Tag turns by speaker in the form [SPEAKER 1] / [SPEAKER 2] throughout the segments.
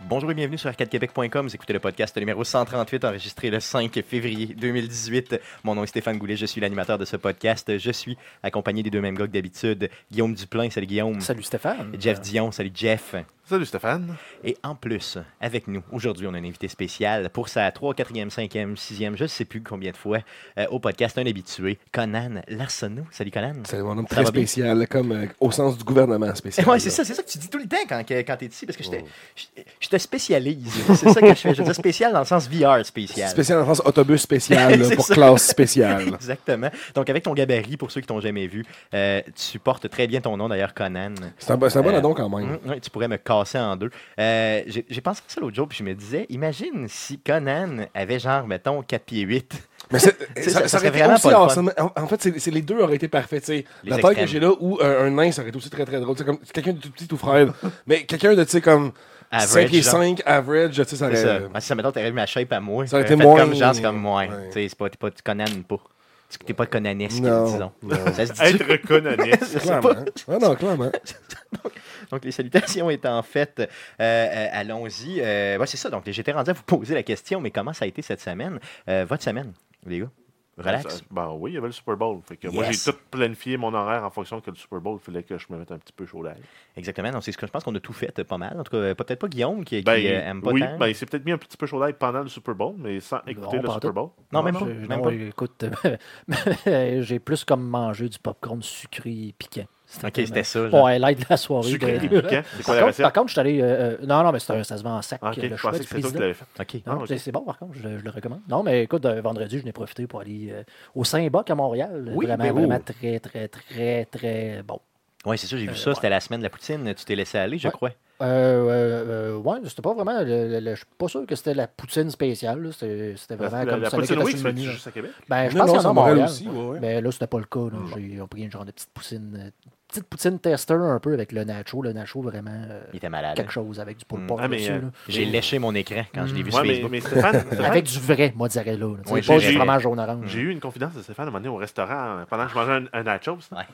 [SPEAKER 1] Bonjour et bienvenue sur arcadequebec.com. Vous écoutez le podcast numéro 138 enregistré le 5 février 2018. Mon nom est Stéphane Goulet, je suis l'animateur de ce podcast. Je suis accompagné des deux mêmes gars que d'habitude. Guillaume Duplain, salut Guillaume.
[SPEAKER 2] Salut Stéphane.
[SPEAKER 1] Mm. Jeff Dion, salut Jeff.
[SPEAKER 3] Salut Stéphane.
[SPEAKER 1] Et en plus, avec nous, aujourd'hui, on a un invité spécial pour sa 3, 4e, 5e, 6e, je ne sais plus combien de fois, euh, au podcast, un habitué, Conan Larsenault. Salut Conan.
[SPEAKER 4] C'est un homme
[SPEAKER 1] Ça
[SPEAKER 4] très
[SPEAKER 1] va bien?
[SPEAKER 4] spécial, comme euh, au sens du gouvernement spécial.
[SPEAKER 1] Ouais, c'est
[SPEAKER 4] là.
[SPEAKER 1] ça, c'est ça que tu dis tout le temps quand, que- quand t'es ici, parce que je te, je- je te spécialise. C'est ça que je fais. Je te dis spécial dans le sens VR spécial.
[SPEAKER 4] Spécial en France, autobus spécial là,
[SPEAKER 1] C'est
[SPEAKER 4] pour
[SPEAKER 1] ça.
[SPEAKER 4] classe spéciale.
[SPEAKER 1] Exactement. Donc, avec ton gabarit, pour ceux qui t'ont jamais vu, euh, tu portes très bien ton nom, d'ailleurs, Conan.
[SPEAKER 4] C'est un, bon- c'est un bon
[SPEAKER 1] Euh,
[SPEAKER 4] addon quand même.
[SPEAKER 1] Mm, ouais, tu pourrais me casser en deux. Euh, J'ai j'ai pensé à ça l'autre jour, puis je me disais, imagine si Conan avait genre, mettons, 4 pieds 8.
[SPEAKER 4] Mais c'est-
[SPEAKER 1] C'est- ça-
[SPEAKER 4] ça, ça
[SPEAKER 1] ça
[SPEAKER 4] aurait
[SPEAKER 1] serait
[SPEAKER 4] été
[SPEAKER 1] vraiment
[SPEAKER 4] aussi
[SPEAKER 1] pas le
[SPEAKER 4] awesome. En, en fait, c'est- c'est- les deux auraient été parfaits. tu sais.
[SPEAKER 1] Les
[SPEAKER 4] La taille
[SPEAKER 1] extrêmes.
[SPEAKER 4] que j'ai là ou euh, un nain, ça aurait été aussi très très drôle. Tu sais, comme Quelqu'un de tout petit, tout frère. Mais quelqu'un de, tu sais, comme 5 pieds
[SPEAKER 1] genre.
[SPEAKER 4] 5, average, tu sais, ça
[SPEAKER 1] C'est ça.
[SPEAKER 4] aurait.
[SPEAKER 1] Ah, si ça, mettons, t'aurais vu ma shape à moi.
[SPEAKER 4] euh, Ça aurait
[SPEAKER 1] euh,
[SPEAKER 4] été
[SPEAKER 1] faites
[SPEAKER 4] moins-
[SPEAKER 1] comme genre, c'est comme moi.
[SPEAKER 4] Ouais.
[SPEAKER 1] Tu sais, c'est pas, t'es pas tu Conan pas. Tu- T'es pas conanesque,
[SPEAKER 4] Non,
[SPEAKER 1] disons. Ça se dit
[SPEAKER 3] Être canoniste.
[SPEAKER 1] Je sais
[SPEAKER 4] Clairement.
[SPEAKER 1] pas.
[SPEAKER 4] Ah non, clairement.
[SPEAKER 1] Donc, les salutations étant faites, euh, euh, allons-y. Euh, ouais, c'est ça. Donc, j'étais rendu à vous poser la question, mais comment ça a été cette semaine? Euh, votre semaine, les gars? Relax.
[SPEAKER 3] Ben oui, il y avait le Super Bowl. Fait que Moi, j'ai
[SPEAKER 1] Yes.
[SPEAKER 3] tout planifié mon horaire en fonction que le Super Bowl, il fallait que je me mette un petit peu chaud d'air.
[SPEAKER 1] Exactement. Donc, c'est ce que je pense qu'on a tout fait, euh, pas mal. En tout cas, euh, peut-être pas Guillaume qui, qui,
[SPEAKER 3] Ben,
[SPEAKER 1] euh, aime pas
[SPEAKER 3] oui,
[SPEAKER 1] tant.
[SPEAKER 3] ben, il s'est peut-être mis un petit peu chaud d'air pendant le Super Bowl, mais sans écouter le
[SPEAKER 2] pas en
[SPEAKER 3] Super Bowl.
[SPEAKER 1] non, même pas.
[SPEAKER 2] Je-
[SPEAKER 1] Même
[SPEAKER 2] non,
[SPEAKER 1] pas.
[SPEAKER 2] écoute, euh, j'ai plus comme mangé du popcorn sucré et piquant. euh,
[SPEAKER 1] Ok, c'était ça. genre.
[SPEAKER 2] Mon highlight de la soirée.
[SPEAKER 3] Sucré
[SPEAKER 2] de-
[SPEAKER 3] et piquant. C'est quoi
[SPEAKER 2] Par
[SPEAKER 3] la
[SPEAKER 2] contre, par
[SPEAKER 3] recette?
[SPEAKER 2] contre, je suis allé. euh, euh, non, non, mais c'est un- ça se vend en sac.
[SPEAKER 3] Ah, ok,
[SPEAKER 2] euh, le
[SPEAKER 3] je
[SPEAKER 2] choix
[SPEAKER 3] pensais
[SPEAKER 2] du
[SPEAKER 3] que c'était toi qui
[SPEAKER 2] président.
[SPEAKER 3] l'avais fait.
[SPEAKER 1] Ok.
[SPEAKER 2] Non,
[SPEAKER 3] Ah, ok.
[SPEAKER 2] c'est- c'est bon par contre, je, le- je le recommande. Non, mais écoute, euh, vendredi, je n'ai profité pour aller euh, au Saint-Boc à Montréal.
[SPEAKER 1] Oui,
[SPEAKER 2] vraiment,
[SPEAKER 1] ben oui.
[SPEAKER 2] vraiment très, très, très, très bon.
[SPEAKER 1] Oui, c'est ça, j'ai vu
[SPEAKER 2] Euh,
[SPEAKER 1] ça. C'était la semaine de la poutine. Tu t'es laissé aller, je
[SPEAKER 2] Ouais.
[SPEAKER 1] crois.
[SPEAKER 2] Euh, euh, euh, ouais, c'était pas vraiment. le- le- le- Je suis pas sûr que c'était la poutine spéciale. là. C'était c'était
[SPEAKER 3] La,
[SPEAKER 2] vraiment
[SPEAKER 3] la,
[SPEAKER 2] comme
[SPEAKER 3] la
[SPEAKER 2] ça. allait
[SPEAKER 3] poutine
[SPEAKER 2] que
[SPEAKER 3] Week,
[SPEAKER 2] t'as
[SPEAKER 3] c'est
[SPEAKER 2] sur le menu, là.
[SPEAKER 3] juste à Québec?
[SPEAKER 2] Ben, je
[SPEAKER 4] Non, non,
[SPEAKER 2] pense qu'il y en a
[SPEAKER 4] c'est
[SPEAKER 2] à
[SPEAKER 4] à
[SPEAKER 2] Montréal.
[SPEAKER 4] Montréal
[SPEAKER 2] Montréal
[SPEAKER 4] aussi, ouais, ouais.
[SPEAKER 2] Mais là, c'était pas le cas. là. J'ai- Ils ont pris une genre de petite poutine, euh, petite poutine tester un peu avec le nacho. Le nacho, vraiment, euh,
[SPEAKER 1] Il était malade.
[SPEAKER 2] quelque chose Mm. avec du pulled
[SPEAKER 1] Mm.
[SPEAKER 2] pork
[SPEAKER 3] Ah, mais,
[SPEAKER 2] dessus,
[SPEAKER 3] euh,
[SPEAKER 2] là.
[SPEAKER 1] J'ai léché mon écran quand je l'ai vu
[SPEAKER 3] Ouais,
[SPEAKER 1] sur
[SPEAKER 3] mais,
[SPEAKER 1] Facebook.
[SPEAKER 3] mais Stéphane, Stéphane,
[SPEAKER 2] Avec du vrai mozzarella. là, tu sais,
[SPEAKER 1] Oui,
[SPEAKER 3] j'ai-
[SPEAKER 2] pas du
[SPEAKER 3] j'ai-
[SPEAKER 2] fromage jaune-orange.
[SPEAKER 3] j'ai eu une confidence de Stéphane à un moment donné au restaurant euh, pendant que je mangeais un, un nachos. là.
[SPEAKER 1] Ouais.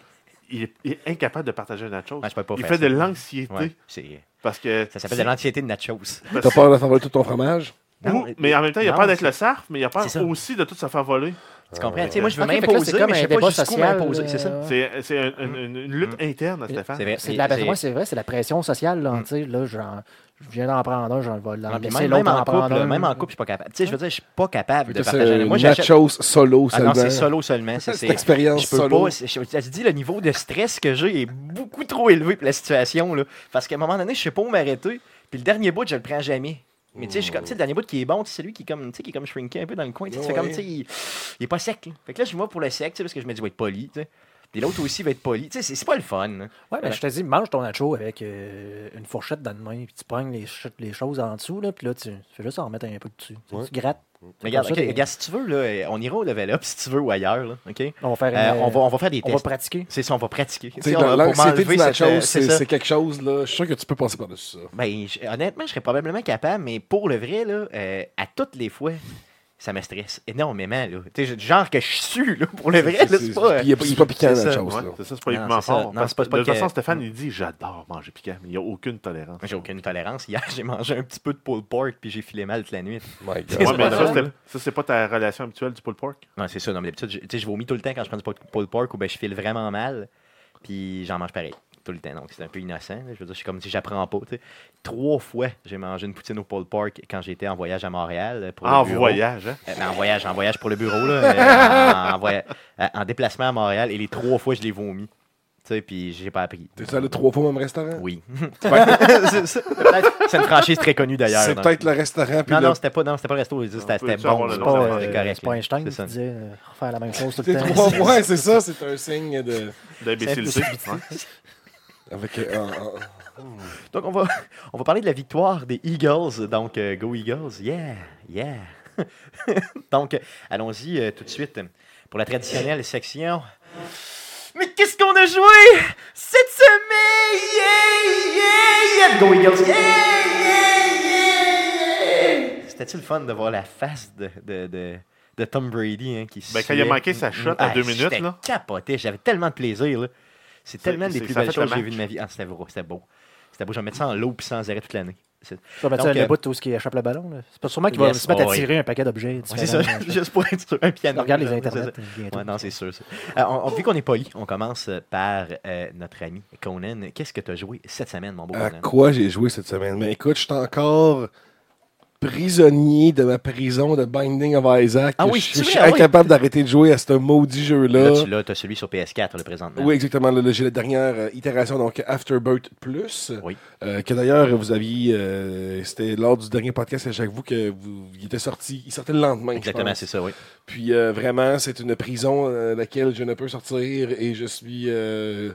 [SPEAKER 3] Il, est, il est incapable de partager un nachos.
[SPEAKER 1] Ouais, je peux pas
[SPEAKER 3] il
[SPEAKER 1] faire
[SPEAKER 3] fait
[SPEAKER 1] ça.
[SPEAKER 3] de l'anxiété
[SPEAKER 1] Ouais, c'est-
[SPEAKER 3] parce que
[SPEAKER 1] ça s'appelle de l'anxiété de nachos.
[SPEAKER 4] T'as peur de faire voler tout ton fromage?
[SPEAKER 1] Non,
[SPEAKER 3] Ou- mais en même temps, il a
[SPEAKER 1] non,
[SPEAKER 3] peur d'être le sarf, mais il a peur
[SPEAKER 1] C'est ça.
[SPEAKER 3] aussi de tout se faire voler.
[SPEAKER 1] Tu comprends? Tu sais, moi, je veux
[SPEAKER 2] Ok, fait que là,
[SPEAKER 1] m'imposer,
[SPEAKER 2] c'est comme
[SPEAKER 1] mais je
[SPEAKER 2] un
[SPEAKER 1] sais pas
[SPEAKER 2] débat
[SPEAKER 1] jusqu'où
[SPEAKER 2] social,
[SPEAKER 1] m'imposer. C'est ça.
[SPEAKER 2] euh,
[SPEAKER 3] C'est c'est un- un- une, une lutte interne, Stéphane.
[SPEAKER 1] Mm. C'est vrai.
[SPEAKER 2] C'est de la, moi, c'est vrai, c'est la pression sociale. Là,
[SPEAKER 1] Mm.
[SPEAKER 2] tu sais, là, j'en- je viens d'en prendre un, j'en vais l'en
[SPEAKER 1] Non, puis
[SPEAKER 2] laisser
[SPEAKER 1] même, même
[SPEAKER 2] l'autre
[SPEAKER 1] en
[SPEAKER 2] en prendre
[SPEAKER 1] couple, là,
[SPEAKER 2] un.
[SPEAKER 1] même en couple, je suis pas capable. Tu sais, je veux dire, je suis pas capable de
[SPEAKER 4] Que
[SPEAKER 1] partager.
[SPEAKER 4] C'est
[SPEAKER 1] Moi, j'achète.
[SPEAKER 4] nachos solo
[SPEAKER 1] Ah
[SPEAKER 4] seulement.
[SPEAKER 1] non, c'est solo seulement. C'est
[SPEAKER 4] C'est
[SPEAKER 1] c'est-
[SPEAKER 4] une expérience
[SPEAKER 1] Je peux
[SPEAKER 4] solo.
[SPEAKER 1] pas. c'est- Je je te dis, le niveau de stress que j'ai est beaucoup trop élevé pour la situation. Là, parce qu'à un moment donné, je sais pas où m'arrêter. Puis le dernier bout, je le prends jamais. Mais tu sais, je suis comme, tu sais, le dernier bout qui est bon, tu sais, celui qui est comme, tu sais, qui est comme shrinké un peu dans le coin. Tu sais, tu fais comme, tu sais, il, il est pas sec. là. Fait que là, je vais pour le sec, tu sais, parce que je me dis, il va être poli. tu sais. Puis l'autre aussi va être poli. Tu sais, c'est- c'est pas le fun. hein. là.
[SPEAKER 2] Ouais, mais je te dis, mange ton nacho avec euh, une fourchette dans le main, puis tu pognes les, ch- les choses en dessous, là, puis là, tu fais juste en remettre un peu dessus. Tu- Tu grattes.
[SPEAKER 1] Mais Regarde,
[SPEAKER 2] Comme
[SPEAKER 1] ok,
[SPEAKER 2] ça, les-
[SPEAKER 1] regarde, si tu veux, là, on ira au level up si tu veux ou ailleurs. Là, ok?
[SPEAKER 2] On va faire
[SPEAKER 1] Euh,
[SPEAKER 2] une-
[SPEAKER 1] on, va, on va faire des
[SPEAKER 2] on va
[SPEAKER 1] tests.
[SPEAKER 2] pratiquer.
[SPEAKER 1] C'est ça, on va pratiquer. Tu
[SPEAKER 4] Tu sais,
[SPEAKER 1] sais, on va- pour
[SPEAKER 4] dans L'anxiété
[SPEAKER 1] m'enlever
[SPEAKER 4] du
[SPEAKER 1] cette, euh,
[SPEAKER 4] nachos,
[SPEAKER 1] c'est
[SPEAKER 4] c'est
[SPEAKER 1] ça.
[SPEAKER 4] c'est quelque chose, là. Je suis sûr que tu peux passer par-dessus ça.
[SPEAKER 1] Ben, je- honnêtement, je serais probablement capable, mais pour le vrai, là, euh, à toutes les fois, ça me stresse énormément. Là. Tu sais, je- du genre que je sue, là, pour le vrai, là, c'est pas. euh,
[SPEAKER 4] Puis il est pas- il est pas piquant,
[SPEAKER 1] c'est ça,
[SPEAKER 4] la chose,
[SPEAKER 3] Ouais,
[SPEAKER 4] là.
[SPEAKER 3] c'est ça, c'est pas
[SPEAKER 1] Non,
[SPEAKER 3] uniquement
[SPEAKER 1] c'est ça. Non,
[SPEAKER 3] fort. parce
[SPEAKER 1] c'est pas-
[SPEAKER 3] que
[SPEAKER 1] c'est pas
[SPEAKER 3] de toute
[SPEAKER 1] que-
[SPEAKER 3] façon, Stéphane, il dit J'adore manger piquant, mais il n'y a aucune tolérance.
[SPEAKER 1] J'ai aucune tolérance. Hier, j'ai mangé un petit peu de pulled pork puis j'ai filé mal toute la nuit.
[SPEAKER 4] My
[SPEAKER 1] C'est
[SPEAKER 4] God.
[SPEAKER 3] Ouais,
[SPEAKER 1] pas
[SPEAKER 3] mais ça,
[SPEAKER 1] drôle.
[SPEAKER 3] c'était- ça, c'est pas ta relation habituelle du pulled pork.
[SPEAKER 1] Non, c'est ça. Non, mais d'habitude, je- tu sais, je vomis tout le temps quand je prends du pulled- pulled pork ou ben, je file vraiment mal. Puis j'en mange pareil tout le temps. Donc c'est un peu innocent. là. Je veux dire, je suis comme si j'apprends pas. tu sais. Trois fois, j'ai mangé une poutine au pulled pork quand j'étais en voyage à Montréal. euh, Pour le
[SPEAKER 3] En
[SPEAKER 1] bureau.
[SPEAKER 3] voyage, hein.
[SPEAKER 1] Euh, ben, en voyage, en voyage pour le bureau, là, euh, en, en voya- euh, en déplacement à Montréal, et les trois fois, je l'ai vomi. Tu sais, puis j'ai pas appris.
[SPEAKER 4] T'es allé trois fois au même restaurant?
[SPEAKER 1] Oui. c'est ça. C'est une franchise très connue d'ailleurs.
[SPEAKER 4] C'est
[SPEAKER 1] donc.
[SPEAKER 4] peut-être le restaurant. puis
[SPEAKER 1] Non,
[SPEAKER 4] le-
[SPEAKER 1] non, c'était pas, non, c'était pas le resto. je veux dire, C'était
[SPEAKER 3] On peut
[SPEAKER 1] c'était
[SPEAKER 3] savoir
[SPEAKER 1] bon.
[SPEAKER 3] le
[SPEAKER 1] c'était
[SPEAKER 2] C'est
[SPEAKER 3] nom
[SPEAKER 2] pas,
[SPEAKER 3] de la
[SPEAKER 1] correct,
[SPEAKER 2] euh,
[SPEAKER 1] correct,
[SPEAKER 2] c'est pas Einstein
[SPEAKER 1] c'est
[SPEAKER 2] qui
[SPEAKER 1] ça.
[SPEAKER 2] disait euh, refaire la même chose tout
[SPEAKER 4] C'est
[SPEAKER 2] le
[SPEAKER 4] trois
[SPEAKER 2] temps.
[SPEAKER 4] fois, c'est ça, c'est un signe de.
[SPEAKER 3] D'imbécilité.
[SPEAKER 1] C'est-
[SPEAKER 3] Ouais.
[SPEAKER 4] Avec. euh, un- un-
[SPEAKER 1] Donc, on va, on va parler de la victoire des Eagles. Donc, euh, go Eagles. Yeah, yeah. Donc, euh, allons-y euh, tout de suite pour la traditionnelle section. Mais qu'est-ce qu'on a joué cette semaine? Yeah, yeah, yeah. Go Eagles. Yeah, yeah, yeah. C'était-tu le fun de voir la face de, de, de, de Tom Brady hein, qui
[SPEAKER 3] Ben, quand il a
[SPEAKER 1] suait?
[SPEAKER 3] manqué sa shot à
[SPEAKER 1] Ah,
[SPEAKER 3] deux minutes,
[SPEAKER 1] j'étais
[SPEAKER 3] là.
[SPEAKER 1] capoté. J'avais tellement de plaisir. là. C'est tellement
[SPEAKER 3] c'est-
[SPEAKER 1] des plus
[SPEAKER 3] ça
[SPEAKER 1] belles
[SPEAKER 3] fait un
[SPEAKER 1] choses que j'ai vues
[SPEAKER 3] match.
[SPEAKER 1] de ma vie. Ah, c'était beau, c'était beau. C'était beau, je vais mettre ça en l'eau puis sans arrêt toute l'année. C'est
[SPEAKER 2] Tu vas mettre
[SPEAKER 1] Donc,
[SPEAKER 2] ça à
[SPEAKER 1] euh,
[SPEAKER 2] la bout de tout ce qui échappe le ballon. là. C'est pas sûrement qu'il va
[SPEAKER 1] Yes,
[SPEAKER 2] se mettre
[SPEAKER 1] ouais,
[SPEAKER 2] à tirer un paquet d'objets.
[SPEAKER 1] Ouais, c'est ça,
[SPEAKER 2] différents, là.
[SPEAKER 1] juste pour être sur un piano.
[SPEAKER 2] Regarde les
[SPEAKER 1] là,
[SPEAKER 2] internets.
[SPEAKER 1] c'est ça.
[SPEAKER 2] bientôt.
[SPEAKER 1] Ouais, non, c'est sûr. ça. Euh, on, on- vu qu'on est poli, on commence euh, par euh, notre ami Conan. Qu'est-ce que tu as joué cette semaine, mon beau
[SPEAKER 4] À
[SPEAKER 1] Conan?
[SPEAKER 4] Euh, quoi j'ai joué cette semaine? Mais écoute, je suis encore prisonnier de ma prison de Binding of Isaac.
[SPEAKER 1] Ah oui,
[SPEAKER 4] je,
[SPEAKER 1] c'est
[SPEAKER 4] je suis
[SPEAKER 1] vrai, ah oui.
[SPEAKER 4] incapable d'arrêter de jouer à ce maudit jeu-là.
[SPEAKER 1] Là, tu l'as, t'as celui sur PS4 le présentement.
[SPEAKER 4] Oui, exactement. Là, là, j'ai la dernière euh, itération, donc Afterbirth Plus,
[SPEAKER 1] Oui.
[SPEAKER 4] euh, que d'ailleurs, vous aviez. euh, C'était lors du dernier podcast à chaque vous que vous, il était sorti. Il sortait le lendemain. je
[SPEAKER 1] Exactement,
[SPEAKER 4] pense.
[SPEAKER 1] c'est ça, oui.
[SPEAKER 4] Puis euh, vraiment, c'est une prison euh, laquelle je ne peux sortir et je suis euh,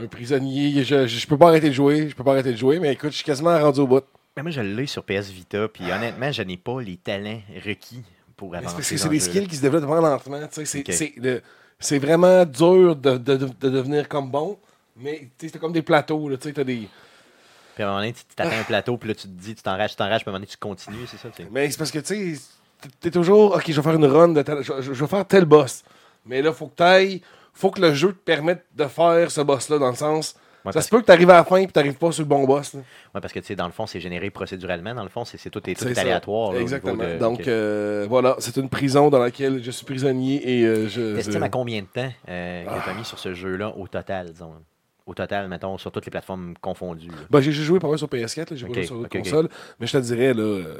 [SPEAKER 4] un prisonnier. Je, je, je peux pas arrêter de jouer. Je peux pas arrêter de jouer, mais écoute, je suis quasiment rendu au bout.
[SPEAKER 1] Mais moi, je l'ai sur PS Vita, puis honnêtement, je n'ai pas les talents requis pour
[SPEAKER 4] Mais C'est
[SPEAKER 1] avancer.
[SPEAKER 4] parce que c'est
[SPEAKER 1] dans
[SPEAKER 4] des
[SPEAKER 1] le jeu.
[SPEAKER 4] skills qui se développent vraiment lentement. tu sais, C'est
[SPEAKER 1] Ok.
[SPEAKER 4] c'est le- c'est vraiment dur de, de- de- de devenir comme bon, mais tu sais, c'est comme des plateaux. là, Tu sais, t'as des.
[SPEAKER 1] Puis à un moment donné, tu tu t'atteins un plateau, puis là, tu te dis, tu t'enrages, tu t'enrages, puis à un moment donné, tu continues, c'est ça? tu sais.
[SPEAKER 4] Mais c'est parce que, tu sais, t'es toujours, OK, je vais faire une run, de tel- je, je- je vais faire tel boss. Mais là, faut que t'ailles, faut que le jeu te permette de faire ce boss-là, dans le sens,
[SPEAKER 1] Ouais,
[SPEAKER 4] ça
[SPEAKER 1] parce,
[SPEAKER 4] se peut que t'arrives à la fin et t'arrives pas sur le bon boss. là.
[SPEAKER 1] ouais, parce que, tu sais, dans le fond, c'est généré procéduralement. Dans le fond, c'est c'est tout, est tout
[SPEAKER 4] C'est ça.
[SPEAKER 1] aléatoire. là, au niveau
[SPEAKER 4] Exactement.
[SPEAKER 1] de-
[SPEAKER 4] Donc,
[SPEAKER 1] ok.
[SPEAKER 4] euh, voilà, c'est une prison dans laquelle je suis prisonnier et euh, je...
[SPEAKER 1] T'estimes
[SPEAKER 4] je- Ah.
[SPEAKER 1] à combien de temps euh, que t'as mis sur ce jeu-là au total, disons? Au total, mettons, sur toutes les plateformes confondues. là.
[SPEAKER 4] Bah, j'ai j'ai joué pas mal sur PS4, là, j'ai
[SPEAKER 1] Ok,
[SPEAKER 4] pas joué sur d'autres
[SPEAKER 1] ok, ok.
[SPEAKER 4] consoles, mais je te dirais, là... euh,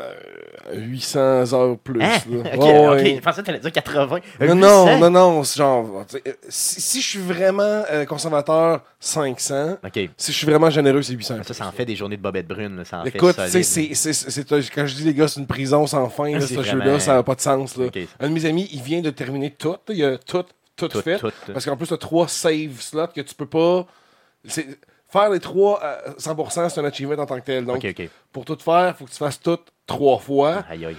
[SPEAKER 4] euh, 800 heures plus.
[SPEAKER 1] Hein?
[SPEAKER 4] là.
[SPEAKER 1] Ok,
[SPEAKER 4] Ouais,
[SPEAKER 1] ok,
[SPEAKER 4] ouais.
[SPEAKER 1] je pensais que t'allais dire 80.
[SPEAKER 4] Non,
[SPEAKER 1] 800?
[SPEAKER 4] non, non, non, c'est genre, tu sais, euh, si, si je suis vraiment euh, conservateur, 500.
[SPEAKER 1] Ok,
[SPEAKER 4] Si je suis vraiment généreux, c'est 800.
[SPEAKER 1] Ah, ça, ça en fait des journées de Bobette Brune. là, Ça en
[SPEAKER 4] Écoute,
[SPEAKER 1] fait
[SPEAKER 4] tu
[SPEAKER 1] solide.
[SPEAKER 4] sais, c'est, c'est, c'est- c'est un- quand je dis les gars, c'est une prison sans fin, là,
[SPEAKER 1] C'est
[SPEAKER 4] ce
[SPEAKER 1] vraiment-
[SPEAKER 4] jeu-là, ça n'a pas de sens. Là.
[SPEAKER 1] Ok.
[SPEAKER 4] Un de mes amis, il vient de terminer tout, là, il a tout, tout,
[SPEAKER 1] Tout,
[SPEAKER 4] fait.
[SPEAKER 1] tout, tout.
[SPEAKER 4] Parce qu'en plus, tu as trois save slots que tu peux pas. c'est- faire les trois euh, à 100%, c'est un achievement en tant que tel. Donc,
[SPEAKER 1] Ok, ok.
[SPEAKER 4] pour tout faire, il faut que tu fasses tout trois fois.
[SPEAKER 1] Aïe, aïe.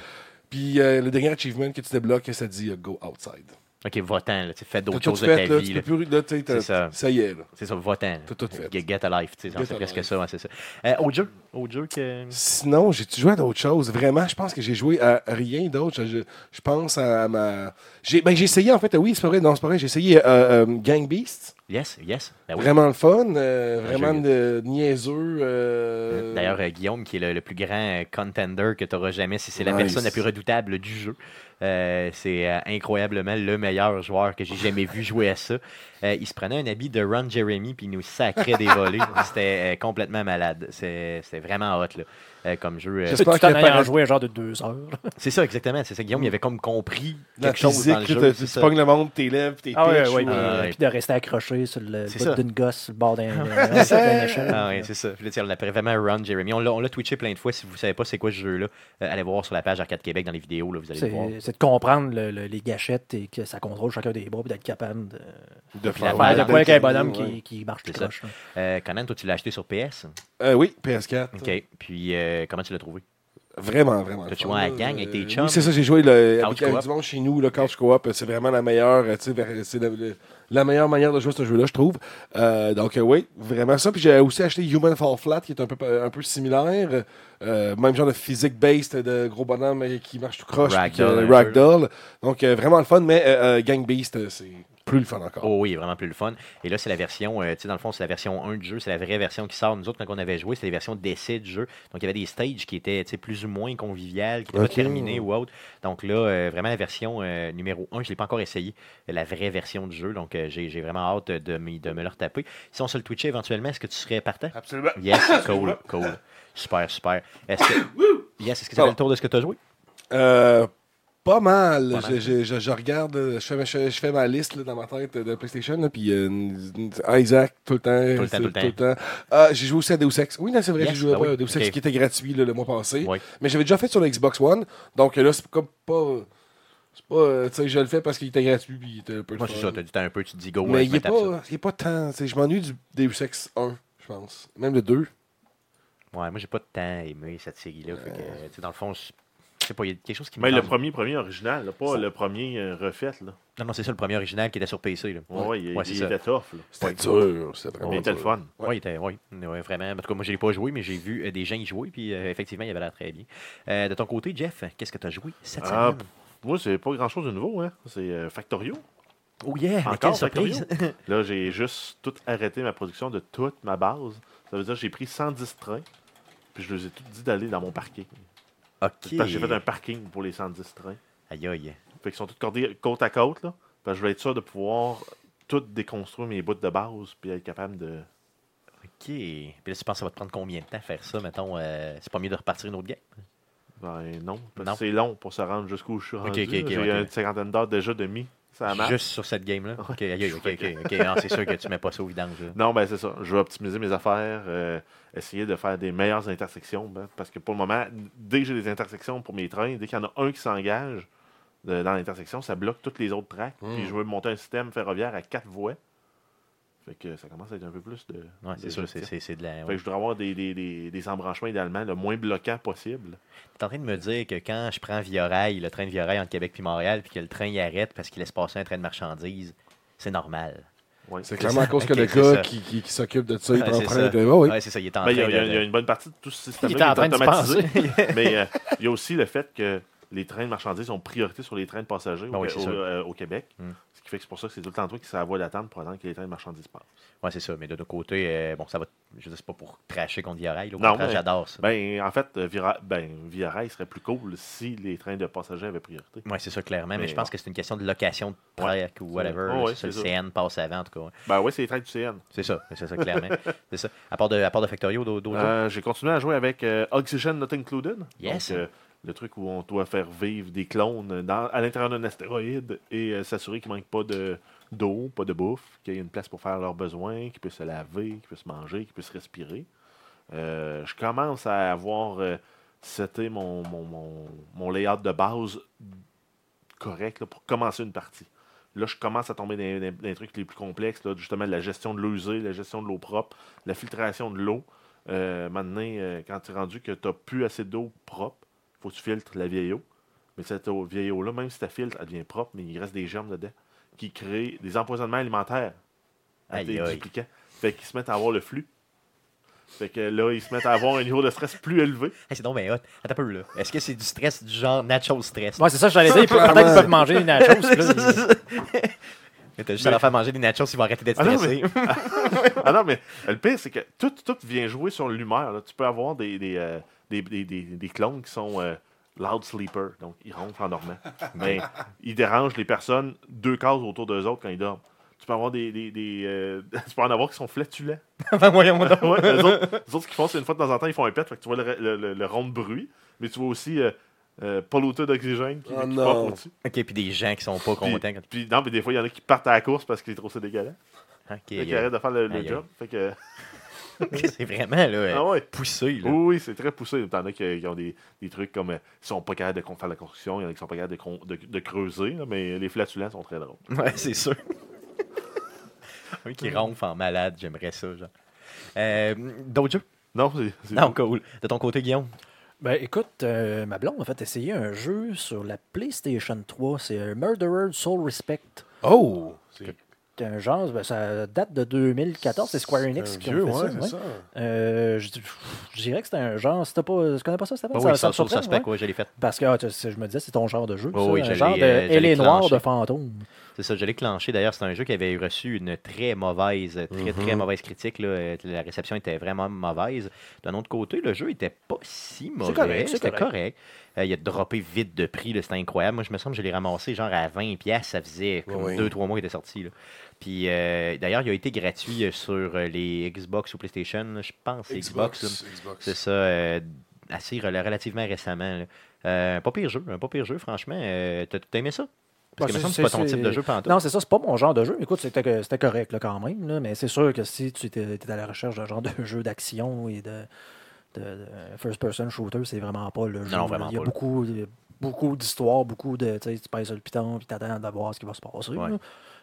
[SPEAKER 4] Puis euh, le dernier achievement que tu débloques, ça dit euh, Go outside.
[SPEAKER 1] Ok, va-t'en, là, tu sais, fais
[SPEAKER 4] T'as
[SPEAKER 1] d'autres
[SPEAKER 4] tout
[SPEAKER 1] choses de
[SPEAKER 4] fait,
[SPEAKER 1] ta
[SPEAKER 4] là,
[SPEAKER 1] vie.
[SPEAKER 4] tu
[SPEAKER 1] là.
[SPEAKER 4] peux plus. Là, tu sais, t'as-
[SPEAKER 1] C'est ça.
[SPEAKER 4] ça y est, là.
[SPEAKER 1] C'est ça, va-t'en. là.
[SPEAKER 4] T'as tout fait.
[SPEAKER 1] Get, get a life, tu sais, genre,
[SPEAKER 4] Get
[SPEAKER 1] c'est
[SPEAKER 4] a
[SPEAKER 1] presque
[SPEAKER 4] life.
[SPEAKER 1] ça, ouais, c'est ça. Euh, autre jeu, autre jeu que...
[SPEAKER 4] Sinon, j'ai-tu joué à d'autres choses? Vraiment, je pense que j'ai joué à rien d'autre. Je, je- je pense à ma. J'ai ben, j'ai essayé, en fait, oui, c'est pas vrai, non, c'est pas vrai. J'ai essayé euh, euh, Gang Beasts.
[SPEAKER 1] Yes, yes. Ben oui.
[SPEAKER 4] Vraiment le fun, euh,
[SPEAKER 1] Un
[SPEAKER 4] vraiment
[SPEAKER 1] jeu-
[SPEAKER 4] de, niaiseux. euh,
[SPEAKER 1] D'ailleurs, euh, Guillaume, qui est le, le plus grand euh, contender que tu auras jamais, si c'est la
[SPEAKER 4] Nice.
[SPEAKER 1] personne la plus redoutable du jeu, Euh, c'est euh, incroyablement le meilleur joueur que j'ai jamais vu jouer à ça. Euh, il se prenait un habit de Ron Jeremy puis il nous sacrait des volets. C'était euh, complètement malade. C'est- C'était vraiment hot là, euh, comme jeu. Euh,
[SPEAKER 4] J'espère
[SPEAKER 2] Tu t'en
[SPEAKER 4] qu'il
[SPEAKER 2] ailles en
[SPEAKER 4] apparaît-
[SPEAKER 2] jouer un genre de deux heures.
[SPEAKER 1] C'est ça, exactement. C'est ça. Guillaume, il avait comme compris
[SPEAKER 4] la
[SPEAKER 1] quelque chose dans le
[SPEAKER 4] physique,
[SPEAKER 1] jeu.
[SPEAKER 4] là,
[SPEAKER 1] c'est
[SPEAKER 4] tu tu
[SPEAKER 1] ça.
[SPEAKER 4] pognes le monde, t'es lèvres, t'es
[SPEAKER 2] Ah ouais,
[SPEAKER 4] pitch,
[SPEAKER 2] ouais,
[SPEAKER 4] ou- euh,
[SPEAKER 2] puis,
[SPEAKER 1] Ah ouais.
[SPEAKER 2] puis de rester accroché sur le
[SPEAKER 1] C'est
[SPEAKER 2] bout
[SPEAKER 1] ça.
[SPEAKER 2] d'une gosse sur le bord d'un d'un- d'un échelle.
[SPEAKER 1] Ah ouais, c'est ça. Puis là, tu sais, on l'appelait vraiment Ron Jeremy. On l'a on l'a twitché plein de fois. Si vous savez pas c'est quoi ce jeu-là, euh, allez voir sur la page Arcade Québec dans les vidéos. Là, vous allez le
[SPEAKER 2] C'est
[SPEAKER 1] voir.
[SPEAKER 2] c'est de comprendre le- le- les gâchettes et que ça contrôle chacun des bras et d'être capable de
[SPEAKER 4] de
[SPEAKER 1] faire
[SPEAKER 2] faire
[SPEAKER 1] ouais,
[SPEAKER 2] de quoi avec un
[SPEAKER 4] ouais.
[SPEAKER 2] bonhomme qui, qui marche tout
[SPEAKER 1] C'est ça.
[SPEAKER 2] croche. là.
[SPEAKER 1] Euh, Conan, toi, tu l'as acheté sur PS.
[SPEAKER 4] Euh, oui, PS4.
[SPEAKER 1] OK. Puis, euh, comment tu l'as trouvé?
[SPEAKER 4] Vraiment, vraiment.
[SPEAKER 1] T'as
[SPEAKER 4] le fun,
[SPEAKER 1] joué à la
[SPEAKER 4] là.
[SPEAKER 1] gang avec tes
[SPEAKER 4] Euh,
[SPEAKER 1] chums?
[SPEAKER 4] Oui, c'est ça, j'ai joué le, avec,
[SPEAKER 1] Couch
[SPEAKER 4] avec
[SPEAKER 1] coop.
[SPEAKER 4] du monde chez nous, le couch coop. C'est vraiment la meilleure, euh, tu sais, ver- c'est la, le- la meilleure manière de jouer à ce jeu-là, je trouve. Euh, donc, euh, oui, vraiment ça. Puis j'ai aussi acheté Human Fall Flat, qui est un peu, un peu similaire. Euh, même genre de physique-based, de gros bonhomme euh, qui marche tout croche. puis
[SPEAKER 1] Ragdoll,
[SPEAKER 4] que-
[SPEAKER 1] un peu,
[SPEAKER 4] Ragdoll. Donc, euh, vraiment le fun, mais euh, euh, Gang Beast, euh, c'est plus le fun encore.
[SPEAKER 1] Oh oui, il est vraiment plus le fun. Et là, c'est la version, euh, tu sais, dans le fond, c'est la version 1 du jeu, c'est la vraie version qui sort. Nous autres, quand on avait joué, c'était les versions d'essai du jeu. Donc, il y avait des stages qui étaient, tu sais, plus ou moins conviviales, qui n'étaient
[SPEAKER 4] Ok.
[SPEAKER 1] pas terminées ou autre. Donc là, euh, vraiment, la version euh, numéro 1, je ne l'ai pas encore essayé, la vraie version du jeu. Donc, euh, j'ai j'ai vraiment hâte de, m'y- de me le retaper. Si on se le twitchait éventuellement, est-ce que tu serais partant?
[SPEAKER 4] Absolument.
[SPEAKER 1] Yes, cool, cool. Super, super. Est-ce que... Yes, est-ce que ça fait le tour de ce que tu as joué?
[SPEAKER 4] Euh, pas mal.
[SPEAKER 1] Pas mal.
[SPEAKER 4] Je, je- je- je regarde, euh, je fais, je- je fais ma liste là, dans ma tête de PlayStation, là, puis euh, Isaac, tout le temps.
[SPEAKER 1] Tout le temps,
[SPEAKER 4] c'est-
[SPEAKER 1] tout le temps.
[SPEAKER 4] temps. Ah, j'ai joué aussi à Deus Ex. Oui, non, c'est vrai,
[SPEAKER 1] Yes,
[SPEAKER 4] j'ai joué
[SPEAKER 1] ben
[SPEAKER 4] à
[SPEAKER 1] oui.
[SPEAKER 4] Deus Ex
[SPEAKER 1] Ok.
[SPEAKER 4] qui était gratuit là, le mois passé.
[SPEAKER 1] Oui.
[SPEAKER 4] Mais j'avais déjà fait sur la Xbox One, donc euh, là, c'est comme pas. C'est pas. euh, Tu sais, je le fais parce qu'il était gratuit, puis il était un peu.
[SPEAKER 1] Moi,
[SPEAKER 4] le
[SPEAKER 1] c'est
[SPEAKER 4] fun.
[SPEAKER 1] ça, tu as du temps un peu, tu te dis go, euh,
[SPEAKER 4] Mais
[SPEAKER 1] je
[SPEAKER 4] il
[SPEAKER 1] me
[SPEAKER 4] est
[SPEAKER 1] tape ça.
[SPEAKER 4] pas, il est pas tant. tu sais, Je m'ennuie du Deus Ex 1, je pense. Même le 2.
[SPEAKER 1] Ouais, moi j'ai pas de temps aimé cette série-là. fait que, tu sais, dans le fond, je je sais pas, il y a quelque chose qui me.
[SPEAKER 3] Mais Ben, le
[SPEAKER 1] tente.
[SPEAKER 3] premier, premier original, là, pas le premier euh, refait. Là.
[SPEAKER 1] Non, non, c'est ça le premier original qui était sur PC. Là.
[SPEAKER 3] Ouais, ouais, il,
[SPEAKER 1] ouais,
[SPEAKER 3] il
[SPEAKER 1] c'est ça.
[SPEAKER 3] était tough. Là.
[SPEAKER 4] C'était dur, c'était vraiment.
[SPEAKER 3] Mais il était le
[SPEAKER 4] dur.
[SPEAKER 3] fun.
[SPEAKER 1] Ouais. il était, ouais, ouais, vraiment. En tout cas, moi, je l'ai pas joué, mais j'ai vu euh, des gens y jouer, puis euh, effectivement, il avait l'air très bien. Euh, de ton côté, Jeff, qu'est-ce que tu as joué cette
[SPEAKER 3] Ah,
[SPEAKER 1] semaine
[SPEAKER 3] Moi, c'est pas grand-chose de nouveau. Hein. C'est euh, Factorio.
[SPEAKER 1] Oh yeah, mais
[SPEAKER 3] Encore,
[SPEAKER 1] quelle
[SPEAKER 3] fait
[SPEAKER 1] surprise.
[SPEAKER 3] Là, j'ai juste tout arrêté ma production de toute ma base. Ça veut dire que j'ai pris 110 trains, puis je les ai tous dit d'aller dans mon parking.
[SPEAKER 1] ok.
[SPEAKER 3] Parce que j'ai fait un parking pour les 110 trains.
[SPEAKER 1] Aïe aïe.
[SPEAKER 3] Fait qu'ils sont tous cordés côte à côte, là. Parce que je vais être sûr de pouvoir tout déconstruire mes bouts de base, puis être capable de.
[SPEAKER 1] Ok. Puis là, tu penses que ça va te prendre combien de temps faire ça, mettons euh, C'est pas mieux de repartir une autre game
[SPEAKER 3] Ben non, parce
[SPEAKER 1] Non.
[SPEAKER 3] que c'est long pour se rendre jusqu'où je suis rendu.
[SPEAKER 1] ok,
[SPEAKER 3] là.
[SPEAKER 1] ok,
[SPEAKER 3] j'ai
[SPEAKER 1] ok.
[SPEAKER 3] une cinquantaine d'heures déjà de mis. Ça marche.
[SPEAKER 1] Juste sur cette game-là Ok, aïe, aïe, ok, ok, ok. Non, c'est sûr que tu mets pas ça au vidange. là.
[SPEAKER 3] Non, ben c'est ça. Je vais optimiser mes affaires, euh, essayer de faire des meilleures intersections. ben, parce que pour le moment, dès que j'ai des intersections pour mes trains, dès qu'il y en a un qui s'engage euh, dans l'intersection, ça bloque toutes les autres tracks.
[SPEAKER 1] Hmm.
[SPEAKER 4] Mm.
[SPEAKER 3] Puis je veux monter un système ferroviaire à quatre voies. Fait que ça commence à être un peu plus de.
[SPEAKER 1] Ouais, c'est
[SPEAKER 3] de
[SPEAKER 1] sûr,
[SPEAKER 3] gestion.
[SPEAKER 1] c'est- c'est c'est de la.
[SPEAKER 3] Fait que je voudrais avoir des, des, des, des embranchements idéalement le moins bloquant possible.
[SPEAKER 1] T'es en train de me dire que quand je prends Viorail, le train de Viorail entre Québec puis Montréal, puis que le train y arrête parce qu'il laisse passer un train de marchandises, c'est normal.
[SPEAKER 3] Ouais.
[SPEAKER 4] C'est clairement à cause que
[SPEAKER 1] Ok,
[SPEAKER 4] le
[SPEAKER 1] c'est ça.
[SPEAKER 4] gars qui, qui, qui s'occupe de ça, il
[SPEAKER 1] Ouais,
[SPEAKER 4] prend
[SPEAKER 1] c'est
[SPEAKER 4] plein
[SPEAKER 1] ça.
[SPEAKER 4] de. Oh, oui.
[SPEAKER 1] Ouais, c'est ça, il est en
[SPEAKER 3] Ben,
[SPEAKER 1] train
[SPEAKER 3] il, y a, il y a-
[SPEAKER 1] de-
[SPEAKER 3] il y a une bonne partie de tout ce système
[SPEAKER 2] Il était en train de se
[SPEAKER 3] mais euh, il y a aussi le fait que les trains de marchandises ont priorité sur les trains de passagers
[SPEAKER 1] Ben
[SPEAKER 3] au,
[SPEAKER 1] oui, c'est
[SPEAKER 3] au-
[SPEAKER 1] sûr.
[SPEAKER 3] euh, au Québec.
[SPEAKER 1] Mm.
[SPEAKER 3] Ce qui fait que c'est pour ça que c'est tout le temps toi qui es à la voie d'attente pour attendre que les trains de marchandises passent.
[SPEAKER 1] Ouais, c'est ça. Mais de notre côté, euh, bon, ça va. Je sais pas pour cracher contre Viorail. là, au
[SPEAKER 3] Non,
[SPEAKER 1] contraire,
[SPEAKER 3] mais-
[SPEAKER 1] j'adore ça.
[SPEAKER 3] Ben, en fait, euh, Vira- ben, Via Rail serait plus cool si les trains de passagers avaient priorité.
[SPEAKER 1] Oui, c'est ça, clairement. Mais,
[SPEAKER 3] Ben, Mais
[SPEAKER 1] je pense
[SPEAKER 3] bon.
[SPEAKER 1] que c'est une question de location de track ou whatever.
[SPEAKER 3] Ouais, ouais,
[SPEAKER 1] c'est ça,
[SPEAKER 3] c'est
[SPEAKER 1] le CN passe avant, en tout cas.
[SPEAKER 3] Ben oui, c'est les trains du CN.
[SPEAKER 1] C'est ça, c'est ça, clairement. c'est ça. À part de, à part de Factorio, d'autres. d'autres-
[SPEAKER 3] Euh, J'ai continué à jouer avec euh, Oxygen Not Included.
[SPEAKER 1] Yes.
[SPEAKER 3] Donc, euh, le truc où on doit faire vivre des clones dans- à l'intérieur d'un astéroïde et euh, s'assurer qu'il ne manque pas de- d'eau, pas de bouffe, qu'il y ait une place pour faire leurs besoins, qu'ils puissent se laver, qu'ils puissent manger, qu'ils puissent respirer. Euh, je commence à avoir euh, c'était mon, mon, mon, mon layout de base correct là, pour commencer une partie. Là, je commence à tomber dans, dans- dans les trucs les plus complexes, là, justement de la gestion de l'eau usée, la gestion de l'eau propre, la filtration de l'eau. Euh, maintenant, euh, quand tu es rendu que tu n'as plus assez d'eau propre, faut que tu filtres la vieille eau. Mais cette eau- vieille eau-là, même si tu la filtres, elle devient propre, mais il reste des germes dedans qui créent des empoisonnements alimentaires à
[SPEAKER 1] Aïe,
[SPEAKER 3] tes
[SPEAKER 1] aïe.
[SPEAKER 3] dupliquants. Fait qu'ils se mettent à avoir le flux. Fait que là, ils se mettent à avoir un niveau de stress plus élevé.
[SPEAKER 1] Hey, c'est donc bien hot. Attends un peu, là. Est-ce que c'est du stress du genre natural stress?
[SPEAKER 2] Ouais, c'est ça, que j'allais dire.
[SPEAKER 4] clairement.
[SPEAKER 2] Peut-être qu'ils peuvent manger des nachos. puis là,
[SPEAKER 1] C'est ça,
[SPEAKER 2] ils-
[SPEAKER 1] c'est ça. Mais T'as juste à leur faire manger des nachos, ils vont arrêter d'être
[SPEAKER 3] Ah non,
[SPEAKER 1] stressés.
[SPEAKER 3] Ah non, mais le pire, c'est que tout, tout vient jouer sur l'humeur. là. Tu peux avoir des, des, euh, des, des, des- des clones qui sont euh, loud sleeper, donc ils ronflent en dormant. Mais ils dérangent les personnes deux cases autour d'eux autres quand ils dorment. Tu peux avoir des. des, des, euh, tu peux en avoir qui sont flatulents.
[SPEAKER 1] Ben, voyons donc.
[SPEAKER 3] Ouais, les autres, eux autres, ce qu'ils font, c'est une fois de temps en temps, ils font un pet, fait que tu vois le, le, le- le rond de bruit, mais tu vois aussi euh, euh, polluteur d'oxygène qui,
[SPEAKER 4] Oh
[SPEAKER 3] qui
[SPEAKER 4] non.
[SPEAKER 3] part au-dessus.
[SPEAKER 1] Ok, puis des gens qui sont pas
[SPEAKER 3] Puis,
[SPEAKER 1] contents. quand-
[SPEAKER 3] puis non, mais des fois, il y en a qui partent à la course parce qu'ils trouvent ça dégueulasse.
[SPEAKER 1] Ok,
[SPEAKER 3] Fait qu'ils
[SPEAKER 1] euh,
[SPEAKER 3] arrêtent de faire le, le
[SPEAKER 1] aïe, aïe.
[SPEAKER 3] job. Fait que,
[SPEAKER 1] ok, c'est vraiment, là, euh,
[SPEAKER 3] ah ouais.
[SPEAKER 1] poussé, là.
[SPEAKER 3] Oui, oui, c'est très poussé. T'en as qui, qui ont des, des trucs comme euh, ils sont pas capables de con- faire la construction, il y en a qui sont pas capables de, con- de, de creuser, là, mais les flatulents sont très drôles.
[SPEAKER 1] Ouais, c'est sûr. oui,
[SPEAKER 3] Mm.
[SPEAKER 1] qui ronfle en malade, j'aimerais ça, genre. Euh, D'autres jeux?
[SPEAKER 3] Non, c'est. c'est-
[SPEAKER 1] Non, cool. De ton côté, Guillaume?
[SPEAKER 2] Ben écoute, euh, ma blonde a fait essayer un jeu sur la PlayStation 3. C'est euh, Murderer Soul Respect.
[SPEAKER 4] Oh! C'est
[SPEAKER 2] C'est Un genre, ben, ça date de 2014. C'est Square Enix
[SPEAKER 4] un
[SPEAKER 2] qui
[SPEAKER 4] vieux,
[SPEAKER 2] ont fait
[SPEAKER 4] ouais, c'est
[SPEAKER 2] ça. ouais.
[SPEAKER 4] ça.
[SPEAKER 2] Euh, je, dis- pff, je dirais que c'est un genre. Si t'as pas, tu connais pas ça, Stéphane?
[SPEAKER 1] Ben
[SPEAKER 2] Oh, Ça-
[SPEAKER 1] oui,
[SPEAKER 2] ça
[SPEAKER 1] sans
[SPEAKER 2] me
[SPEAKER 1] sur
[SPEAKER 2] surprend,
[SPEAKER 1] suspect,
[SPEAKER 2] ouais.
[SPEAKER 1] ouais, je l'ai fait.
[SPEAKER 2] Parce que ah, tu sais, je me disais, c'est ton genre de jeu.
[SPEAKER 1] Oh
[SPEAKER 2] ça,
[SPEAKER 1] oui, je
[SPEAKER 2] un
[SPEAKER 1] l'ai,
[SPEAKER 2] genre de
[SPEAKER 1] euh, je
[SPEAKER 2] Elle
[SPEAKER 1] l'ai
[SPEAKER 2] est noire
[SPEAKER 1] clenché.
[SPEAKER 2] de fantôme.
[SPEAKER 1] C'est ça, je l'ai clenché. D'ailleurs, c'est un jeu qui avait reçu une très mauvaise, très, très mauvaise critique. là. Euh, La réception était vraiment mauvaise. D'un autre côté, le jeu était pas si mauvais.
[SPEAKER 2] correct, c'est
[SPEAKER 1] C'était correct.
[SPEAKER 2] correct.
[SPEAKER 1] Euh, il a droppé vite de prix. là, C'était incroyable. Moi, je me semble que je l'ai ramassé genre à 20$. piastres. Ça faisait comme
[SPEAKER 4] Oui.
[SPEAKER 1] 2-3 mois qu'il était sorti. là. Puis euh, d'ailleurs, il a été gratuit euh, sur euh, les Xbox ou PlayStation. là. Je pense que c'est Xbox. là.
[SPEAKER 4] Xbox. Xbox.
[SPEAKER 1] C'est ça, euh, assez rela- relativement récemment. là. Euh, pas pire jeu, un pas pire jeu, franchement. Euh, T'as t'as aimé ça? Parce que me
[SPEAKER 2] Ouais,
[SPEAKER 1] semble que
[SPEAKER 2] c'est-
[SPEAKER 1] c'est pas ton
[SPEAKER 2] c'est-
[SPEAKER 1] type de jeu pantoute.
[SPEAKER 2] Non, c'est ça, c'est pas mon genre de jeu. mais Écoute, c'était que- c'était correct là, quand même, là, mais c'est sûr que si tu étais, étais à la recherche d'un genre de jeu d'action et de, de- de first-person shooter, c'est vraiment pas le jeu.
[SPEAKER 1] Non,
[SPEAKER 2] là.
[SPEAKER 1] vraiment
[SPEAKER 2] Il y a
[SPEAKER 1] pas, là.
[SPEAKER 2] beaucoup, il y a beaucoup d'histoires, beaucoup de. Tu sais, tu pèses sur le piton puis t'attends de voir ce qui va se passer.
[SPEAKER 1] Ouais.
[SPEAKER 2] là.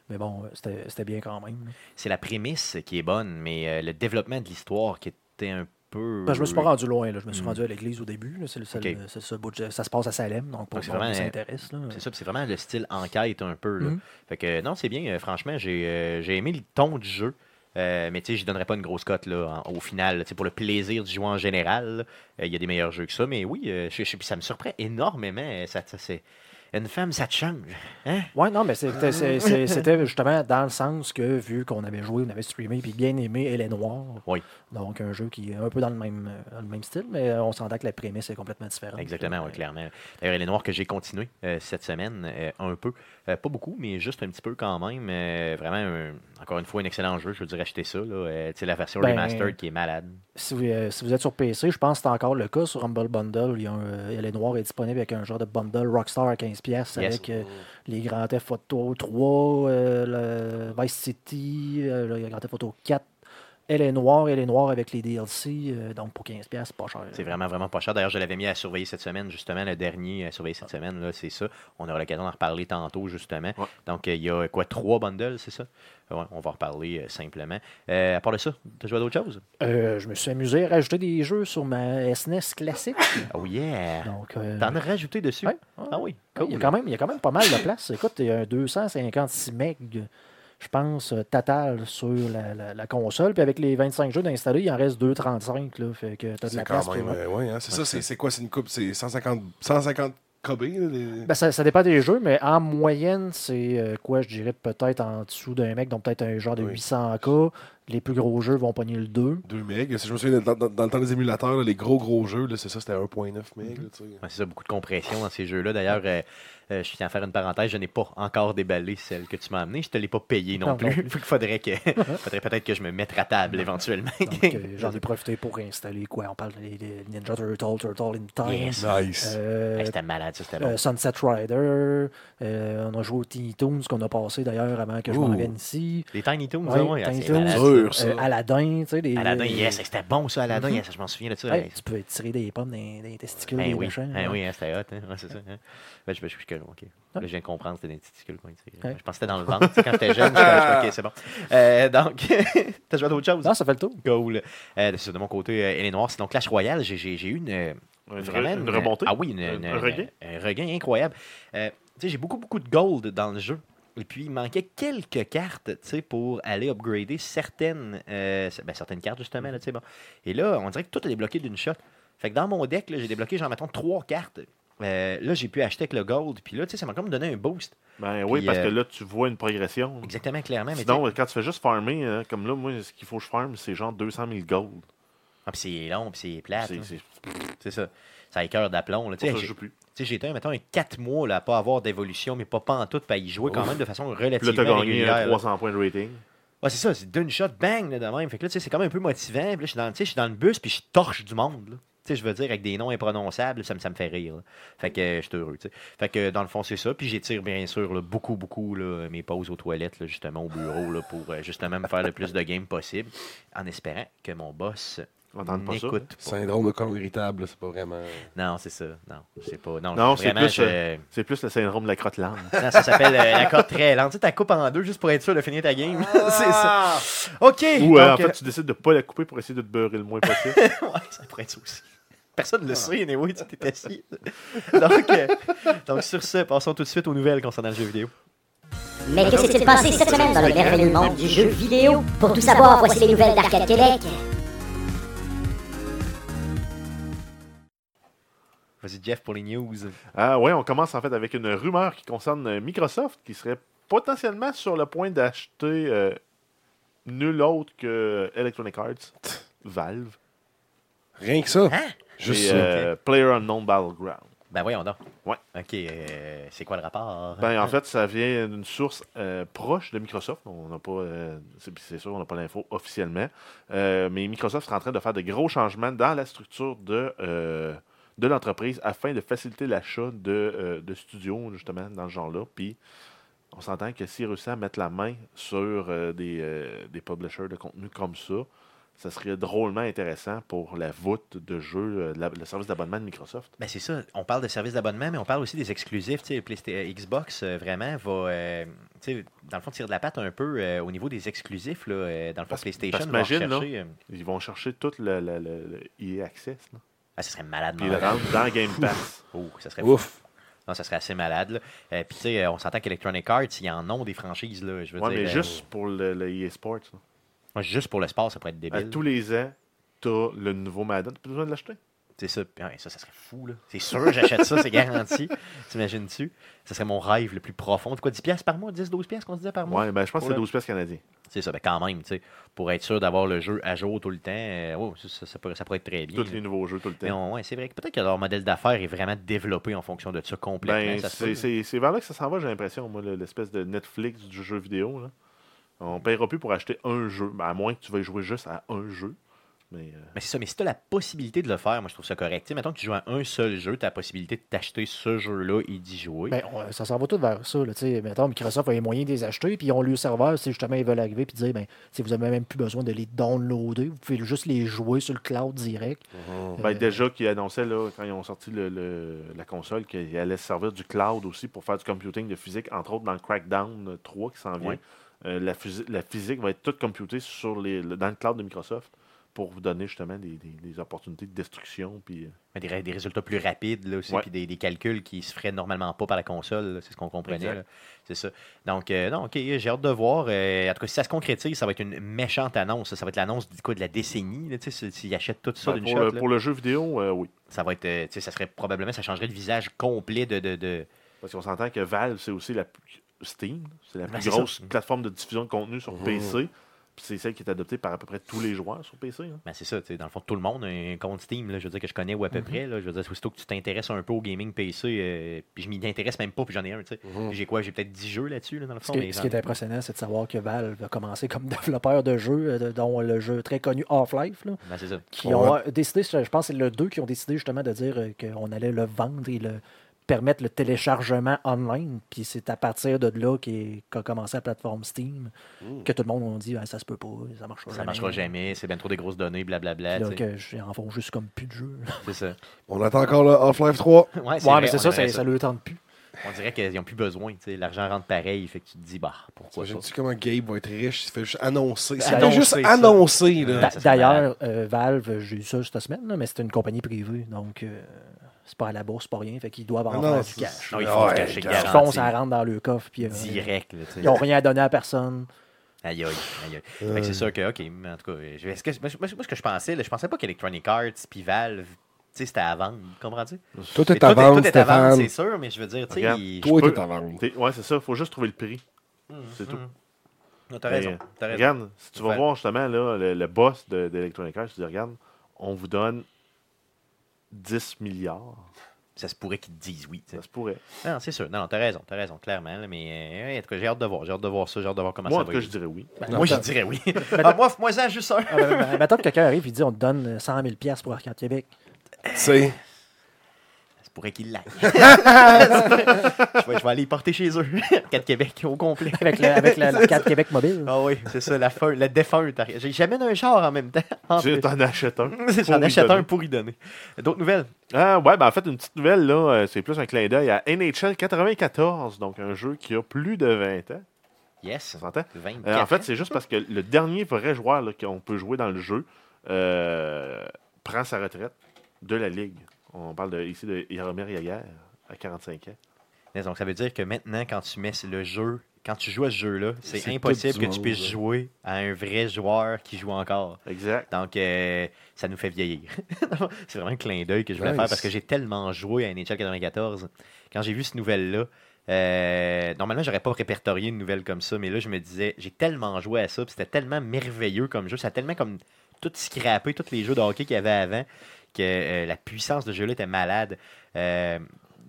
[SPEAKER 2] Mais bon, euh, c'était c'était bien quand même. là.
[SPEAKER 1] C'est la prémisse qui est bonne, mais euh, le développement de l'histoire qui était un peu.
[SPEAKER 2] Parce que Ben, je me suis pas rendu loin. là. Je me suis
[SPEAKER 1] Hmm.
[SPEAKER 2] rendu à l'église au début. là. C'est le seul-
[SPEAKER 1] Ok.
[SPEAKER 2] c'est le seul bout de- Ça se passe à Salem, donc pour
[SPEAKER 1] Donc, c'est
[SPEAKER 2] ceux
[SPEAKER 1] vraiment,
[SPEAKER 2] qui
[SPEAKER 1] euh,
[SPEAKER 2] s'intéressent. là.
[SPEAKER 1] C'est ça, puis c'est vraiment le style enquête un peu. Là.
[SPEAKER 2] Mhm.
[SPEAKER 1] Fait que non, c'est bien, euh, franchement, j'ai euh, j'ai aimé le ton du jeu. Euh, mais tu sais, je donnerais pas une grosse cote là, en- au final. là. Tu sais, pour le plaisir du joueur en général, là, euh, il y a des meilleurs jeux que ça. Mais oui, euh, je- je- puis ça me surprend énormément. euh, Ça, ça- c'est- Une femme, ça te change. Hein?
[SPEAKER 2] Ouais, non, mais c'était- c'est- c'est- c'était justement dans le sens que, vu qu'on avait joué, on avait streamé, puis bien aimé, elle est noire.
[SPEAKER 1] Oui.
[SPEAKER 2] Donc, un jeu qui est un peu dans le même, dans le même style, mais on s'entend que la prémisse est complètement différente.
[SPEAKER 1] Exactement, oui,
[SPEAKER 2] Donc, euh,
[SPEAKER 1] clairement. D'ailleurs, les noirs que j'ai continué euh, cette semaine, euh, un peu. Euh, pas beaucoup, mais juste un petit peu quand même. Euh, vraiment, un- encore une fois, un excellent jeu. Je veux dire, acheter ça. là. Euh, tu sais, la version
[SPEAKER 2] Ben,
[SPEAKER 1] remastered qui est malade.
[SPEAKER 2] si, vous, euh, si vous êtes sur PC, je pense que c'est encore le cas sur Humble Bundle. Il y a un, euh, elle est noire est disponible avec un genre de bundle Rockstar à 15$
[SPEAKER 1] Yes.
[SPEAKER 2] avec euh, les Grand Theft Auto 3, euh, le Vice City, euh, le Grand Theft Auto 4. Elle est noire, elle est noire avec les DLC, euh, donc pour 15$, c'est pas cher.
[SPEAKER 1] C'est vraiment, vraiment pas cher. D'ailleurs, je l'avais mis à surveiller cette semaine, justement, le dernier à surveiller cette semaine, là, c'est ça. On aura l'occasion d'en reparler tantôt, justement.
[SPEAKER 3] Ouais.
[SPEAKER 1] Donc, euh, il y a euh, quoi, trois bundles, c'est ça? Ouais, on va en reparler euh, simplement. Euh, à part de ça, tu as joué à d'autres choses?
[SPEAKER 2] Euh, je me suis amusé à rajouter des jeux sur ma SNES classique.
[SPEAKER 1] Oh yeah!
[SPEAKER 2] Donc, euh,
[SPEAKER 1] T'en as rajouté dessus?
[SPEAKER 2] ouais, ouais.
[SPEAKER 1] Ah oui,
[SPEAKER 2] Ouais, Il y, a
[SPEAKER 1] cool.
[SPEAKER 2] quand même, il y a quand même pas mal de place. Écoute, il y a un 256 MB, je pense, euh, total sur la, la- la console. Puis avec les 25 jeux d'installer, il en reste 235. Là, fait que t'as de la
[SPEAKER 4] C'est
[SPEAKER 2] place
[SPEAKER 4] quand
[SPEAKER 2] pour-
[SPEAKER 4] même. euh, ouais, hein, c'est ça, c'est c'est quoi C'est une coupe, c'est 150, 150 KB. là, les-
[SPEAKER 2] Ben, ça, ça dépend des jeux, mais en moyenne, c'est euh, quoi, je dirais peut-être en dessous d'un mec, donc peut-être un genre de
[SPEAKER 4] Oui.
[SPEAKER 2] 800K. Les plus gros jeux vont pogner le 2.
[SPEAKER 4] 2 MB. Si je me souviens, dans, dans- dans le temps des émulateurs, là, les gros gros jeux, là, c'est ça, c'était 1.9 MB. là, tu sais.
[SPEAKER 1] Ouais, c'est ça, beaucoup de compression dans ces jeux-là. D'ailleurs, euh, euh, je tiens à faire une parenthèse, je n'ai pas encore déballé celle que tu m'as amenée. Je ne te l'ai pas payée non,
[SPEAKER 2] Non,
[SPEAKER 1] plus.
[SPEAKER 2] non.
[SPEAKER 1] Il faudrait, que, faudrait peut-être que je me mette à table éventuellement.
[SPEAKER 2] Donc, euh, j'en ai profité pour installer quoi. On parle des des Ninja Turtle, Turtle in Time.
[SPEAKER 1] Yes.
[SPEAKER 4] Nice.
[SPEAKER 2] euh,
[SPEAKER 1] Hey, c'était malade, ça, c'était bon.
[SPEAKER 2] Euh, Sunset Rider, euh, on a joué au Teeny Toons qu'on a passé d'ailleurs avant que je m'en
[SPEAKER 4] Ouh.
[SPEAKER 2] vienne ici.
[SPEAKER 1] Les Tiny Toons,
[SPEAKER 2] Ouais,
[SPEAKER 1] ah ouais,
[SPEAKER 2] Tiny
[SPEAKER 1] c'est
[SPEAKER 2] Toons.
[SPEAKER 1] malade.
[SPEAKER 4] Sûr, ça.
[SPEAKER 2] Euh, Aladdin, tu sais, des.
[SPEAKER 1] Aladdin,
[SPEAKER 2] des-
[SPEAKER 1] yes, c'était bon ça, Aladdin,
[SPEAKER 2] Mhm.
[SPEAKER 1] yes, je m'en souviens de ça.
[SPEAKER 2] Hey,
[SPEAKER 1] Hey,
[SPEAKER 2] tu peux tirer des pommes dans des testicules
[SPEAKER 1] ben
[SPEAKER 2] des
[SPEAKER 1] oui,
[SPEAKER 2] machins.
[SPEAKER 1] ben
[SPEAKER 2] ouais.
[SPEAKER 1] oui, hein, c'était hot, hein, ouais, c'est ça. hein. Ben, je, je, je, ok. Là, je viens de comprendre, c'était des testicules. Quoi, tu sais.
[SPEAKER 2] Ouais.
[SPEAKER 1] Je pensais que c'était dans le ventre. tu sais, Quand j'étais jeune, j'étais ok, c'est bon. Euh, donc, t'as joué à d'autres choses?
[SPEAKER 2] Non, ça fait le tour.
[SPEAKER 1] Cool. Euh, c'est de mon côté, euh, elle est noire. Sinon, Clash Royale, j'ai- j'ai j'ai eu une, euh,
[SPEAKER 3] Une,
[SPEAKER 1] vraiment
[SPEAKER 3] re- une remontée.
[SPEAKER 1] Ah oui, une-
[SPEAKER 3] Un-
[SPEAKER 1] une-
[SPEAKER 3] un regain.
[SPEAKER 1] un regain incroyable. Euh, tu sais, j'ai beaucoup, beaucoup de gold dans le jeu. Et puis, il manquait quelques cartes, tu sais, pour aller upgrader certaines, euh, ben, certaines cartes, justement, là, tu sais, bon. Et là, on dirait que tout est débloqué d'une shot. Fait que dans mon deck, là, j'ai débloqué, j'en mettons, trois cartes. Euh, là, j'ai pu acheter avec le gold. Puis là, tu sais, ça m'a comme donné un boost.
[SPEAKER 3] Ben oui,
[SPEAKER 1] Puis,
[SPEAKER 3] parce
[SPEAKER 1] euh,
[SPEAKER 3] que là, tu vois une progression.
[SPEAKER 1] Exactement, clairement. Mais tu sais,
[SPEAKER 3] Sinon, quand tu fais juste farmer, hein, comme là, moi, ce qu'il faut que je farme, c'est genre 200 000 gold.
[SPEAKER 1] ah, puis c'est long, puis c'est plate.
[SPEAKER 3] C'est
[SPEAKER 1] hein.
[SPEAKER 3] c'est
[SPEAKER 1] C'est ça. Ça écœure d'aplomb, là, tu sais.
[SPEAKER 3] pour ça que
[SPEAKER 1] j'ai-
[SPEAKER 3] je joue plus.
[SPEAKER 1] Tu sais, j'ai été, mettons, un 4 mois là, à pas avoir d'évolution, mais pas en tout, puis à y jouer quand
[SPEAKER 3] Ouf.
[SPEAKER 1] même de façon
[SPEAKER 3] Puis là,
[SPEAKER 1] relativement
[SPEAKER 3] t'as gagné
[SPEAKER 1] régulière.
[SPEAKER 3] euh,
[SPEAKER 1] là.
[SPEAKER 3] 300 points de rating.
[SPEAKER 1] Ouais, c'est ça, c'est d'une shot, bang, là, de même. Fait que là, tu sais, c'est quand même un peu motivant. Puis là, je suis dans, tu sais, je suis dans le bus, puis je torche du monde, là. Tu sais, je veux dire, avec des noms imprononçables, ça me, ça me fait rire. là. Fait que euh, je suis heureux, tu sais. Fait que euh, dans le fond, c'est ça. Puis j'étire, bien sûr, là, beaucoup, beaucoup là, mes pauses aux toilettes, là, justement, au bureau, là, pour euh, justement me faire le plus de game possible, en espérant que mon boss
[SPEAKER 3] On entend pas ça. hein.
[SPEAKER 1] n'écoute pas.
[SPEAKER 4] Syndrome de corps irritable, là, c'est pas vraiment.
[SPEAKER 1] Non, c'est ça. Non, c'est pas. Non,
[SPEAKER 3] Non, c'est
[SPEAKER 1] vraiment,
[SPEAKER 3] plus,
[SPEAKER 1] je-
[SPEAKER 3] euh, C'est plus le syndrome de la crotte lente.
[SPEAKER 1] Non, ça s'appelle euh, la cote très lente. Tu sais, ta coupe en deux juste pour être sûr de finir ta game. c'est
[SPEAKER 3] Ah!
[SPEAKER 1] ça. OK.
[SPEAKER 3] Ou euh, en
[SPEAKER 1] donc,
[SPEAKER 3] fait, tu décides de pas la couper pour essayer de te beurrer le moins possible.
[SPEAKER 1] euh, ouais, ça pourrait être ça aussi. Personne ne
[SPEAKER 3] Ah.
[SPEAKER 1] le sait, anyway, tu t'es assis. donc, euh, donc, sur ce, passons tout de suite aux nouvelles concernant le jeu vidéo.
[SPEAKER 5] Mais que s'est-il passé cette semaine dans le merveilleux monde du jeu vidéo Pour tout savoir, voici les nouvelles d'Arcade Québec.
[SPEAKER 1] Vas-y, Jeff, pour les news.
[SPEAKER 3] Ah ouais, on commence en fait avec une rumeur qui concerne euh, Microsoft qui serait potentiellement sur le point d'acheter euh, nul autre que Electronic Arts, Valve
[SPEAKER 4] Rien que ça.
[SPEAKER 1] Hein?
[SPEAKER 4] Juste
[SPEAKER 3] et euh,
[SPEAKER 4] ça.
[SPEAKER 3] Player Unknown Battleground.
[SPEAKER 1] Ben, voyons donc.
[SPEAKER 3] Ouais.
[SPEAKER 1] OK, euh, c'est quoi le rapport?
[SPEAKER 3] Ben, en fait, ça vient d'une source euh, proche de Microsoft. On n'a pas, euh, c'est c'est sûr, on n'a pas l'info officiellement. Euh, mais Microsoft est en train de faire de gros changements dans la structure de, euh, de l'entreprise afin de faciliter l'achat de, euh, de studios, justement, dans ce genre-là. Puis, on s'entend que s'ils réussissent à mettre la main sur euh, des, euh, des publishers de contenu comme ça, ça serait drôlement intéressant pour la voûte de jeu, euh, la- le service d'abonnement de Microsoft.
[SPEAKER 1] Ben, c'est ça. On parle de services d'abonnement, mais on parle aussi des exclusifs. Tu sais, Playsta- euh, Xbox, euh, vraiment, va, euh, tu sais, dans le fond, tire de la patte un peu euh, au niveau des exclusifs. Là, euh, dans le fond,
[SPEAKER 3] Parce-
[SPEAKER 1] PlayStation,
[SPEAKER 3] parce que
[SPEAKER 1] va
[SPEAKER 3] imagine, là.
[SPEAKER 1] rechercher, euh,
[SPEAKER 3] Ils vont chercher tout le, le, le- le EA Access. là.
[SPEAKER 1] Ah, ça serait malade,
[SPEAKER 3] Puis il
[SPEAKER 1] mon gars.
[SPEAKER 3] rentre dans Game Pass.
[SPEAKER 1] Oh, ça serait fou.
[SPEAKER 4] Ouf.
[SPEAKER 1] Non, ça serait assez malade. là. Euh, Puis, tu sais, euh, on s'entend qu'Electronic Arts, il y en ont des franchises, là. Je veux
[SPEAKER 3] Ouais,
[SPEAKER 1] dire,
[SPEAKER 3] mais
[SPEAKER 1] euh,
[SPEAKER 3] juste pour le, le EA Sports. là.
[SPEAKER 1] moi, juste pour le sport, ça pourrait être
[SPEAKER 3] À
[SPEAKER 1] débile.
[SPEAKER 3] tous les ans, t'as le nouveau Madden. T'as pas besoin de l'acheter.
[SPEAKER 1] C'est ça. Puis, ouais, ça, ça serait fou, là. C'est sûr, j'achète ça, c'est garanti. T'imagines-tu? Ça serait mon rêve le plus profond. De quoi, 10$ piastres par mois? 10-12$ piastres qu'on se disait par mois?
[SPEAKER 3] Ouais, ben, je pense que
[SPEAKER 1] Ouais.
[SPEAKER 3] c'est 12 pièces canadiens.
[SPEAKER 1] C'est ça, ben quand même, tu sais, pour être sûr d'avoir le jeu à jour tout le temps, euh, oh, ça, ça- ça pourrait, ça pourrait être très bien.
[SPEAKER 3] Tous
[SPEAKER 1] là.
[SPEAKER 3] les nouveaux jeux, tout le
[SPEAKER 1] Mais
[SPEAKER 3] temps.
[SPEAKER 1] on- ouais, c'est vrai que peut-être que leur modèle d'affaires est vraiment développé en fonction de ça complètement.
[SPEAKER 3] Ben,
[SPEAKER 1] ça se peut.
[SPEAKER 3] c'est c'est- c'est vers là que ça s'en va, j'ai l'impression, moi, le- l'espèce de Netflix du jeu vidéo. Là. On ne paiera plus pour acheter un jeu, ben, à moins que tu veuilles jouer juste à un jeu. Mais euh,
[SPEAKER 1] Mais c'est ça, mais si tu as la possibilité de le faire, moi je trouve ça correct. Tu sais, mettons que tu joues à un seul jeu, tu as la possibilité de t'acheter ce jeu-là et d'y jouer.
[SPEAKER 2] Ben, on- ça s'en va tout vers ça. Là, tu sais. mettons, Microsoft a les moyens de les acheter, puis ils ont le serveur, si justement ils veulent arriver, puis dire, ben, tu sais, vous n'avez même plus besoin de les downloader, vous pouvez juste les jouer sur le cloud direct.
[SPEAKER 3] ben,
[SPEAKER 2] Euh,
[SPEAKER 3] déjà, qu'ils annonçaient, là, quand ils ont sorti le- le- la console, qu'ils allaient se servir du cloud aussi pour faire du computing de physique, entre autres dans le Crackdown 3 qui s'en vient.
[SPEAKER 1] Ouais.
[SPEAKER 3] Euh, la, physi- la physique va être toute computée sur les, le- dans le cloud de Microsoft pour vous donner justement des, des- des opportunités de destruction. Puis, euh,
[SPEAKER 1] Mais Des, ré- des résultats plus rapides, là, aussi,
[SPEAKER 3] Ouais.
[SPEAKER 1] puis des, des calculs qui se feraient normalement pas par la console, là, c'est ce qu'on comprenait.
[SPEAKER 3] Exact.
[SPEAKER 1] là. C'est ça. Donc, euh, non, OK, j'ai hâte de voir. euh, en tout cas, si ça se concrétise, ça va être une méchante annonce. Ça, Ça va être l'annonce du coup, de la décennie, là, tu sais, si- s'ils achètent tout ça
[SPEAKER 3] ben,
[SPEAKER 1] d'une
[SPEAKER 3] pour,
[SPEAKER 1] shot.
[SPEAKER 3] le,
[SPEAKER 1] là.
[SPEAKER 3] pour le jeu vidéo, euh, oui.
[SPEAKER 1] ça va être, euh, tu sais, ça serait probablement, ça changerait le visage complet de, de, de-
[SPEAKER 3] Parce qu'on s'entend que Valve, c'est aussi la plus- Steam, c'est la
[SPEAKER 1] Ben,
[SPEAKER 3] plus
[SPEAKER 1] c'est
[SPEAKER 3] grosse
[SPEAKER 1] ça. Mm-hmm.
[SPEAKER 3] plateforme de diffusion de contenu sur
[SPEAKER 4] Mhm.
[SPEAKER 3] PC. Puis c'est celle qui est adoptée par à peu près tous les joueurs sur PC. hein.
[SPEAKER 1] ben, c'est ça, tu sais, dans le fond, tout le monde a un compte Steam, là, je veux dire, que je connais ou à
[SPEAKER 2] Mhm.
[SPEAKER 1] peu près, là, je veux dire, aussitôt que tu t'intéresses un peu au gaming PC, euh, puis je m'y intéresse même pas, puis j'en ai un, tu sais,
[SPEAKER 4] Mhm.
[SPEAKER 1] j'ai quoi, j'ai peut-être 10 jeux là-dessus, là, dans le
[SPEAKER 2] Ce
[SPEAKER 1] fond,
[SPEAKER 2] qui,
[SPEAKER 1] mais
[SPEAKER 2] ce
[SPEAKER 1] j'en-
[SPEAKER 2] qui est impressionnant, c'est de savoir que Valve a commencé comme développeur de jeux, euh, de- dont le jeu très connu Half-Life, là,
[SPEAKER 1] ben, c'est ça.
[SPEAKER 2] qui
[SPEAKER 4] Ouais.
[SPEAKER 2] ont euh, décidé, je pense que c'est le 2 qui ont décidé justement de dire euh, qu'on allait le vendre et le permettre le téléchargement online. Puis c'est à partir de là qu'est- qu'a commencé la plateforme Steam que tout le monde a dit Ah, ça se peut pas, ça marchera
[SPEAKER 1] Hmm. Ça
[SPEAKER 2] jamais.
[SPEAKER 1] marchera jamais, c'est bien trop des grosses données, blablabla.
[SPEAKER 2] Puis là,
[SPEAKER 1] tu sais.
[SPEAKER 2] que j'ai en fond juste comme plus de jeu.
[SPEAKER 1] C'est ça.
[SPEAKER 4] On attend encore le Half-Life 3.
[SPEAKER 1] Ouais,
[SPEAKER 2] Ouais,
[SPEAKER 1] vrai,
[SPEAKER 2] mais c'est
[SPEAKER 1] on
[SPEAKER 2] ça,
[SPEAKER 1] aimerait
[SPEAKER 2] ça, ça le tente plus.
[SPEAKER 1] On dirait qu'ils n'ont plus besoin. tu sais, L'argent rentre pareil. Fait que tu te dis, bah, pourquoi pas?
[SPEAKER 4] Imagine-tu comment Gabe va être riche s'il fait juste annoncer. S'il fait
[SPEAKER 1] Annoncer
[SPEAKER 4] juste
[SPEAKER 1] ça.
[SPEAKER 4] annoncer, là.
[SPEAKER 1] Ouais,
[SPEAKER 2] D'a-
[SPEAKER 1] ça serait
[SPEAKER 2] D'ailleurs, euh, Valve, j'ai eu ça cette semaine, là, mais c'est une compagnie privée, donc euh, c'est pas à la bourse, pas rien, fait qu'ils doivent en
[SPEAKER 4] Ah non,
[SPEAKER 2] faire du
[SPEAKER 4] c'est-
[SPEAKER 2] cash.
[SPEAKER 1] Non, ils font
[SPEAKER 4] Ouais,
[SPEAKER 1] cacher
[SPEAKER 4] gars.
[SPEAKER 2] Ce qu'ils font,
[SPEAKER 1] garanti.
[SPEAKER 2] ça rentre dans le coffre, puis euh,
[SPEAKER 1] Direct. Là, tu sais.
[SPEAKER 2] ils n'ont rien à donner à personne.
[SPEAKER 1] Aïe, aïe, aïe, aïe. Fait que c'est sûr que, OK, mais en tout cas, je- est-ce que- moi, moi, moi, ce que je pensais, là, je pensais pas qu'Electronic Arts puis Valve, tu sais, c'était à vendre. Comprends-tu?
[SPEAKER 4] Toi,
[SPEAKER 1] Mais
[SPEAKER 4] t'es à
[SPEAKER 1] tout est-
[SPEAKER 4] vendre,
[SPEAKER 1] tout est à vendre,
[SPEAKER 4] Stéphane.
[SPEAKER 1] c'est sûr, mais je veux dire, tu sais,
[SPEAKER 3] Regarde,
[SPEAKER 1] il-
[SPEAKER 4] Toi,
[SPEAKER 3] Je peux-
[SPEAKER 4] t'es à vendre.
[SPEAKER 3] T'es- Ouais, c'est ça. faut juste trouver le prix.
[SPEAKER 1] Mm-hmm.
[SPEAKER 3] C'est tout.
[SPEAKER 1] Non, t'as
[SPEAKER 3] Mais,
[SPEAKER 1] raison.
[SPEAKER 3] euh,
[SPEAKER 1] T'as raison.
[SPEAKER 3] Regarde, si tu vas
[SPEAKER 1] Faire-
[SPEAKER 3] voir justement là, le, le boss de- d'Electronic Arts, tu dis regarde, on vous donne 10 milliards.
[SPEAKER 1] Ça se pourrait qu'ils te disent oui. tu sais.
[SPEAKER 3] Ça se pourrait.
[SPEAKER 1] Non, c'est sûr. Non, non, t'as raison, t'as raison, clairement. là, mais euh, ouais, en tout cas, j'ai hâte de voir. J'ai hâte de voir ça, j'ai hâte de voir comment
[SPEAKER 3] Moi, en
[SPEAKER 1] ça
[SPEAKER 3] tout
[SPEAKER 1] va.
[SPEAKER 3] cas,
[SPEAKER 1] évoluer.
[SPEAKER 3] je dirais oui.
[SPEAKER 1] Ben, moi, je
[SPEAKER 2] attends.
[SPEAKER 1] dirais oui. Ah, moi, moi, ça, juste un.
[SPEAKER 2] Ah, ben, ben, Mettons que quelqu'un arrive et dit on te donne euh, 100 000 pièces pour Arcade Québec.
[SPEAKER 4] Tu sais.
[SPEAKER 1] Ça pourrait qu'ils l'aillent. je, vais, je vais aller les porter chez eux. 4 Québec au complet.
[SPEAKER 2] Avec, le, avec la- l'Arcade Québec mobile.
[SPEAKER 1] Ah oui, c'est ça, la, feu, la défunte. J'ai- J'amène un char en même temps. En
[SPEAKER 3] Tu
[SPEAKER 1] plus.
[SPEAKER 3] t'en achètes un. pour
[SPEAKER 1] J'en
[SPEAKER 3] lui
[SPEAKER 1] achète un
[SPEAKER 3] donner.
[SPEAKER 1] pour y donner. D'autres nouvelles?
[SPEAKER 3] Ah, ouais, ben en fait, une petite nouvelle, là, euh, c'est plus un clin d'œil à NHL 94, donc un jeu qui a plus de 20 ans.
[SPEAKER 1] Yes.
[SPEAKER 3] On s'entend?
[SPEAKER 1] 24
[SPEAKER 3] Euh, en fait,
[SPEAKER 1] ans.
[SPEAKER 3] c'est juste parce que le dernier vrai joueur là, qu'on peut jouer dans le jeu euh, prend sa retraite de la Ligue. On parle de- ici de Jaromir Jagr à 45 ans.
[SPEAKER 1] Mais Donc, ça veut dire que maintenant, quand tu mets le jeu, quand tu joues à ce jeu-là, c'est
[SPEAKER 4] C'est
[SPEAKER 1] impossible
[SPEAKER 4] tout
[SPEAKER 1] que
[SPEAKER 4] du
[SPEAKER 1] tu
[SPEAKER 4] monde,
[SPEAKER 1] puisses
[SPEAKER 4] là.
[SPEAKER 1] jouer à un vrai joueur qui joue encore.
[SPEAKER 3] Exact.
[SPEAKER 1] Donc, euh, ça nous fait vieillir. c'est vraiment un clin d'œil que je voulais
[SPEAKER 4] Nice.
[SPEAKER 1] faire parce que j'ai tellement joué à NHL 94. Quand j'ai vu cette nouvelle-là, euh, normalement, j'aurais pas répertorié une nouvelle comme ça, mais là, je me disais, j'ai tellement joué à ça, puis c'était tellement merveilleux comme jeu, ça a tellement comme tout scrappé, tous les jeux de hockey qu'il y avait avant, que euh, la puissance de ce jeu-là était malade. Euh,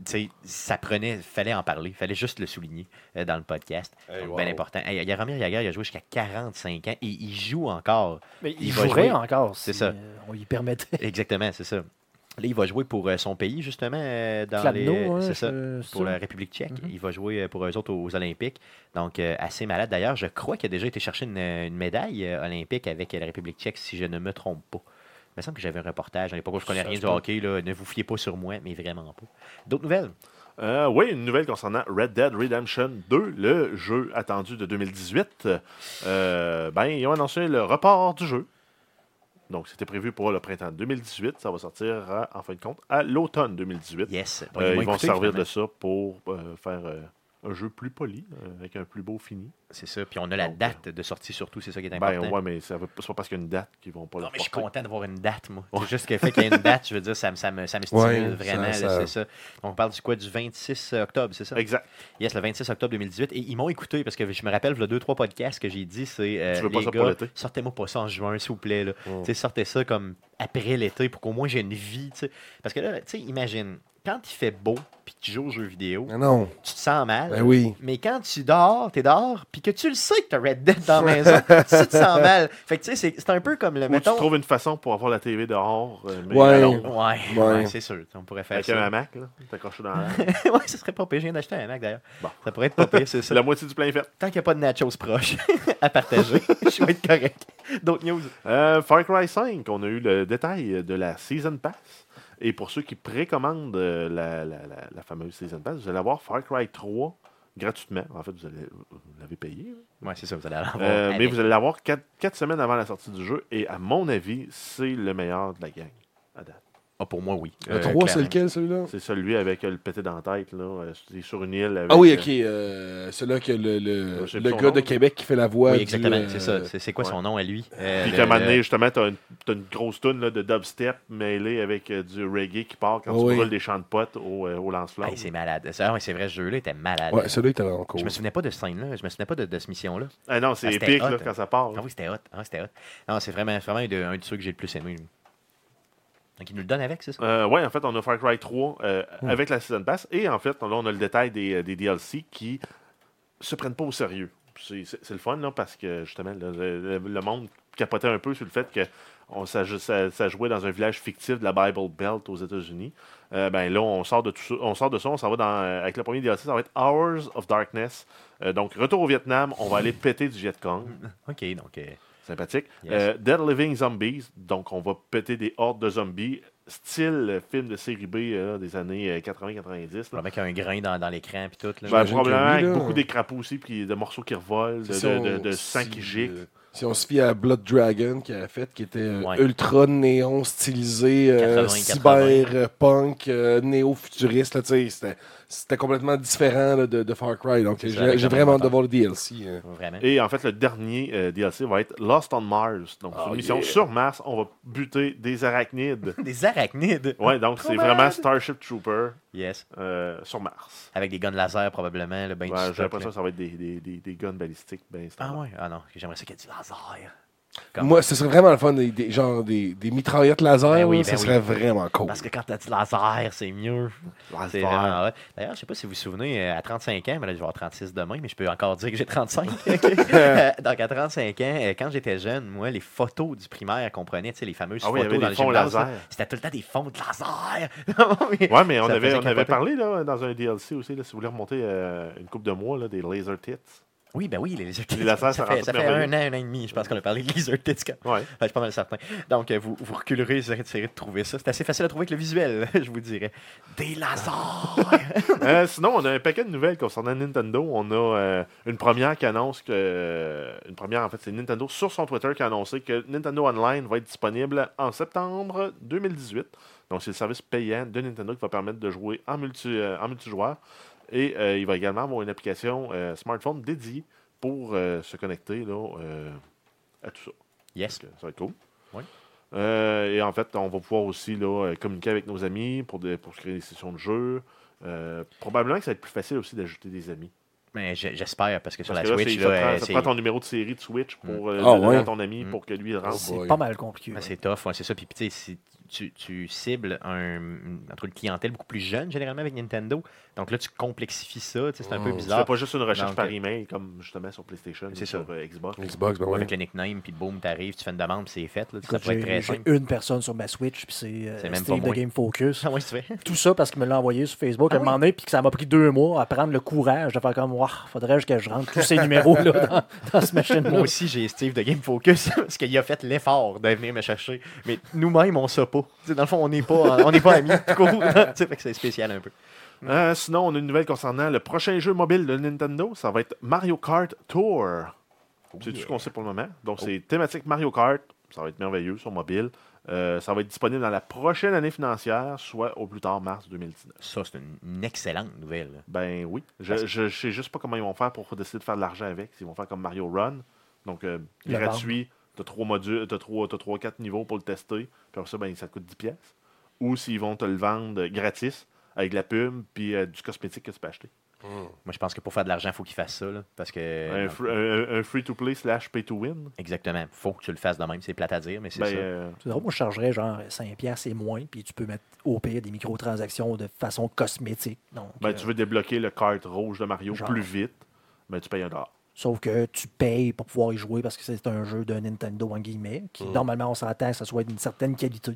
[SPEAKER 1] tu sais, ça prenait, fallait en parler, fallait juste le souligner euh, dans le podcast.
[SPEAKER 4] Hey,
[SPEAKER 1] Donc,
[SPEAKER 4] wow.
[SPEAKER 1] Bien important. Hey, Jaromir Jagr, il a joué jusqu'à 45 ans et il joue encore.
[SPEAKER 2] Mais
[SPEAKER 1] il
[SPEAKER 2] il
[SPEAKER 1] va
[SPEAKER 2] jouerait
[SPEAKER 1] jouer.
[SPEAKER 2] encore si
[SPEAKER 1] C'est ça.
[SPEAKER 2] euh, on lui permettait.
[SPEAKER 1] Exactement, c'est ça. Là, il va jouer pour euh, son pays, justement, euh, dans
[SPEAKER 2] Kladno,
[SPEAKER 1] les...
[SPEAKER 2] hein,
[SPEAKER 1] c'est ça,
[SPEAKER 2] je-
[SPEAKER 1] pour la République tchèque. Il va jouer euh, pour eux autres aux Olympiques. Donc, euh, assez malade. D'ailleurs, je crois qu'il a déjà été chercher une, une médaille euh, olympique avec euh, la République tchèque, si je ne me trompe pas. Il me semble que j'avais un reportage. À l'époque, où je connais
[SPEAKER 4] Ça
[SPEAKER 1] rien
[SPEAKER 4] se
[SPEAKER 1] du
[SPEAKER 4] peut.
[SPEAKER 1] hockey. Là, ne vous fiez pas sur moi, mais vraiment pas. D'autres nouvelles?
[SPEAKER 3] Euh, oui, une nouvelle concernant Red Dead Redemption 2, le jeu attendu de 2018. Euh, ben, ils ont annoncé le report du jeu. Donc, c'était prévu pour le printemps 2018. Ça va sortir, à- en fin de compte, à l'automne 2018.
[SPEAKER 1] Yes. Donc,
[SPEAKER 3] Euh, ils vont
[SPEAKER 1] écouté,
[SPEAKER 3] se servir de
[SPEAKER 1] finalement.
[SPEAKER 3] ça pour euh, faire euh, un jeu plus poli, euh, avec un plus beau fini.
[SPEAKER 1] C'est ça. Puis on a la
[SPEAKER 3] Donc,
[SPEAKER 1] date de sortie surtout, c'est ça qui est
[SPEAKER 3] Ben
[SPEAKER 1] important.
[SPEAKER 3] ouais, mais ça veut- c'est pas parce qu'il y a une date qu'ils vont pas le
[SPEAKER 1] Non, mais je suis
[SPEAKER 3] porter.
[SPEAKER 1] content d'avoir une date, moi. C'est juste le fait qu'il y ait une date, je veux dire, ça, me- ça me, ça me stimule
[SPEAKER 4] Ouais, ça-
[SPEAKER 1] vraiment,
[SPEAKER 4] ça-
[SPEAKER 1] là, c'est ça. On parle du quoi, du 26 octobre, c'est ça?
[SPEAKER 3] Exact.
[SPEAKER 1] Yes, le 26 octobre 2018. Et ils m'ont écouté, parce que je me rappelle, le 2-3 podcasts que j'ai dit, c'est, euh,
[SPEAKER 3] Tu veux pas
[SPEAKER 1] les
[SPEAKER 3] ça pour
[SPEAKER 1] gars,
[SPEAKER 3] l'été?
[SPEAKER 1] sortez-moi pas ça en juin, s'il vous plaît. Là.
[SPEAKER 4] Mm.
[SPEAKER 1] Tu sais, Sortez ça comme après l'été, pour qu'au moins j'ai une vie. tu sais. Parce que là, tu sais, imagine, quand il fait beau, puis que tu joues aux jeux vidéo,
[SPEAKER 4] Mais Ah non.
[SPEAKER 1] tu te sens mal.
[SPEAKER 4] Ben oui.
[SPEAKER 1] Mais quand tu dors, t'es dehors, puis que tu le sais que t'as Red Dead dans la maison, tu te sens mal. Fait que tu sais, c'est- c'est un peu comme le,
[SPEAKER 3] Ou tu
[SPEAKER 1] Ben, mettons...
[SPEAKER 3] trouves une façon pour avoir la TV dehors, euh, mais
[SPEAKER 4] Ouais.
[SPEAKER 3] à l'ombre.
[SPEAKER 1] Ouais,
[SPEAKER 4] Ouais.
[SPEAKER 1] ouais, c'est sûr. On pourrait faire
[SPEAKER 3] Avec un
[SPEAKER 1] ça.
[SPEAKER 3] hamac, là, t'accroches dans la...
[SPEAKER 1] ouais, ce serait pas pire. Je viens d'acheter un Mac d'ailleurs.
[SPEAKER 3] Bon.
[SPEAKER 1] Ça pourrait être pas pire, c'est ça.
[SPEAKER 3] C'est la moitié du plein fait.
[SPEAKER 1] Tant qu'il n'y a pas de nachos proches à partager, je vais être correct. D'autres news.
[SPEAKER 3] Euh, Far Cry 5, on a eu le détail de la Season Pass. Et pour ceux qui précommandent euh, la, la- la- la fameuse Season Pass, vous allez avoir Far Cry 3 gratuitement. En fait, vous, allez- vous l'avez payé. là.
[SPEAKER 1] Ouais, c'est ça, vous allez en avoir.
[SPEAKER 3] Euh, mais
[SPEAKER 1] avec.
[SPEAKER 3] vous allez l'avoir 4, semaines avant la sortie du jeu. Et à mon avis, c'est le meilleur de la gang. à date.
[SPEAKER 1] Ah, pour moi, oui.
[SPEAKER 4] Le
[SPEAKER 1] Euh,
[SPEAKER 4] 3, c'est
[SPEAKER 1] clairement.
[SPEAKER 4] lequel, celui-là?
[SPEAKER 3] C'est celui avec euh, le pété dans la tête. Là, euh, c'est sur une île. avec,
[SPEAKER 4] Ah oui,
[SPEAKER 3] euh,
[SPEAKER 4] ok. euh, celui-là que le, le,
[SPEAKER 3] Je sais
[SPEAKER 4] le
[SPEAKER 3] plus son
[SPEAKER 4] gars de
[SPEAKER 3] nom.
[SPEAKER 4] Québec qui fait la voix.
[SPEAKER 1] Oui,
[SPEAKER 4] du,
[SPEAKER 1] exactement.
[SPEAKER 4] euh,
[SPEAKER 1] C'est ça. C'est c'est quoi son nom à lui Euh,
[SPEAKER 3] Puis
[SPEAKER 1] le-
[SPEAKER 3] qu'à un moment donné,
[SPEAKER 1] le-
[SPEAKER 3] justement, t'as une, t'as une grosse toune là, de dubstep mêlée avec euh, du reggae qui part quand
[SPEAKER 4] Oui.
[SPEAKER 3] tu brûles des champs de potes au, euh, au lance-flamme.
[SPEAKER 1] Hey, c'est malade. C'est ah ouais, c'est vrai, ce jeu-là était malade.
[SPEAKER 4] Ouais, celui-là, il était en cours.
[SPEAKER 1] je me souvenais pas de ce scène-là. Je me souvenais pas de, de cette mission-là.
[SPEAKER 3] Ah non, c'est
[SPEAKER 1] Ah, c'était
[SPEAKER 3] épique
[SPEAKER 1] hot,
[SPEAKER 3] là,
[SPEAKER 1] hein.
[SPEAKER 3] quand ça part.
[SPEAKER 1] Ah oui, c'était hot. Ah, c'était hot. Non, c'est vraiment, vraiment un, de- un de ceux que j'ai le plus aimé. lui. Donc, il nous le donne avec, c'est Hmm. ça?
[SPEAKER 3] Euh, ouais, en fait, on a Far Cry 3 euh, avec la Season Pass. Et en fait, là, on a le détail des, des DLC qui se prennent pas au sérieux. C'est c'est- c'est le fun, là, parce que justement, le, le- le monde capotait un peu sur le fait que on, ça, ça- ça jouait dans un village fictif de la Bible Belt aux États-Unis. Euh, ben là, on sort de tout ça, on sort de ça, on s'en va dans. euh, avec le premier DLC, ça va être Hours of Darkness. Euh, donc, retour au Vietnam, on va aller péter du Viet Cong.
[SPEAKER 1] OK, donc... euh,
[SPEAKER 3] Sympathique.
[SPEAKER 1] Yes.
[SPEAKER 3] Euh, Dead Living Zombies, donc on va péter des hordes de zombies, style euh, film de série B euh, des années euh, 80-90. là.
[SPEAKER 1] Probablement qu'il y a un grain dans, dans l'écran puis tout. Là.
[SPEAKER 3] Ben,
[SPEAKER 4] Ah, j'imagine
[SPEAKER 3] probablement
[SPEAKER 4] que oui,
[SPEAKER 3] avec
[SPEAKER 4] là.
[SPEAKER 3] beaucoup d'écrapauds aussi, puis de morceaux qui revolent, de,
[SPEAKER 4] Si
[SPEAKER 3] de-
[SPEAKER 4] on-
[SPEAKER 3] de- de sang
[SPEAKER 4] si,
[SPEAKER 3] qui gicle.
[SPEAKER 4] euh, Si on se fie à Blood Dragon qui a fait, qui était euh,
[SPEAKER 1] Ouais.
[SPEAKER 4] ultra néon stylisé, euh,
[SPEAKER 1] 80,
[SPEAKER 4] cyber euh, punk, euh, néo-futuriste, là, tu sais, c'était- c'était complètement différent là, de, de Far Cry. Donc
[SPEAKER 1] C'est ça,
[SPEAKER 4] j'ai
[SPEAKER 1] avec
[SPEAKER 4] j'ai
[SPEAKER 1] un
[SPEAKER 4] vraiment hâte de
[SPEAKER 1] moteur.
[SPEAKER 4] voir le DLC. hein.
[SPEAKER 1] Vraiment.
[SPEAKER 3] Et en fait, le dernier euh, DLC va être Lost on Mars. Donc, c'est
[SPEAKER 4] Oh,
[SPEAKER 3] une mission
[SPEAKER 4] yeah.
[SPEAKER 3] sur Mars, on va buter des arachnides.
[SPEAKER 1] Des arachnides.
[SPEAKER 3] ouais, donc c'est
[SPEAKER 1] Trop
[SPEAKER 3] vraiment
[SPEAKER 1] malade.
[SPEAKER 3] Starship Trooper
[SPEAKER 1] Yes.
[SPEAKER 3] euh, sur Mars.
[SPEAKER 1] Avec des guns laser, probablement. Le bain
[SPEAKER 3] Ouais,
[SPEAKER 1] du
[SPEAKER 3] J'ai
[SPEAKER 1] stock, là.
[SPEAKER 3] l'impression que ça va être des, des, des, des guns balistiques. Ben,
[SPEAKER 1] Ah
[SPEAKER 3] standard.
[SPEAKER 1] ouais. Ah non, j'aimerais ça qu'il y ait du laser. Comme-
[SPEAKER 4] Moi, ce serait vraiment le fun, des, des- genre des, des mitraillettes laser,
[SPEAKER 1] Ben oui,
[SPEAKER 4] là,
[SPEAKER 1] ben
[SPEAKER 4] ça serait
[SPEAKER 1] oui.
[SPEAKER 4] vraiment cool.
[SPEAKER 1] Parce que quand t'as du laser, c'est mieux. C'est
[SPEAKER 3] Laser.
[SPEAKER 1] vraiment hot. D'ailleurs, je sais pas si vous vous souvenez, euh, à 35 ans, mais là, je vais avoir 36 demain, mais je peux encore dire que j'ai 35. ok? Euh, Donc, à 35 ans, euh, quand j'étais jeune, moi, les photos du primaire qu'on prenait, tu sais, les fameuses
[SPEAKER 3] Ah oui, il y
[SPEAKER 1] photos
[SPEAKER 3] avait
[SPEAKER 1] dans
[SPEAKER 3] des
[SPEAKER 1] les
[SPEAKER 3] fonds
[SPEAKER 1] gymnases,
[SPEAKER 3] laser.
[SPEAKER 1] là, c'était tout le temps des fonds de laser.
[SPEAKER 3] Ouais, mais on
[SPEAKER 1] Ça
[SPEAKER 3] avait,
[SPEAKER 1] faisait
[SPEAKER 3] on avait
[SPEAKER 1] capoter.
[SPEAKER 3] parlé là, dans un DLC aussi, là, si vous voulez remonter euh, une coupe de mois, là, des laser tits.
[SPEAKER 1] Oui, ben oui, les laser tits.
[SPEAKER 3] Les lasers, ça
[SPEAKER 1] ça
[SPEAKER 3] rend
[SPEAKER 1] fait,
[SPEAKER 3] tout
[SPEAKER 1] ça fait un
[SPEAKER 3] merveilleux.
[SPEAKER 1] an, un an et demi, je pense qu'on a parlé de laser tits. quand-
[SPEAKER 3] Ouais.
[SPEAKER 1] Ouais, Ben, je suis pas mal certain. Donc, euh, vous, vous reculerez, vous essayerez de trouver ça. C'est assez facile à trouver avec le visuel, je vous dirais. Des lasers!
[SPEAKER 3] Euh, sinon, on a un paquet de nouvelles concernant Nintendo. On a euh, une première qui annonce que. euh, une première, en fait, c'est Nintendo sur son Twitter qui a annoncé que Nintendo Online va être disponible en septembre 2018. Donc, c'est le service payant de Nintendo qui va permettre de jouer en, multi, euh, en multijoueur. Et euh, il va également avoir une application euh, smartphone dédiée pour euh, se connecter là, euh, à tout ça.
[SPEAKER 1] yes.
[SPEAKER 3] Fait que Ça va être cool.
[SPEAKER 1] Oui.
[SPEAKER 3] Euh, et en fait, on va pouvoir aussi là, euh, communiquer avec nos amis pour, des- pour se créer des sessions de jeu. Euh, probablement que ça va être plus facile aussi d'ajouter des amis.
[SPEAKER 1] Mais j- Ben, j'espère, parce que sur
[SPEAKER 3] Parce
[SPEAKER 1] la
[SPEAKER 3] que là,
[SPEAKER 1] Switch,
[SPEAKER 3] c'est- ça,
[SPEAKER 1] là,
[SPEAKER 3] prend,
[SPEAKER 1] euh,
[SPEAKER 3] ça
[SPEAKER 1] c'est
[SPEAKER 3] prend ton numéro de série de Switch pour euh,
[SPEAKER 4] Ah,
[SPEAKER 3] le donner
[SPEAKER 4] ouais.
[SPEAKER 3] à ton ami
[SPEAKER 1] Mm.
[SPEAKER 3] pour que lui il rentre.
[SPEAKER 2] C'est
[SPEAKER 4] Oh boy.
[SPEAKER 2] pas mal compliqué.
[SPEAKER 1] Ben,
[SPEAKER 2] ouais.
[SPEAKER 1] c'est tough, ouais, c'est ça. Puis, tu sais, si tu, tu cibles un, entre une clientèle beaucoup plus jeune, généralement, avec Nintendo. Donc là, tu complexifies ça. tu sais, C'est un peu
[SPEAKER 4] Mm.
[SPEAKER 3] Oh, Tu
[SPEAKER 1] bizarre.
[SPEAKER 3] fais pas juste une recherche
[SPEAKER 1] Donc,
[SPEAKER 3] par
[SPEAKER 1] euh,
[SPEAKER 3] email comme justement sur PlayStation
[SPEAKER 1] C'est
[SPEAKER 3] ou sur
[SPEAKER 1] ça.
[SPEAKER 3] euh, Xbox.
[SPEAKER 4] Xbox, ben
[SPEAKER 1] Ouais,
[SPEAKER 4] ouais.
[SPEAKER 1] Avec le nickname, puis boum, t'arrives, tu fais une demande, puis c'est fait. Là, Tu sais, ça
[SPEAKER 2] Écoute,
[SPEAKER 1] pourrait être
[SPEAKER 2] J'ai
[SPEAKER 1] très
[SPEAKER 2] j'ai
[SPEAKER 1] simple.
[SPEAKER 2] une personne sur ma Switch, puis c'est euh,
[SPEAKER 1] C'est même pas
[SPEAKER 2] Steve de
[SPEAKER 1] moi.
[SPEAKER 2] Game Focus.
[SPEAKER 1] Ah ouais, tu fais.
[SPEAKER 2] Tout ça parce qu'il me l'a envoyé sur Facebook à
[SPEAKER 1] Ah
[SPEAKER 2] un moment donné, puis que ça m'a pris deux mois à prendre le courage de faire comme, waouh, faudrait que je rentre tous ces numéros là, dans, dans ce
[SPEAKER 1] Moi
[SPEAKER 2] machine-là.
[SPEAKER 1] aussi, j'ai Steve de Game Focus parce qu'il a fait l'effort de venir me chercher. Mais nous-mêmes, on sait pas. Tu sais, dans le fond, on n'est pas, euh, on n'est pas amis. tout court. Tu sais, fait que c'est spécial un peu.
[SPEAKER 3] Euh, sinon, on a une nouvelle concernant le prochain jeu mobile de Nintendo. Ça va être Mario Kart Tour. C'est tout ce qu'on sait pour le moment. Donc, c'est thématique Mario Kart. Ça va être merveilleux sur mobile. Euh, ça va être disponible dans la prochaine année financière, soit au plus tard mars 2019.
[SPEAKER 1] Ça, c'est une, une excellente nouvelle.
[SPEAKER 3] Ben oui.
[SPEAKER 1] Parce-
[SPEAKER 3] Je, je, je sais juste pas comment ils vont faire pour décider de faire de l'argent avec. Ils vont faire comme Mario Run. Donc, euh,
[SPEAKER 2] Le
[SPEAKER 3] gratuit, tu as trois modules, t'as trois, t'as trois, quatre niveaux pour le tester. Puis après ça, ben, ça te coûte 10 pièces. Ou s'ils vont te le vendre euh, gratis avec de la pub puis euh, du cosmétique que tu peux acheter.
[SPEAKER 1] Moi, je pense que pour faire de l'argent, il faut qu'il fasse ça. là, parce que.
[SPEAKER 3] un, fr- un- un free-to-play slash pay-to-win.
[SPEAKER 1] Exactement. Faut que tu le fasses de même. C'est plate à dire, mais c'est
[SPEAKER 3] Ben,
[SPEAKER 1] ça.
[SPEAKER 3] euh,
[SPEAKER 2] C'est drôle, moi je chargerais genre 5$ piastres et moins, puis tu peux mettre au pire des microtransactions de façon cosmétique. Donc,
[SPEAKER 3] ben,
[SPEAKER 2] euh,
[SPEAKER 3] tu veux débloquer le carte rouge de Mario
[SPEAKER 2] Genre.
[SPEAKER 3] plus vite, mais tu payes un dollar.
[SPEAKER 2] Sauf que tu payes pour pouvoir y jouer parce que c'est un jeu de Nintendo en guillemets, qui
[SPEAKER 1] Mm.
[SPEAKER 2] normalement on s'entend que ça soit d'une certaine qualité.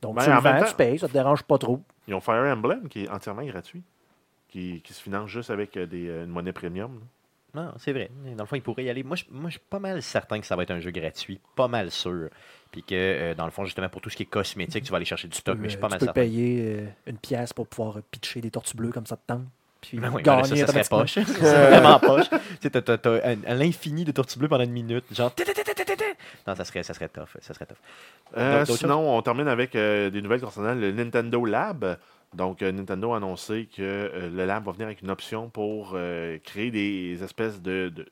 [SPEAKER 2] Donc
[SPEAKER 3] Ben,
[SPEAKER 2] tu le
[SPEAKER 3] en même
[SPEAKER 2] vends,
[SPEAKER 3] temps-
[SPEAKER 2] tu payes, ça te dérange pas trop.
[SPEAKER 3] Ils ont Fire Emblem qui est entièrement gratuit, qui, qui se finance juste avec euh, des, euh, une monnaie premium. là.
[SPEAKER 1] Non, c'est vrai. Dans le fond, il pourrait y aller. Moi, je, moi, je suis pas mal certain que ça va être un jeu gratuit. Pas mal sûr. Puis que, euh, dans le fond, justement, pour tout ce qui est cosmétique, tu vas aller chercher du stock. Mais je suis
[SPEAKER 2] Euh,
[SPEAKER 1] pas
[SPEAKER 2] tu
[SPEAKER 1] mal
[SPEAKER 2] peux
[SPEAKER 1] certain.
[SPEAKER 2] payer euh, une pièce pour pouvoir euh, pitcher des tortues bleues comme ça de temps. Puis
[SPEAKER 1] Ben oui, mais là,
[SPEAKER 2] gagner
[SPEAKER 1] ça, ça serait
[SPEAKER 2] automatiquement.
[SPEAKER 1] poche. Ça serait vraiment poche. Tu sais, t'as- t'as t'as un- à l'infini de tortue bleue pendant une minute. Genre. té, té, té, té, té, té, té. Non, ça serait, ça serait tough. Ça serait tough.
[SPEAKER 3] Euh,
[SPEAKER 1] D'autres choses?
[SPEAKER 3] sinon, on termine avec euh, des nouvelles concernant le Nintendo Lab. Donc, euh, Nintendo a annoncé que euh, le Lab va venir avec une option pour euh, créer des espèces de, de-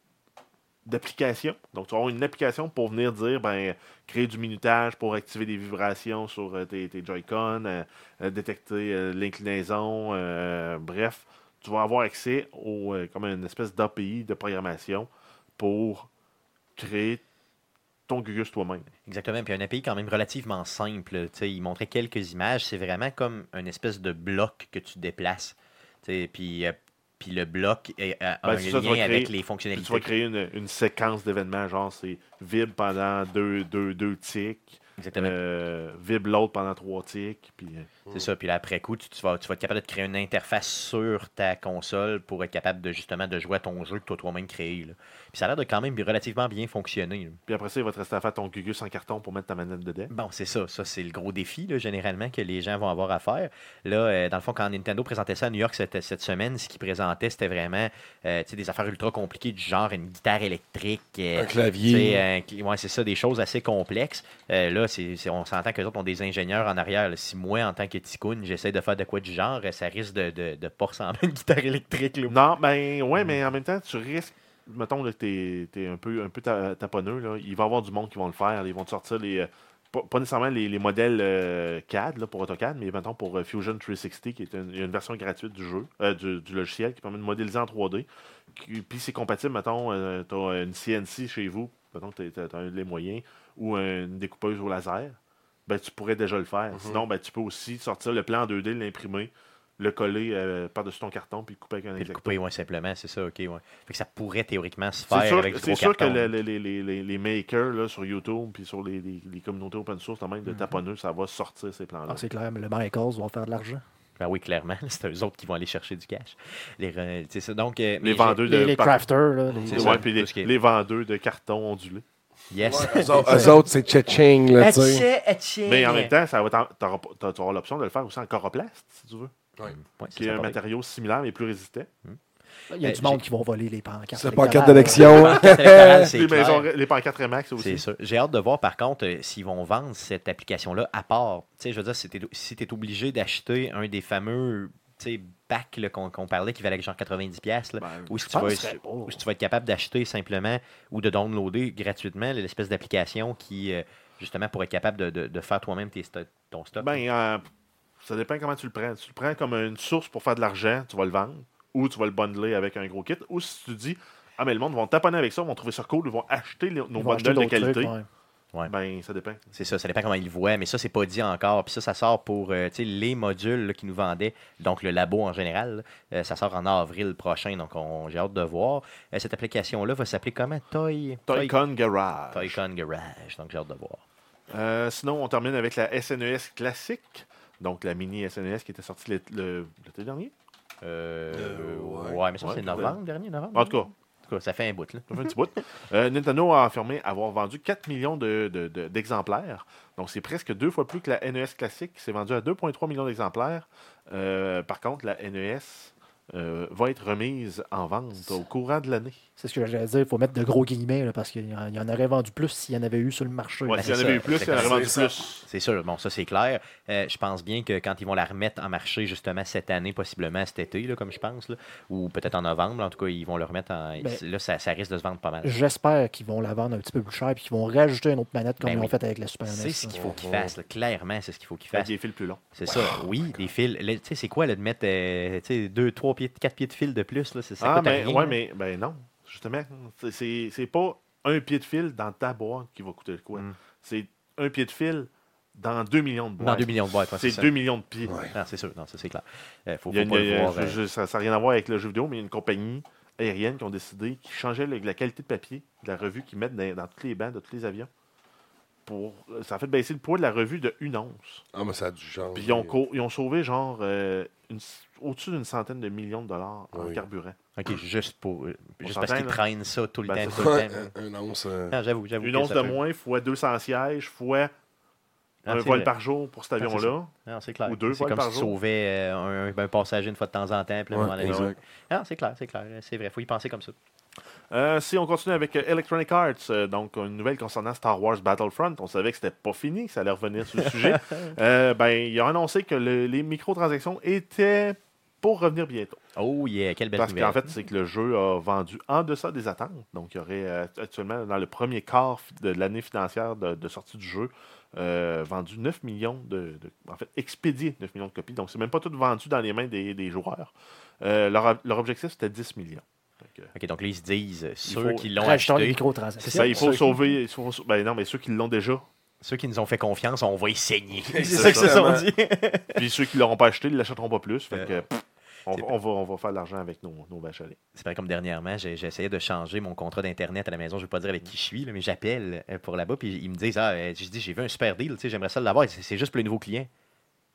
[SPEAKER 3] d'applications. Donc, tu vas avoir une application pour venir dire, ben, créer du minutage pour activer des vibrations sur euh, tes, tes Joy-Con, euh, euh, détecter euh, l'inclinaison, euh, bref. Tu vas avoir accès au, euh, comme une espèce d'API de programmation pour créer ton Gugus toi-même.
[SPEAKER 1] Exactement. Puis un API quand même relativement simple. Tu sais, Il montrait quelques images. C'est vraiment comme une espèce de bloc que tu déplaces. Tu sais, Puis, euh, puis le bloc est, a a
[SPEAKER 3] Ben,
[SPEAKER 1] un
[SPEAKER 3] c'est ça, tu
[SPEAKER 1] lien
[SPEAKER 3] vas
[SPEAKER 1] avec
[SPEAKER 3] créer-
[SPEAKER 1] les
[SPEAKER 3] Puis
[SPEAKER 1] fonctionnalités.
[SPEAKER 3] tu vas créer une, une séquence d'événements, genre c'est vibre pendant deux, deux, deux tics,
[SPEAKER 1] Exactement.
[SPEAKER 3] euh, vibre l'autre pendant trois tics, puis euh,
[SPEAKER 1] C'est ça. Puis là, après coup, tu, tu vas, tu vas être capable de te créer une interface sur ta console pour être capable de justement de jouer à ton jeu que toi toi-même créé. là. Puis ça a l'air de quand même relativement bien fonctionner. là.
[SPEAKER 3] puis après ça, il va te rester à faire ton gugus en carton pour mettre ta manette dedans.
[SPEAKER 1] Bon, c'est ça. Ça, c'est le gros défi, là, généralement, que les gens vont avoir à faire. Là, euh, dans le fond, quand Nintendo présentait ça à New York cette, cette semaine, ce qu'ils présentaient, c'était vraiment euh, tu sais, des affaires ultra compliquées du genre une guitare électrique. euh,
[SPEAKER 4] Un
[SPEAKER 1] tu sais,
[SPEAKER 4] clavier.
[SPEAKER 1] un cl- ouais, c'est ça, des choses assez complexes. Euh, là, c'est, c'est- on s'entend que les autres ont des ingénieurs en arrière. là. Si moi, en tant que ticoun, j'essaie de faire de quoi du genre, euh, ça risque de, de, de pas ressembler à une guitare électrique. là.
[SPEAKER 3] Non, ben ouais, mais en même temps, tu risques, mettons là, que t'es, t'es un peu, un peu ta- taponneux, là, il va y avoir du monde qui vont le faire, ils vont te sortir les. euh, Pas, pas nécessairement les, les modèles euh, CAD là, pour AutoCAD, mais mettons pour euh, Fusion 360, qui est une, une version gratuite du jeu, euh, du, du logiciel qui permet de modéliser en 3D. qui- Puis c'est compatible, mettons, euh, t'as une CNC chez vous, mettons que t'as, t'as un- les moyens, ou une découpeuse au laser, ben tu pourrais déjà le faire.
[SPEAKER 1] Mhm.
[SPEAKER 3] Sinon, ben tu peux aussi sortir le plan en 2D, l'imprimer, le coller euh, par-dessus ton carton, puis le couper avec un
[SPEAKER 1] Puis le
[SPEAKER 3] exacto.
[SPEAKER 1] couper, ouais, simplement, c'est ça, ok. ouais. Fait que ça pourrait théoriquement se faire
[SPEAKER 3] C'est sûr,
[SPEAKER 1] avec du
[SPEAKER 3] c'est
[SPEAKER 1] gros
[SPEAKER 3] sûr que
[SPEAKER 1] carton.
[SPEAKER 3] le- le- les, les- les- les makers là, sur YouTube puis sur les, les- les communautés open source, quand même
[SPEAKER 1] Mhm.
[SPEAKER 3] de taponneux, ça va sortir ces plans-là.
[SPEAKER 2] Ah, c'est clair, mais le Michaels va faire de l'argent.
[SPEAKER 1] Ben oui, clairement. C'est eux autres qui vont aller chercher du cash. Les, re- tu sais ça, donc, euh, mais
[SPEAKER 3] les vendeurs
[SPEAKER 2] Les,
[SPEAKER 3] de
[SPEAKER 2] les
[SPEAKER 3] par-
[SPEAKER 2] crafters, là, les-
[SPEAKER 1] C'est
[SPEAKER 3] Ouais,
[SPEAKER 1] ça,
[SPEAKER 3] puis les,
[SPEAKER 1] tout ce qui est-
[SPEAKER 3] les vendeurs de carton ondulé.
[SPEAKER 1] j'ai- Yes.
[SPEAKER 4] Eux autres- Ah, eux autres, c'est Cheching, là, tu sais.
[SPEAKER 3] Mais en même temps, ça va t'en- t'auras pas- t'as- tu vas avoir l'option de le faire aussi en coroplast, si tu veux,
[SPEAKER 1] Ouais, c'est
[SPEAKER 3] qui est un
[SPEAKER 1] sympa.
[SPEAKER 3] matériau similaire mais plus résistant.
[SPEAKER 2] il y a
[SPEAKER 1] Euh,
[SPEAKER 2] du monde qui vont voler les pancartes.
[SPEAKER 4] C'est
[SPEAKER 2] les
[SPEAKER 4] pas en carte
[SPEAKER 2] camarades.
[SPEAKER 4] d'élection.
[SPEAKER 1] Par contre, électoral, c'est
[SPEAKER 3] Les,
[SPEAKER 1] clair.
[SPEAKER 3] maisons, les pancartes Remax
[SPEAKER 1] C'est
[SPEAKER 3] aussi.
[SPEAKER 1] ça. J'ai hâte de voir, par contre, euh, s'ils vont vendre cette application-là à part. Tu sais, je veux dire, si tu es, obligé d'acheter un des fameux tu sais, packs là, qu'on qu'on parlait qui valait genre 90$, piastres, là,
[SPEAKER 3] Ben,
[SPEAKER 1] ou, si tu vas,
[SPEAKER 2] penserais pas.
[SPEAKER 1] ou si tu vas être capable d'acheter simplement ou de downloader gratuitement l'espèce d'application qui, euh, justement, pour être capable de, de- de faire toi-même tes sto- ton stock.
[SPEAKER 3] Ben, euh, ça dépend comment tu le prends. Tu le prends comme une source pour faire de l'argent, tu vas le vendre, ou tu vas le bundler avec un gros kit, ou si tu dis, ah, mais le monde vont taponner avec ça, vont trouver ça cool, ils vont acheter les- nos
[SPEAKER 2] Ils vont acheter
[SPEAKER 3] bundles de
[SPEAKER 2] d'autres trucs,
[SPEAKER 3] qualité.
[SPEAKER 2] ouais.
[SPEAKER 1] ouais.
[SPEAKER 3] Ben, ça dépend.
[SPEAKER 1] C'est ça, ça dépend comment ils le voient, mais ça, c'est pas dit encore. Puis ça, ça sort pour euh, tu sais, les modules là, qui nous vendaient, donc le labo en général. là, euh, ça sort en avril prochain, donc on, j'ai hâte de voir. Euh, cette application-là va s'appeler comment Toy...
[SPEAKER 3] Toy-Con Garage.
[SPEAKER 1] Toycon Garage, donc j'ai hâte de voir.
[SPEAKER 3] Euh, sinon, on termine avec la SNES classique, donc la mini SNES qui était sortie le- le- l'été dernier.
[SPEAKER 1] Euh,
[SPEAKER 4] Euh,
[SPEAKER 1] ouais.
[SPEAKER 4] ouais.
[SPEAKER 1] mais ça,
[SPEAKER 3] Ouais,
[SPEAKER 1] c'est
[SPEAKER 3] tout
[SPEAKER 1] novembre dernier, novembre.
[SPEAKER 3] En tout cas,
[SPEAKER 1] En tout cas, ça fait un bout, là.
[SPEAKER 3] Ça fait un petit bout. Euh, Nintendo a affirmé avoir vendu 4 millions de- de- de- d'exemplaires. Donc, c'est presque deux fois plus que E la NES classique qui s'est vendue à 2,3 millions d'exemplaires. Euh, par contre, la NES euh, va être remise en vente au courant de l'année.
[SPEAKER 2] C'est ce que j'allais dire. Il faut mettre de gros guillemets là, parce qu'il y en il y en aurait vendu plus s'il y en avait eu sur le marché.
[SPEAKER 3] Ouais, S'il y en
[SPEAKER 1] c'est
[SPEAKER 3] avait
[SPEAKER 1] ça,
[SPEAKER 3] eu plus, il y en
[SPEAKER 1] exactement.
[SPEAKER 3] aurait vendu
[SPEAKER 4] C'est
[SPEAKER 3] plus.
[SPEAKER 1] C'est sûr, bon, ça c'est clair. Euh, je pense bien que quand ils vont la remettre en marché, justement cette année, possiblement cet été, là, comme je pense, là, ou peut-être en novembre, en tout cas, ils vont le remettre en.
[SPEAKER 2] Ben-
[SPEAKER 1] là, ça, ça risque de se vendre pas mal.
[SPEAKER 2] J'espère qu'ils vont la vendre un petit peu plus cher et qu'ils vont rajouter une autre manette comme
[SPEAKER 1] Ben
[SPEAKER 2] ils
[SPEAKER 1] oui.
[SPEAKER 2] ont fait avec la Super NES.
[SPEAKER 1] C'est ce
[SPEAKER 2] là.
[SPEAKER 1] qu'il faut qu'ils fassent, là. clairement, c'est ce qu'il faut qu'ils
[SPEAKER 3] Fait
[SPEAKER 1] fassent.
[SPEAKER 3] qu'il est fil plus long.
[SPEAKER 1] C'est
[SPEAKER 3] Ah,
[SPEAKER 1] ça, oui, des fils. Le- Tu sais, c'est quoi, là, de mettre euh, tu sais, deux, trois pieds, quatre pieds de fil de plus, là, ça, ça
[SPEAKER 3] Ah,
[SPEAKER 1] coûte
[SPEAKER 3] mais,
[SPEAKER 1] rien.
[SPEAKER 3] ouais, mais ben non, justement. C'est- C'est c'est pas un pied de fil dans ta boîte qui va coûter le quoi.
[SPEAKER 1] Mm.
[SPEAKER 3] C'est un pied de fil dans 2 millions de
[SPEAKER 1] Dans
[SPEAKER 3] boîtes.
[SPEAKER 1] 2 millions de boîtes, ouais, c'est
[SPEAKER 3] C'est
[SPEAKER 1] ça.
[SPEAKER 3] 2 millions de pieds.
[SPEAKER 1] Non, c'est sûr, non, ça c'est clair. Euh, faut,
[SPEAKER 3] Il y a
[SPEAKER 1] faut
[SPEAKER 3] une-
[SPEAKER 1] pas
[SPEAKER 3] il y
[SPEAKER 1] le
[SPEAKER 3] a-
[SPEAKER 1] voir.
[SPEAKER 3] je-
[SPEAKER 1] euh,
[SPEAKER 3] je- ça n'a rien à voir avec le jeu vidéo, mais il y a une compagnie aérienne qui ont décidé, qui changeait le- la qualité de papier de la revue qu'ils mettent dans, dans tous les bancs de tous les avions. Pour, ça a fait baisser le poids de la revue de une once.
[SPEAKER 4] Ah, mais ça a du genre.
[SPEAKER 3] Puis ils ont, co- ils ont sauvé genre euh, une- au-dessus d'une centaine de millions de dollars en
[SPEAKER 4] Oui.
[SPEAKER 3] carburant.
[SPEAKER 1] Ok, juste, pour, euh,
[SPEAKER 3] On
[SPEAKER 1] juste parce
[SPEAKER 3] s'entend,
[SPEAKER 1] qu'ils
[SPEAKER 3] là.
[SPEAKER 1] traînent ça tout le
[SPEAKER 3] Ben,
[SPEAKER 1] temps,
[SPEAKER 3] c'est
[SPEAKER 1] tout
[SPEAKER 4] Ouais,
[SPEAKER 1] le temps.
[SPEAKER 4] un- un once. euh,
[SPEAKER 1] Non, J'avoue, j'avoue.
[SPEAKER 3] Une
[SPEAKER 1] que
[SPEAKER 3] once
[SPEAKER 1] ça
[SPEAKER 3] de
[SPEAKER 1] peut-
[SPEAKER 3] moins fois 200 sièges fois
[SPEAKER 1] Ah, c'est
[SPEAKER 3] un vol
[SPEAKER 1] vrai. Ah,
[SPEAKER 3] par jour pour cet
[SPEAKER 1] c'est
[SPEAKER 3] avion-là.
[SPEAKER 1] Non, c'est clair.
[SPEAKER 3] Ou deux
[SPEAKER 1] c'est
[SPEAKER 3] vols
[SPEAKER 1] comme
[SPEAKER 3] par
[SPEAKER 1] si tu
[SPEAKER 3] jour.
[SPEAKER 1] sauvais euh, un, un passager une fois de temps en temps. Puis là, à un moment
[SPEAKER 4] ouais,
[SPEAKER 1] donné, ouais.
[SPEAKER 4] exact.
[SPEAKER 1] Non, c'est clair, c'est clair. C'est vrai, faut y penser comme ça.
[SPEAKER 3] Euh, si on continue avec euh, Electronic Arts, euh, donc une nouvelle concernant Star Wars Battlefront, on savait que c'était pas fini, que ça allait revenir sur le sujet. Euh, ben, il a annoncé que le- les microtransactions étaient pour revenir bientôt.
[SPEAKER 1] Oh yeah, quelle belle
[SPEAKER 3] Parce
[SPEAKER 1] nouvelle.
[SPEAKER 3] qu'en fait, c'est que le jeu a vendu en deçà des attentes. Donc, il y aurait euh, actuellement, dans le premier quart fi- de l'année financière de, de sortie du jeu, euh, vendu 9 millions de, de- En fait, expédié 9 millions de copies. Donc, c'est même pas tout vendu dans les mains des, des joueurs. Euh, leur, leur objectif, c'était 10 millions. Donc, euh,
[SPEAKER 1] Ok, donc là, ils se disent, euh, ceux
[SPEAKER 3] faut
[SPEAKER 1] qui l'ont
[SPEAKER 2] Rajoutant les
[SPEAKER 1] acheté,
[SPEAKER 2] microtransactions.
[SPEAKER 1] C'est
[SPEAKER 3] Ben, il faut
[SPEAKER 1] Ceux
[SPEAKER 3] sauver. il faut- ben non, mais ceux qui l'ont déjà.
[SPEAKER 1] ceux qui nous ont fait confiance, on va y saigner. c'est
[SPEAKER 4] ça
[SPEAKER 1] ça
[SPEAKER 4] que
[SPEAKER 1] qu'ils se
[SPEAKER 4] se sont
[SPEAKER 1] sont dit.
[SPEAKER 3] Puis ceux qui ne l'auront pas acheté, ils ne l'achèteront pas plus. Fait que,
[SPEAKER 1] Euh,
[SPEAKER 3] pff, on,
[SPEAKER 1] c'est-
[SPEAKER 3] on va, on va faire de l'argent avec nos, nos vaches à lait.
[SPEAKER 1] C'est pareil comme dernièrement, j'ai j'ai essayé de changer mon contrat d'Internet à la maison. Je ne veux pas dire avec qui je suis, là, mais j'appelle euh, pour là-bas. Puis ils me disent Ah, euh, je dis, j'ai vu un super deal, tu sais, j'aimerais ça l'avoir. C'est c'est juste pour les nouveaux clients.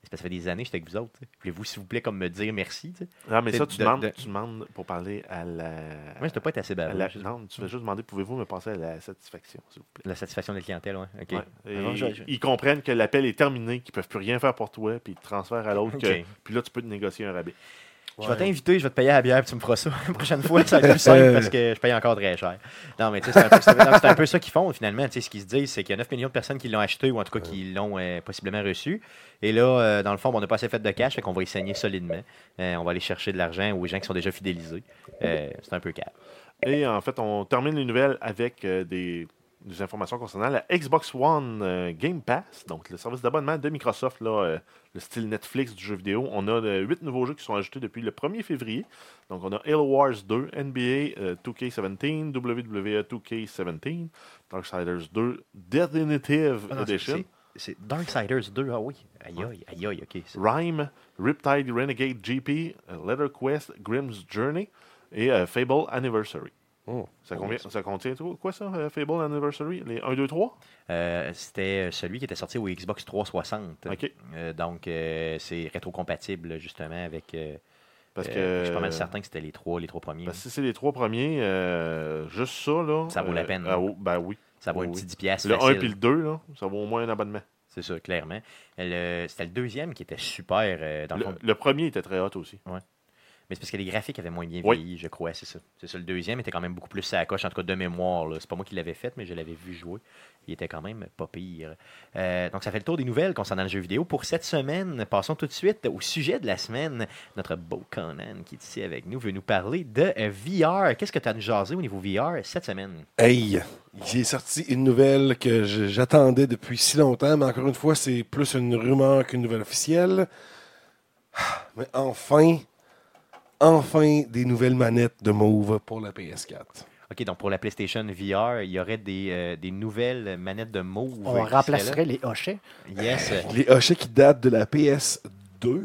[SPEAKER 1] C'est parce que ça fait des années que j'étais avec vous autres. tu sais. Voulez-vous, s'il vous plaît, comme me dire merci tu sais?
[SPEAKER 3] Non, mais
[SPEAKER 1] C'est
[SPEAKER 3] ça, tu,
[SPEAKER 1] de-
[SPEAKER 3] demandes,
[SPEAKER 1] de-
[SPEAKER 3] tu demandes pour parler à la.
[SPEAKER 1] Moi, je dois pas être assez
[SPEAKER 3] à
[SPEAKER 1] baveux.
[SPEAKER 3] la-
[SPEAKER 1] je-
[SPEAKER 3] non, tu vas juste demander pouvez-vous me passer à la satisfaction, s'il vous plaît.
[SPEAKER 1] La satisfaction de la clientèle, ouais. OK.
[SPEAKER 3] Ouais. Et
[SPEAKER 1] Alors, je- je-
[SPEAKER 3] Ils comprennent que l'appel est terminé, qu'ils ne peuvent plus rien faire pour toi, puis ils te transfèrent à l'autre. que-
[SPEAKER 1] Ok.
[SPEAKER 3] Puis là, tu peux te négocier un rabais.
[SPEAKER 1] Je vais t'inviter, je vais te payer à la bière, puis tu me feras ça la prochaine fois. Ça va être plus simple parce que je paye encore très cher. Non, mais tu sais, c'est un, peu- c'est- non, c'est un peu ça qu'ils font finalement. Tu sais, ce qu'ils se disent, c'est qu'il y a 9 millions de personnes qui l'ont acheté ou en tout cas qui l'ont euh, possiblement reçu. Et là, euh, dans le fond, bon, on n'a pas assez fait de cash, fait qu'on va y saigner solidement. Euh, on va aller chercher de l'argent aux gens qui sont déjà fidélisés. Euh, c'est un peu calme.
[SPEAKER 3] Et en fait, on termine les nouvelles avec euh, des, des informations concernant la Xbox One euh, Game Pass, donc le service d'abonnement de Microsoft, là, euh, le style Netflix du jeu vidéo. On a euh, huit nouveaux jeux qui sont ajoutés depuis le 1er février. Donc, on a Halo Wars 2, NBA euh, 2K17, WWE 2K17, Darksiders 2, Definitive Edition,
[SPEAKER 1] Ah C'est Darksiders 2, ah oui. Aïe aïe, aïe aïe, ok. C'est-
[SPEAKER 3] Rhyme, Riptide Renegade GP, euh, Leather Quest, Grimm's Journey et euh, Fable Anniversary.
[SPEAKER 4] Oh.
[SPEAKER 3] Ça, convient- ça contient tout- quoi ça, euh, Fable Anniversary Les 1, 2, 3
[SPEAKER 1] Euh, C'était celui qui était sorti au Xbox 360.
[SPEAKER 3] Ok.
[SPEAKER 1] Euh, donc, euh, c'est rétrocompatible justement avec. euh,
[SPEAKER 3] Parce que.
[SPEAKER 1] Euh, je suis pas mal certain que c'était les trois, les trois premiers.
[SPEAKER 3] parce que si c'est les trois premiers, euh, juste ça, là.
[SPEAKER 1] Ça vaut
[SPEAKER 3] euh,
[SPEAKER 1] la peine.
[SPEAKER 3] ah, oh, ben oui.
[SPEAKER 1] ça vaut
[SPEAKER 3] oui,
[SPEAKER 1] un
[SPEAKER 3] oui.
[SPEAKER 1] petit 10 piastres
[SPEAKER 3] Le 1
[SPEAKER 1] facile.
[SPEAKER 3] puis le 2, là, ça vaut au moins un abonnement.
[SPEAKER 1] C'est ça, clairement. Le- C'était le deuxième qui était super, euh, dans le,
[SPEAKER 3] Le,
[SPEAKER 1] fond.
[SPEAKER 3] le premier était très hot aussi.
[SPEAKER 1] Mais c'est parce que les graphiques avaient moins bien
[SPEAKER 3] Oui.
[SPEAKER 1] vieilli, je crois, c'est ça. C'est ça, le deuxième était quand même beaucoup plus à la coche, en tout cas de mémoire. là. C'est pas moi qui l'avais fait, mais je l'avais vu jouer. Il était quand même pas pire. Euh, donc, ça fait le tour des nouvelles concernant le jeu vidéo. Pour cette semaine, passons tout de suite au sujet de la semaine. Notre beau Conan, qui est ici avec nous, veut nous parler de euh, VR. Qu'est-ce que tu as à nous jaser au niveau VR cette semaine?
[SPEAKER 4] Hey, j'ai sorti une nouvelle que je- j'attendais depuis si longtemps, mais encore une fois, c'est plus une rumeur qu'une nouvelle officielle. Ah, Mais enfin, enfin des nouvelles manettes de Move pour la PS4.
[SPEAKER 1] OK, donc pour la PlayStation VR, il y aurait des, euh, des nouvelles manettes de Move.
[SPEAKER 2] On
[SPEAKER 1] euh, qui
[SPEAKER 2] remplacerait les hochets.
[SPEAKER 1] seraient là. Yes. euh,
[SPEAKER 4] Les hochets qui datent de la PS2,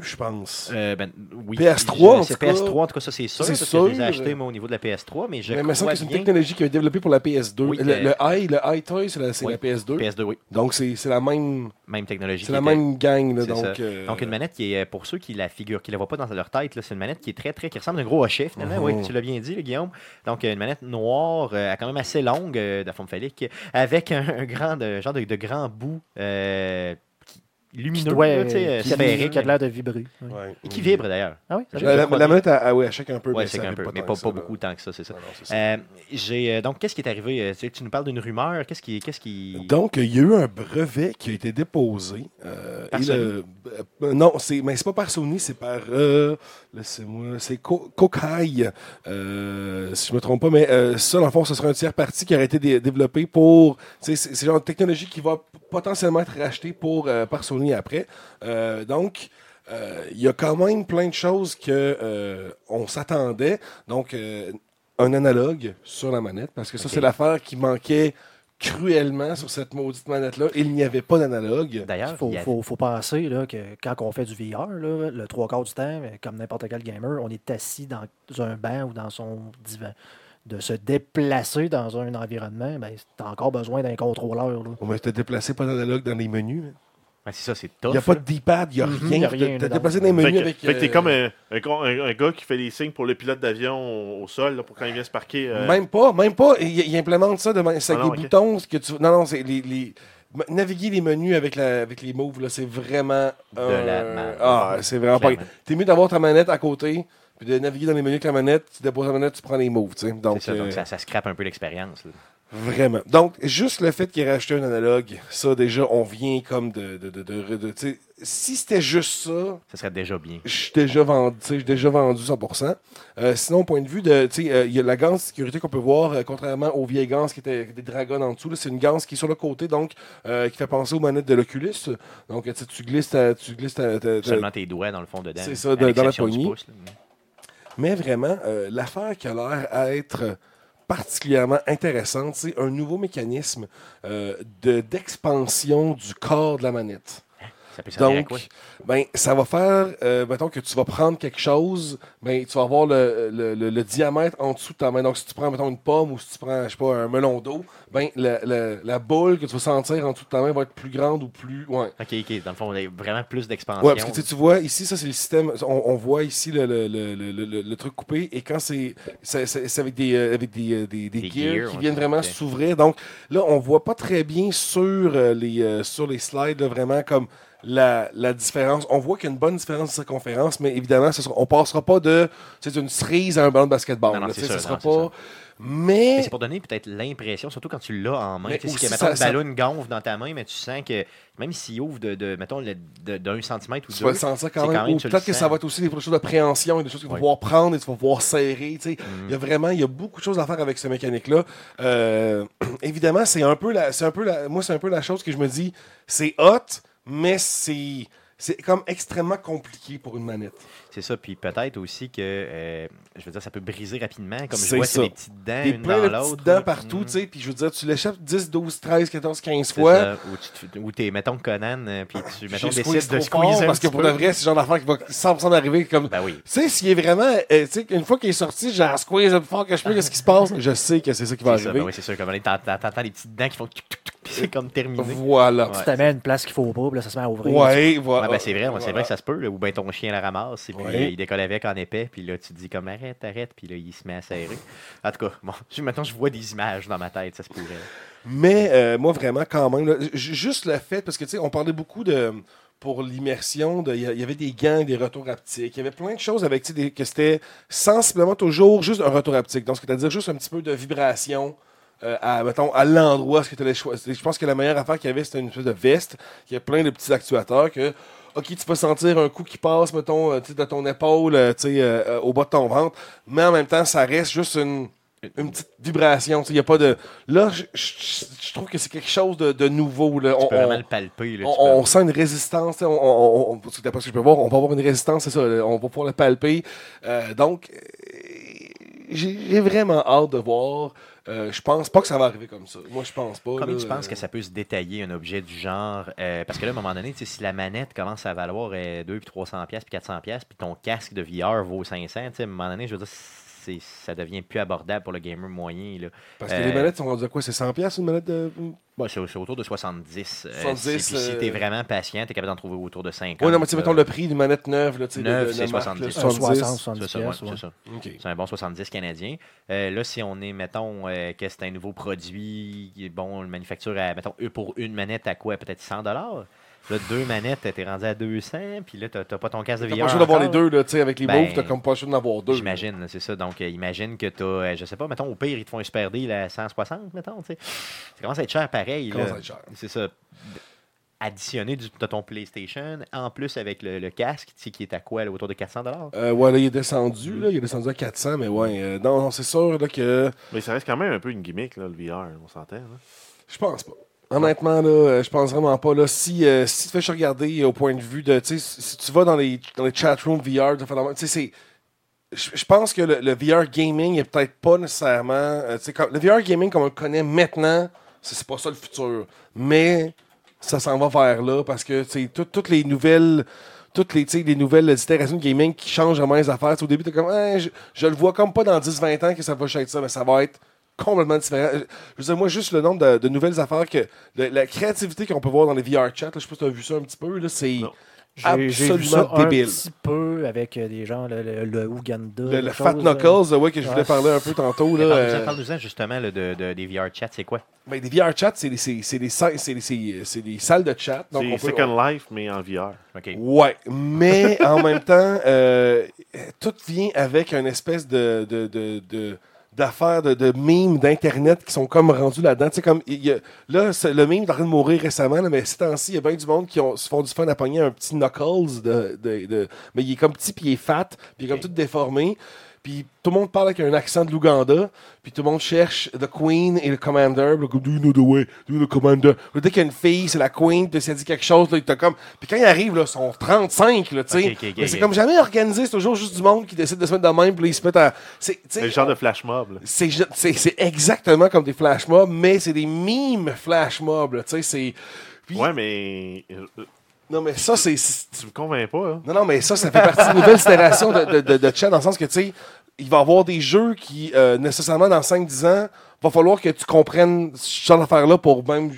[SPEAKER 4] je pense.
[SPEAKER 1] euh, ben, oui.
[SPEAKER 4] PS3,
[SPEAKER 1] Je-
[SPEAKER 4] en
[SPEAKER 1] c'est
[SPEAKER 4] tout cas.
[SPEAKER 1] PS3, en tout cas, ça c'est sûr.
[SPEAKER 4] C'est
[SPEAKER 1] parce que je les ai
[SPEAKER 4] sûr.
[SPEAKER 1] achetés, moi, au niveau de la PS3, mais je
[SPEAKER 4] mais il me
[SPEAKER 1] crois
[SPEAKER 4] semble que c'est une
[SPEAKER 1] bien-
[SPEAKER 4] technologie qui a été développée pour la PS2.
[SPEAKER 1] Oui,
[SPEAKER 4] le,
[SPEAKER 1] euh,
[SPEAKER 4] le i, le iToy, c'est la, c'est
[SPEAKER 1] Oui,
[SPEAKER 4] la PS2.
[SPEAKER 1] PS2, oui.
[SPEAKER 4] Donc, c'est c'est la même,
[SPEAKER 1] Même technologie.
[SPEAKER 4] c'est la
[SPEAKER 1] qui était-
[SPEAKER 4] même gang. là,
[SPEAKER 1] C'est
[SPEAKER 4] donc,
[SPEAKER 1] ça.
[SPEAKER 4] euh,
[SPEAKER 1] Donc, une manette qui est, pour ceux qui la figurent, qui la voient pas dans leur tête, là, c'est une manette qui est très, très, qui ressemble à un gros hochet, finalement.
[SPEAKER 4] Uh-huh.
[SPEAKER 1] Oui, tu l'as bien dit, là, Guillaume. Donc, euh, une manette noire, euh, quand même assez longue, euh, de la forme phallique, avec un, un grand, de- genre de, de grand bout. euh, qui-
[SPEAKER 2] Qui
[SPEAKER 1] lumineux,
[SPEAKER 2] doit,
[SPEAKER 1] là,
[SPEAKER 2] euh,
[SPEAKER 1] tu sais, euh,
[SPEAKER 2] qui,
[SPEAKER 1] sphérique,
[SPEAKER 2] qui a de l'air de vibrer. ouais.
[SPEAKER 4] Ouais.
[SPEAKER 1] et qui vibre d'ailleurs.
[SPEAKER 2] Ah oui, ça
[SPEAKER 1] Je-
[SPEAKER 4] La, la,
[SPEAKER 1] crois
[SPEAKER 4] la
[SPEAKER 1] bien.
[SPEAKER 4] manette, elle- elle- ouais, à chacun un peu.
[SPEAKER 1] Ouais,
[SPEAKER 4] mais
[SPEAKER 1] c'est
[SPEAKER 4] ça
[SPEAKER 1] un
[SPEAKER 4] arrive
[SPEAKER 1] peu, mais
[SPEAKER 4] tant
[SPEAKER 1] pas,
[SPEAKER 4] que
[SPEAKER 1] pas
[SPEAKER 4] ça, là.
[SPEAKER 1] beaucoup tant que ça, c'est ça.
[SPEAKER 4] Non, non, c'est ça.
[SPEAKER 1] Euh, j'ai, euh, donc, qu'est-ce qui est arrivé? euh, Tu, sais, tu nous parles d'une rumeur. Qu'est-ce qui. Qu'est-ce qui...
[SPEAKER 4] Donc, il y a eu un brevet qui a été déposé. euh,
[SPEAKER 1] Par
[SPEAKER 4] et le- euh, non, c'est, mais c'est pas par Sony, c'est par. euh, laissez-moi- c'est Co- Kokai, euh, si je me trompe pas. Mais euh, ça, dans le fond, ce serait un tiers parti qui aurait été dé- développé pour. tu sais, C'est, c'est le genre de technologie qui va p- potentiellement être rachetée pour, euh, par Sony après. Euh, donc. euh, Il y a quand même plein de choses que euh, on s'attendait. Donc, euh, un analogue sur la manette, parce que ça,
[SPEAKER 1] Ok.
[SPEAKER 4] c'est l'affaire qui manquait cruellement sur cette maudite manette-là. Il n'y avait pas d'analogue.
[SPEAKER 1] D'ailleurs,
[SPEAKER 2] faut,
[SPEAKER 1] il y a-
[SPEAKER 2] faut- faut penser là, que quand on fait du VR, là, le trois quarts du temps, euh, comme n'importe quel gamer, on est assis dans un banc ou dans son divan. De se déplacer dans un environnement, ben, t'as encore besoin d'un contrôleur. là.
[SPEAKER 4] On va te déplacer pas d'analogue dans les menus. hein.
[SPEAKER 1] Ouais, c'est ça, c'est
[SPEAKER 4] Il
[SPEAKER 1] tough.
[SPEAKER 4] n'y a pas
[SPEAKER 1] là.
[SPEAKER 4] de D-pad, il n'y a
[SPEAKER 2] Mhm,
[SPEAKER 4] rien.
[SPEAKER 2] il y a
[SPEAKER 4] Tu
[SPEAKER 2] rien
[SPEAKER 4] t'es
[SPEAKER 2] dedans.
[SPEAKER 4] déplacé dans les
[SPEAKER 3] Fait
[SPEAKER 4] menus
[SPEAKER 3] que,
[SPEAKER 4] avec.
[SPEAKER 3] fait que t'es
[SPEAKER 4] euh,
[SPEAKER 3] comme un, un con- un- un gars qui fait des signes pour le pilote d'avion au, au sol là, pour quand il vient se parquer. euh,
[SPEAKER 4] Même pas, même pas. Il, il implémente ça de man- c'est
[SPEAKER 3] Ah
[SPEAKER 4] avec
[SPEAKER 3] non,
[SPEAKER 4] des
[SPEAKER 3] ok.
[SPEAKER 4] boutons. ce Que tu... Non, non, c'est les, les- ma- Naviguer les menus avec, la, avec les moves, là, c'est vraiment. un-
[SPEAKER 1] la merde.
[SPEAKER 4] Ah, c'est vraiment pas.
[SPEAKER 1] Clairement.
[SPEAKER 4] T'es mieux d'avoir ta manette à côté, puis de naviguer dans les menus avec la manette, tu déposes la manette, tu prends les moves, tu sais.
[SPEAKER 1] C'est
[SPEAKER 4] Donc,
[SPEAKER 1] ça, donc
[SPEAKER 4] euh,
[SPEAKER 1] ça, ça scrape un peu l'expérience. là.
[SPEAKER 4] Vraiment. Donc, juste le fait qu'il ait racheté un analogue, ça, déjà, on vient comme de. de, de, de- de- tu sais, si c'était juste ça,
[SPEAKER 1] Ça serait déjà bien.
[SPEAKER 4] je suis déjà vendu, tu sais, je suis déjà vendu 100%. Euh, sinon, point de vue de, tu sais, euh, il y a la ganse de sécurité qu'on peut voir, euh, contrairement aux vieilles ganses qui étaient avec des dragons en dessous, là, c'est une ganse qui est sur le côté, donc, euh, qui fait penser aux manettes de l'Oculus. Donc, tu sais, tu glisses ta- tu glisses ta- ta- ta-
[SPEAKER 1] Seulement tes doigts dans le fond dedans.
[SPEAKER 4] C'est
[SPEAKER 1] là,
[SPEAKER 4] ça,
[SPEAKER 1] à
[SPEAKER 4] dans- dans la
[SPEAKER 1] l'exception du
[SPEAKER 4] poignée.
[SPEAKER 1] pouce, là.
[SPEAKER 4] Mais vraiment, euh, l'affaire qui a l'air à être particulièrement intéressante, c'est un nouveau mécanisme euh, de- d'expansion du corps de la manette.
[SPEAKER 1] Ça peut servir à
[SPEAKER 4] Donc,
[SPEAKER 1] quoi?
[SPEAKER 4] ben, ça va faire, euh, mettons que tu vas prendre quelque chose, ben, tu vas avoir le, le- le- le diamètre en dessous de ta main. Donc, si tu prends, mettons, une pomme ou si tu prends, je sais pas, un melon d'eau, ben, la, la- la boule que tu vas sentir en dessous de ta main va être plus grande ou plus... ouais.
[SPEAKER 1] Ok, ok. Dans le fond, on a vraiment plus d'expansion.
[SPEAKER 4] Ouais, parce que tu sais, tu vois ici, ça c'est le système. On, on voit ici le, le- le- le- le- le truc coupé. Et quand c'est. ça- ça- C'est avec des, euh, avec des, euh, des, des
[SPEAKER 1] Des
[SPEAKER 4] gears,
[SPEAKER 1] gears,
[SPEAKER 4] qui
[SPEAKER 1] ouais,
[SPEAKER 4] viennent
[SPEAKER 1] tout à
[SPEAKER 4] vraiment
[SPEAKER 1] fait.
[SPEAKER 4] s'ouvrir. Donc là, on voit pas très bien sur, euh, les, euh, sur les slides, là, vraiment comme la, la différence. On voit qu'il y a une bonne différence de circonférence, mais évidemment, ce sera- on passera pas de. C'est une cerise à un ballon de basketball.
[SPEAKER 1] Non, non,
[SPEAKER 4] là,
[SPEAKER 1] c'est
[SPEAKER 4] tu sais,
[SPEAKER 1] ça,
[SPEAKER 4] ça sera
[SPEAKER 1] non, c'est
[SPEAKER 4] pas. Mais.
[SPEAKER 1] Mais c'est pour donner peut-être l'impression, surtout quand tu l'as en main.
[SPEAKER 4] Mais
[SPEAKER 1] Tu sais, si que,
[SPEAKER 4] aussi,
[SPEAKER 1] mettons,
[SPEAKER 4] ça-
[SPEAKER 1] le
[SPEAKER 4] ça-
[SPEAKER 1] ballon gonfle dans ta main, mais tu sens que même s'il ouvre de, de- mettons, le- de- d'un centimètre ou
[SPEAKER 4] Tu vas
[SPEAKER 1] deux,
[SPEAKER 4] le sentir
[SPEAKER 1] c'est
[SPEAKER 4] quand même.
[SPEAKER 1] quand même,
[SPEAKER 4] ou
[SPEAKER 1] tu le
[SPEAKER 4] peut-être que ça
[SPEAKER 1] sens.
[SPEAKER 4] va être aussi des choses d'appréhension et des choses que tu vas
[SPEAKER 1] Ouais. Mm.
[SPEAKER 4] pouvoir prendre et tu vas pouvoir serrer. tu sais. Il y a vraiment il y a beaucoup de choses à faire avec ce mécanique-là. Euh, évidemment, c'est un peu la. C'est un peu la. Moi, c'est un peu la chose que je me dis, c'est hot, mais c'est. C'est comme extrêmement compliqué pour une manette.
[SPEAKER 1] c'est ça. Puis peut-être aussi que, euh, je veux dire, ça peut briser rapidement. Comme je
[SPEAKER 4] C'est
[SPEAKER 1] vois,
[SPEAKER 4] ça.
[SPEAKER 1] c'est des petites dents,
[SPEAKER 4] Des
[SPEAKER 1] Hein, une
[SPEAKER 4] plein de
[SPEAKER 1] dans
[SPEAKER 4] petites
[SPEAKER 1] l'autre.
[SPEAKER 4] dents
[SPEAKER 1] là.
[SPEAKER 4] partout,
[SPEAKER 1] Mhm.
[SPEAKER 4] tu sais. Puis je veux dire, tu l'échappes 10, 12, 13, 14, 15
[SPEAKER 1] Mm, C'est
[SPEAKER 4] fois.
[SPEAKER 1] ça, Ou tu, te- ou t'es, mettons, Conan, euh, puis tu,
[SPEAKER 4] J'ai
[SPEAKER 1] mettons,
[SPEAKER 4] squeeze
[SPEAKER 1] décides de
[SPEAKER 4] trop fort
[SPEAKER 1] squeezer un
[SPEAKER 4] Parce que
[SPEAKER 1] petit
[SPEAKER 4] pour
[SPEAKER 1] peu.
[SPEAKER 4] de vrai, c'est le genre d'affaire qui va 100% arriver comme.
[SPEAKER 1] Ben oui.
[SPEAKER 4] Tu sais, s'il est vraiment. euh, tu sais, une fois qu'il est sorti, j'en squeeze le plus fort que je peux, qu'est-ce qui se passe Je sais que c'est ça qui va
[SPEAKER 1] C'est ça,
[SPEAKER 4] arriver.
[SPEAKER 1] ben oui, c'est sûr. Comme, t'entends, t'entends les petites dents qui font tuk, tuk, tuk, puis c'est comme terminé.
[SPEAKER 4] Voilà.
[SPEAKER 1] Ouais.
[SPEAKER 2] Tu t'amènes à une place qu'il faut pas, puis là, ça se met à ouvrir.
[SPEAKER 4] Ouais, voilà.
[SPEAKER 1] Ah, ben, c'est vrai, ouais, c'est vrai que ça se peut. là, Ou bien ton chien la ramasse, et puis
[SPEAKER 4] Ouais.
[SPEAKER 1] euh, il décolle avec en épais, puis là tu te dis comme arrête, arrête, puis là il se met à serrer. En tout cas, bon, je- maintenant je vois des images dans ma tête, ça se pourrait.
[SPEAKER 4] Mais euh, moi, vraiment, quand même, là, j- juste le fait, parce que tu sais, on parlait beaucoup de. Pour l'immersion, de- il y a- il y avait des gants, des retours haptiques. Il y avait plein de choses avec tu sais, des- que c'était sensiblement toujours juste un retour haptique. Donc, c'est-à-dire juste un petit peu de vibration euh, à, mettons, à l'endroit. Ce que t'allais choi- Je pense que la meilleure affaire qu'il y avait, c'était une espèce de veste qui a plein de petits actuateurs que. OK, tu peux sentir un coup qui passe, mettons, euh, tu sais, de ton épaule euh, tu sais, euh, euh, au bas de ton ventre, mais en même temps, ça reste juste une, une petite vibration. tu sais, Il y a pas de. Là, je- je je trouve que c'est quelque chose de, de nouveau. Là.
[SPEAKER 1] Tu
[SPEAKER 4] On-
[SPEAKER 1] peux
[SPEAKER 4] on-
[SPEAKER 1] vraiment le palper. Là, tu
[SPEAKER 4] on, on
[SPEAKER 1] peux-
[SPEAKER 4] sent une résistance. tu sais, On, on, on- on- parce que d'après ce que je peux voir, on va avoir une résistance, c'est ça. le- On va pouvoir le palper. Euh, donc, euh, j'ai j'ai vraiment hâte de voir. Euh, je pense pas que ça va arriver comme ça. Moi, je pense pas.
[SPEAKER 1] Comment
[SPEAKER 4] là,
[SPEAKER 1] tu penses
[SPEAKER 4] euh,
[SPEAKER 1] que ça peut se détailler un objet du genre euh, Parce que là, à un moment donné, tu sais, si la manette commence à valoir euh, 2 puis 300 pièces puis 400 pièces puis ton casque de VR vaut 500, tu sais, à un moment donné, je veux dire, c'est- ça devient plus abordable pour le gamer moyen. Là.
[SPEAKER 4] Parce que les
[SPEAKER 1] euh,
[SPEAKER 4] manettes sont rendues à quoi C'est 100$ piastres, une manette de.
[SPEAKER 1] Bon, c'est c'est autour de 70. euh,
[SPEAKER 4] 70,
[SPEAKER 1] si- puis si
[SPEAKER 4] euh,
[SPEAKER 1] t'es vraiment patient, t'es capable d'en trouver autour de 50.
[SPEAKER 4] Ouais, non, mais tu sais,
[SPEAKER 1] là.
[SPEAKER 4] mettons le prix d'une manette neuve. Là, tu sais, de-
[SPEAKER 1] euh, Neuve,
[SPEAKER 4] de- de
[SPEAKER 1] c'est
[SPEAKER 4] marque,
[SPEAKER 1] 70.
[SPEAKER 4] là,
[SPEAKER 1] Un
[SPEAKER 2] 60, 70
[SPEAKER 1] C'est ça, ouais,
[SPEAKER 2] pièces, ouais.
[SPEAKER 1] c'est ça.
[SPEAKER 4] OK.
[SPEAKER 1] C'est un bon 70 canadien. Euh, là, si on est, mettons, euh, que c'est un nouveau produit, bon, on le manufacture à, mettons, eux, pour une manette à quoi Peut-être 100 Là, deux manettes, t'es rendu à 200, puis là, t'as t'as pas ton casque de
[SPEAKER 4] T'as pas
[SPEAKER 1] VR.
[SPEAKER 4] le choix d'avoir les
[SPEAKER 1] encore.
[SPEAKER 4] deux, là, tu sais, avec les
[SPEAKER 1] Ben,
[SPEAKER 4] moves, t'as comme pas le choix d'en avoir deux.
[SPEAKER 1] J'imagine, là, c'est ça. Donc, euh, imagine que t'as, euh, je sais pas, mettons, au pire, ils te font un super deal à 160, mettons, tu sais. Ça commence à être cher pareil.
[SPEAKER 4] Ça commence
[SPEAKER 1] là.
[SPEAKER 4] à être cher.
[SPEAKER 1] C'est ça. Additionné du, de ton PlayStation, en plus avec le, le casque, tu sais, qui est à quoi, là, autour de 400
[SPEAKER 4] Euh, ouais, là, il est descendu, là, il est descendu à 400, mais ouais, euh, non, non, c'est sûr là, que
[SPEAKER 3] Mais ça reste quand même un peu une gimmick, là, le VR, on s'entend. là.
[SPEAKER 4] je pense pas. Honnêtement, là, euh, je pense vraiment pas. Là, si, euh, si tu te fais juste regarder au point de vue de. tu sais, Si si tu vas dans les, dans les chatrooms VR, de faire la- tu sais, c'est. Je je pense que le, le VR gaming est peut-être pas nécessairement. euh, tu sais, comme- le VR gaming, comme on le connaît maintenant, c'est c'est pas ça le futur. Mais ça s'en va vers là parce que tu sais, tout- toutes les nouvelles. Toutes les, tu sais, les nouvelles itérations de gaming qui changent vraiment les affaires. Tu sais, au début, t'es comme, Hey, je, je le vois comme pas dans 10-20 ans que ça va être ça, mais ça va être complètement différent. Euh, Je veux dire, moi, juste le nombre de, de nouvelles affaires que. de- la créativité qu'on peut voir dans les VR chats, là, je sais pas si tu as vu ça un petit peu, là, c'est
[SPEAKER 3] Non.
[SPEAKER 2] J'ai- J'ai vu ça
[SPEAKER 4] absolument
[SPEAKER 2] un
[SPEAKER 4] débile.
[SPEAKER 2] petit peu avec euh, des gens, le, le- le
[SPEAKER 4] Le,
[SPEAKER 2] Ouganda.
[SPEAKER 4] le
[SPEAKER 2] quelque
[SPEAKER 4] Fat
[SPEAKER 2] chose, là.
[SPEAKER 4] Knuckles, euh, ouais, que je voulais
[SPEAKER 2] Ouais.
[SPEAKER 4] parler un peu tantôt. Là, euh,
[SPEAKER 1] Parle-nous-en, parle-nous-en, justement là, de, de- des VR chats, c'est quoi?
[SPEAKER 4] ben, les VR chats, c'est des- c'est- c'est des sa- c'est des- c'est- c'est des salles de chat. donc
[SPEAKER 3] C'est
[SPEAKER 4] on peut-
[SPEAKER 3] Second Life, mais en VR.
[SPEAKER 1] OK.
[SPEAKER 4] Ouais, mais en même temps, euh, tout vient avec une espèce de, de, de, de- d'affaires, de, de mimes d'Internet qui sont comme rendus là-dedans. Tu sais, comme, il y a- là, c'est- le mime est en train de mourir récemment, là, mais ces temps-ci, il y a bien du monde qui ont, se font du fun à pogner un petit Knuckles, de, de- de- mais il est comme petit, puis il est fat, puis il est comme tout déformé. Puis tout le monde parle avec un accent de l'Ouganda. Puis tout le monde cherche The Queen et le Commander. Puis là, comme, do you know the way? Do you know the Commander? Puis dès qu'il y a une fille, c'est la Queen. Puis si elle dit quelque chose, là, il t'a comme. Puis quand ils arrivent, là, ils sont 35, là, tu sais.
[SPEAKER 1] Ok, ok, ok,
[SPEAKER 4] Mais c'est
[SPEAKER 1] ok.
[SPEAKER 4] comme jamais organisé. C'est toujours juste du monde qui décide de se mettre de même. Puis là, ils se mettent à. C'est tu sais,
[SPEAKER 3] C'est le genre de flash mob. là.
[SPEAKER 4] c'est ju- C'est c'est exactement comme des flash mobs, mais c'est des mimes flash mobs, là, tu sais. c'est- Puis-
[SPEAKER 3] Ouais, mais euh, euh,
[SPEAKER 4] Non, mais ça, c'est. c'est-
[SPEAKER 3] tu me convaincs pas. hein?
[SPEAKER 4] non, non, mais ça, ça fait partie des nouvelles itérations de, de, de, de Chat, dans le sens que, tu sais, il va y avoir des jeux qui, euh, nécessairement, dans 5-10 ans, va falloir que tu comprennes ce genre d'affaires-là pour même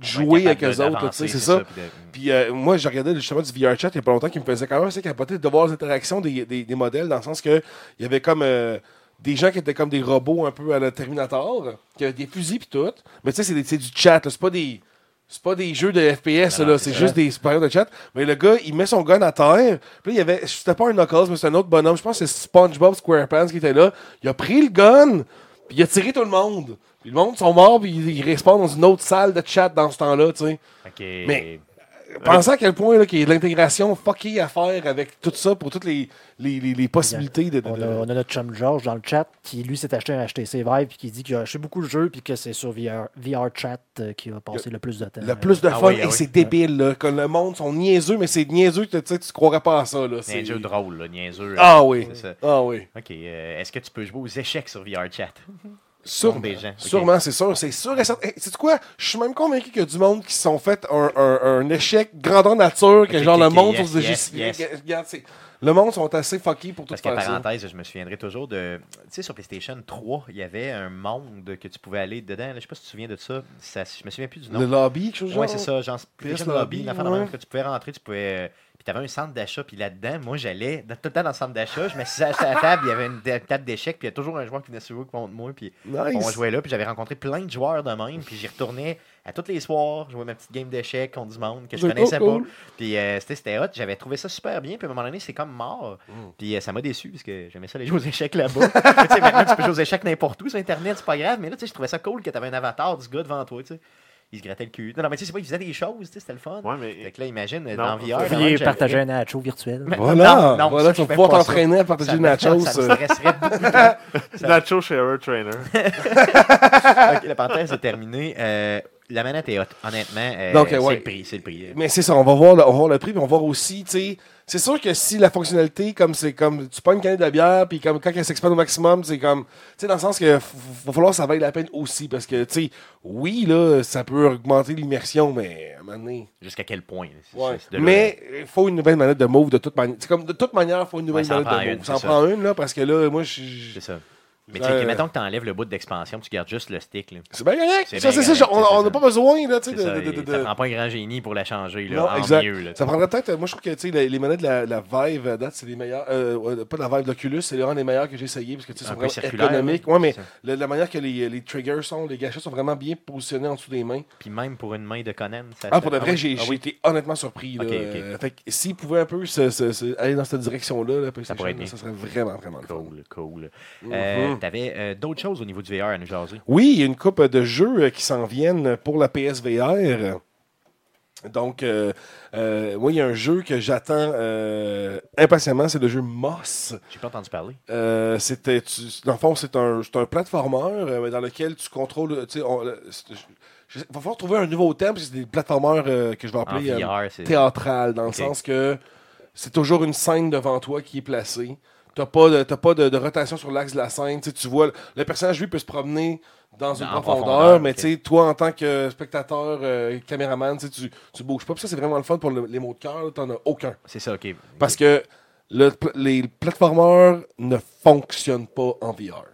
[SPEAKER 4] jouer
[SPEAKER 1] Ouais,
[SPEAKER 4] avec
[SPEAKER 1] capable
[SPEAKER 4] eux autres, là, tu
[SPEAKER 1] d'avancer,
[SPEAKER 4] sais, c'est ça.
[SPEAKER 1] puis de-
[SPEAKER 4] Puis euh, moi, j'ai regardé justement du VR chat il y a pas longtemps qui me faisait quand même assez capoter de voir les interactions des, des, des modèles, dans le sens que il y avait comme euh, des gens qui étaient comme des robots un peu à la Terminator, qui avaient des fusils puis tout. Mais tu sais, c'est des- c'est du chat, là, c'est pas des. C'est pas des jeux de FPS, là, c'est juste des supérieurs de chat. Mais le gars, il met son gun à terre. Puis là, il y avait. C'était pas un Knuckles, mais c'est un autre bonhomme. Je pense que c'est SpongeBob SquarePants qui était là. Il a pris le gun, puis il a tiré tout le monde. Puis le monde sont morts, puis ils ils respawnent dans une autre salle de chat dans ce temps-là, tu sais.
[SPEAKER 1] OK.
[SPEAKER 4] Mais-
[SPEAKER 1] euh,
[SPEAKER 4] Pensez à quel point là, qu'il y a de l'intégration fuckée à faire avec tout ça pour toutes les, les, les, les possibilités de. de-
[SPEAKER 2] On
[SPEAKER 4] de-
[SPEAKER 2] a, on a notre chum George dans le chat qui, lui, s'est acheté un HTC Vive puis qui dit qu'il a acheté beaucoup de jeux puis que c'est sur VR, VR Chat euh, qu'il a passé le plus de temps.
[SPEAKER 4] Le plus de
[SPEAKER 1] Ah
[SPEAKER 4] fun,
[SPEAKER 1] oui, ah
[SPEAKER 4] et
[SPEAKER 1] oui.
[SPEAKER 4] c'est débile, là, que le monde sont niaiseux, mais c'est niaiseux que tu sais, tu croirais pas à ça. Là,
[SPEAKER 1] C'est
[SPEAKER 4] c'est
[SPEAKER 1] un jeu drôle, là, niaiseux. hein,
[SPEAKER 4] Ah oui.
[SPEAKER 1] C'est ça.
[SPEAKER 4] Ah oui.
[SPEAKER 1] OK. euh, Est-ce que tu peux jouer aux échecs sur VR chat?
[SPEAKER 4] Sûrement,
[SPEAKER 1] des gens. Ok.
[SPEAKER 4] Sûrement, c'est sûr. C'est sûr et certain. C'est quoi? Je suis même convaincu qu'il y a du monde qui se sont fait un, un, un échec grandeur nature, que
[SPEAKER 1] Ok,
[SPEAKER 4] genre
[SPEAKER 1] ok,
[SPEAKER 4] le
[SPEAKER 1] ok,
[SPEAKER 4] monde
[SPEAKER 1] yes,
[SPEAKER 4] sont-
[SPEAKER 1] yes, yes.
[SPEAKER 4] Regarde, c'est- Le monde sont assez fuckés pour tout
[SPEAKER 1] Parce qu'à
[SPEAKER 4] faire ça.
[SPEAKER 1] parenthèse, je me souviendrai toujours de. Tu sais, sur PlayStation 3, il y avait un monde que tu pouvais aller dedans. là. Je sais pas si tu te souviens de ça. ça je me souviens plus du nom.
[SPEAKER 4] Le lobby, quelque chose
[SPEAKER 1] Ouais,
[SPEAKER 4] genre?
[SPEAKER 1] c'est ça. Genre, PlayStation
[SPEAKER 4] Lobby,
[SPEAKER 1] Lobby, une affaire de
[SPEAKER 4] ouais.
[SPEAKER 1] même que tu pouvais rentrer, tu pouvais. euh, Puis t'avais un centre d'achat, puis là-dedans, moi j'allais dans- tout le temps dans le centre d'achat, je m'assisais à la table, il y avait une da- table d'échecs, puis il y a toujours un joueur qui venait se jouer contre moi, puis
[SPEAKER 4] Nice.
[SPEAKER 1] on jouait là, puis j'avais rencontré plein de joueurs de même, puis j'y retournais à tous les soirs, jouais ma petite game d'échecs contre du monde que je
[SPEAKER 4] C'est
[SPEAKER 1] connaissais
[SPEAKER 4] cool,
[SPEAKER 1] pas, puis euh, c'était- c'était hot, j'avais trouvé ça super bien, puis à un moment donné, c'est comme mort,
[SPEAKER 3] Mm.
[SPEAKER 1] puis euh, ça m'a déçu, parce que j'aimais ça les jeux aux échecs là-bas. Tu sais, maintenant, tu peux jouer aux échecs n'importe où sur Internet, c'est pas grave, mais là, tu sais, je trouvais ça cool que t'avais un avatar du gars devant toi, tu sais. Il se grattait le cul. Non, non, mais tu sais, c'est pas, il faisait des choses, tu sais, c'était le fun.
[SPEAKER 3] Ouais,
[SPEAKER 1] Fait
[SPEAKER 3] mais
[SPEAKER 1] que là, imagine,
[SPEAKER 3] Non,
[SPEAKER 1] dans VR.
[SPEAKER 2] Puis
[SPEAKER 1] avant que j'avais-
[SPEAKER 2] partager un nacho euh, virtuel.
[SPEAKER 1] Mais-
[SPEAKER 4] Voilà,
[SPEAKER 1] non, non,
[SPEAKER 4] voilà,
[SPEAKER 1] ça,
[SPEAKER 4] tu vas
[SPEAKER 1] je fais
[SPEAKER 4] pouvoir
[SPEAKER 1] pas ça.
[SPEAKER 4] t'entraîner à partager
[SPEAKER 1] Ça
[SPEAKER 4] une
[SPEAKER 1] me-
[SPEAKER 4] nachos.
[SPEAKER 1] Ça me
[SPEAKER 4] euh.
[SPEAKER 1] stresserait beaucoup.
[SPEAKER 3] Nacho Sharer Trainer.
[SPEAKER 1] Ok, la parenthèse est terminée. Euh, la manette est haute, honnêtement. euh,
[SPEAKER 4] Donc, euh,
[SPEAKER 1] c'est
[SPEAKER 4] ouais.
[SPEAKER 1] le prix, c'est le prix.
[SPEAKER 4] Mais c'est ça, on va voir le, on va voir le prix, puis on va voir aussi, tu sais, c'est sûr que si la fonctionnalité, comme c'est comme tu prends une canette de bière, puis comme quand elle s'expande au maximum, c'est comme, tu sais, dans le sens que f- f- va falloir que ça vaille la peine aussi, parce que, tu sais, oui, là, ça peut augmenter l'immersion, mais à un moment donné.
[SPEAKER 1] Jusqu'à quel point? là, c'est- c'est de là.
[SPEAKER 4] Mais il faut une nouvelle manette de mauve de toute manière. C'est comme de toute manière, il faut une nouvelle
[SPEAKER 1] Ouais, ça en
[SPEAKER 4] manette
[SPEAKER 1] prend
[SPEAKER 4] de
[SPEAKER 1] une,
[SPEAKER 4] mauve.
[SPEAKER 1] c'est
[SPEAKER 4] Ça en
[SPEAKER 1] ça.
[SPEAKER 4] prend une, là, parce que là, moi, je-
[SPEAKER 1] C'est
[SPEAKER 4] je.
[SPEAKER 1] ça. Mais tu sais,
[SPEAKER 4] Euh.
[SPEAKER 1] mettons que tu enlèves le bout d'expansion, tu gardes juste le stick. Là.
[SPEAKER 4] C'est bien correct.
[SPEAKER 1] C'est
[SPEAKER 4] Ça,
[SPEAKER 1] bien
[SPEAKER 4] c'est ça.
[SPEAKER 1] correct,
[SPEAKER 4] on-
[SPEAKER 1] c'est
[SPEAKER 4] On
[SPEAKER 1] ça.
[SPEAKER 4] n'a pas besoin, là, tu sais,
[SPEAKER 1] C'est ça,
[SPEAKER 4] de- de-
[SPEAKER 1] et
[SPEAKER 4] de-
[SPEAKER 1] ça
[SPEAKER 4] de-
[SPEAKER 1] prend pas un grand génie pour la changer, là,
[SPEAKER 4] Non,
[SPEAKER 1] en
[SPEAKER 4] exact.
[SPEAKER 1] mieux. Là,
[SPEAKER 4] Ça prendrait peut-être. Moi, je trouve que tu sais, les, les manettes de la, la Vive à date, c'est les meilleures. euh, euh, pas de la Vive, l'Oculus, c'est l'un des meilleurs que j'ai essayé parce que tu sais,
[SPEAKER 1] Un
[SPEAKER 4] sont
[SPEAKER 1] peu
[SPEAKER 4] vraiment
[SPEAKER 1] circulaire,
[SPEAKER 4] économiques.
[SPEAKER 1] là.
[SPEAKER 4] Ouais, mais
[SPEAKER 1] C'est ça.
[SPEAKER 4] le- la, manière que les, les triggers sont, les gâchettes sont vraiment bien positionnés en dessous des mains.
[SPEAKER 1] Puis même pour une main de Conan, ça
[SPEAKER 4] Ah, pour de
[SPEAKER 1] ça-
[SPEAKER 4] vrai,
[SPEAKER 1] oui,
[SPEAKER 4] j'ai
[SPEAKER 1] ah
[SPEAKER 4] j'ai
[SPEAKER 1] oui,
[SPEAKER 4] été honnêtement surpris. Là.
[SPEAKER 1] Ok, ok.
[SPEAKER 4] Euh, Fait que s'ils pouvaient un peu se- se- se- aller dans cette direction-là, là, PlayStation,
[SPEAKER 1] pourrait être
[SPEAKER 4] là,
[SPEAKER 1] bien.
[SPEAKER 4] ça serait vraiment, vraiment le fun.
[SPEAKER 1] Cool, cool. Euh,
[SPEAKER 4] Mhm.
[SPEAKER 1] T'avais euh, d'autres choses au niveau du VR à nous jaser.
[SPEAKER 4] Oui, il y a une coupe de jeux euh, qui s'en viennent pour la PSVR. Donc, euh, euh, moi, il y a un jeu que j'attends euh, impatiemment, c'est le jeu Moss.
[SPEAKER 1] J'ai pas entendu parler.
[SPEAKER 4] Euh, c'était, tu- dans le fond, c'est un, c'est un platformer euh, dans lequel tu contrôles. Tu sais, on- le- c'est- je- je- va falloir trouver un nouveau terme, parce que c'est des platformers euh, que je vais
[SPEAKER 1] En
[SPEAKER 4] appeler euh,
[SPEAKER 1] VR, c'est.
[SPEAKER 4] théâtral, dans le
[SPEAKER 1] Ok.
[SPEAKER 4] sens que c'est toujours une scène devant toi qui est placée. T'as pas de, t'as pas de, de rotation sur l'axe de la scène. Tu sais, tu vois, le personnage, lui, peut se promener dans une
[SPEAKER 1] En
[SPEAKER 4] profondeur,
[SPEAKER 1] profondeur,
[SPEAKER 4] mais
[SPEAKER 1] ok.
[SPEAKER 4] tu sais, toi, en tant que spectateur, euh, caméraman, tu, sais, tu tu bouges pas. Puis ça, c'est vraiment le fun pour le- les mots de cœur. là, T'en as aucun.
[SPEAKER 1] C'est ça, ok.
[SPEAKER 4] Parce que le pl- les plateformeurs ne fonctionnent pas en VR.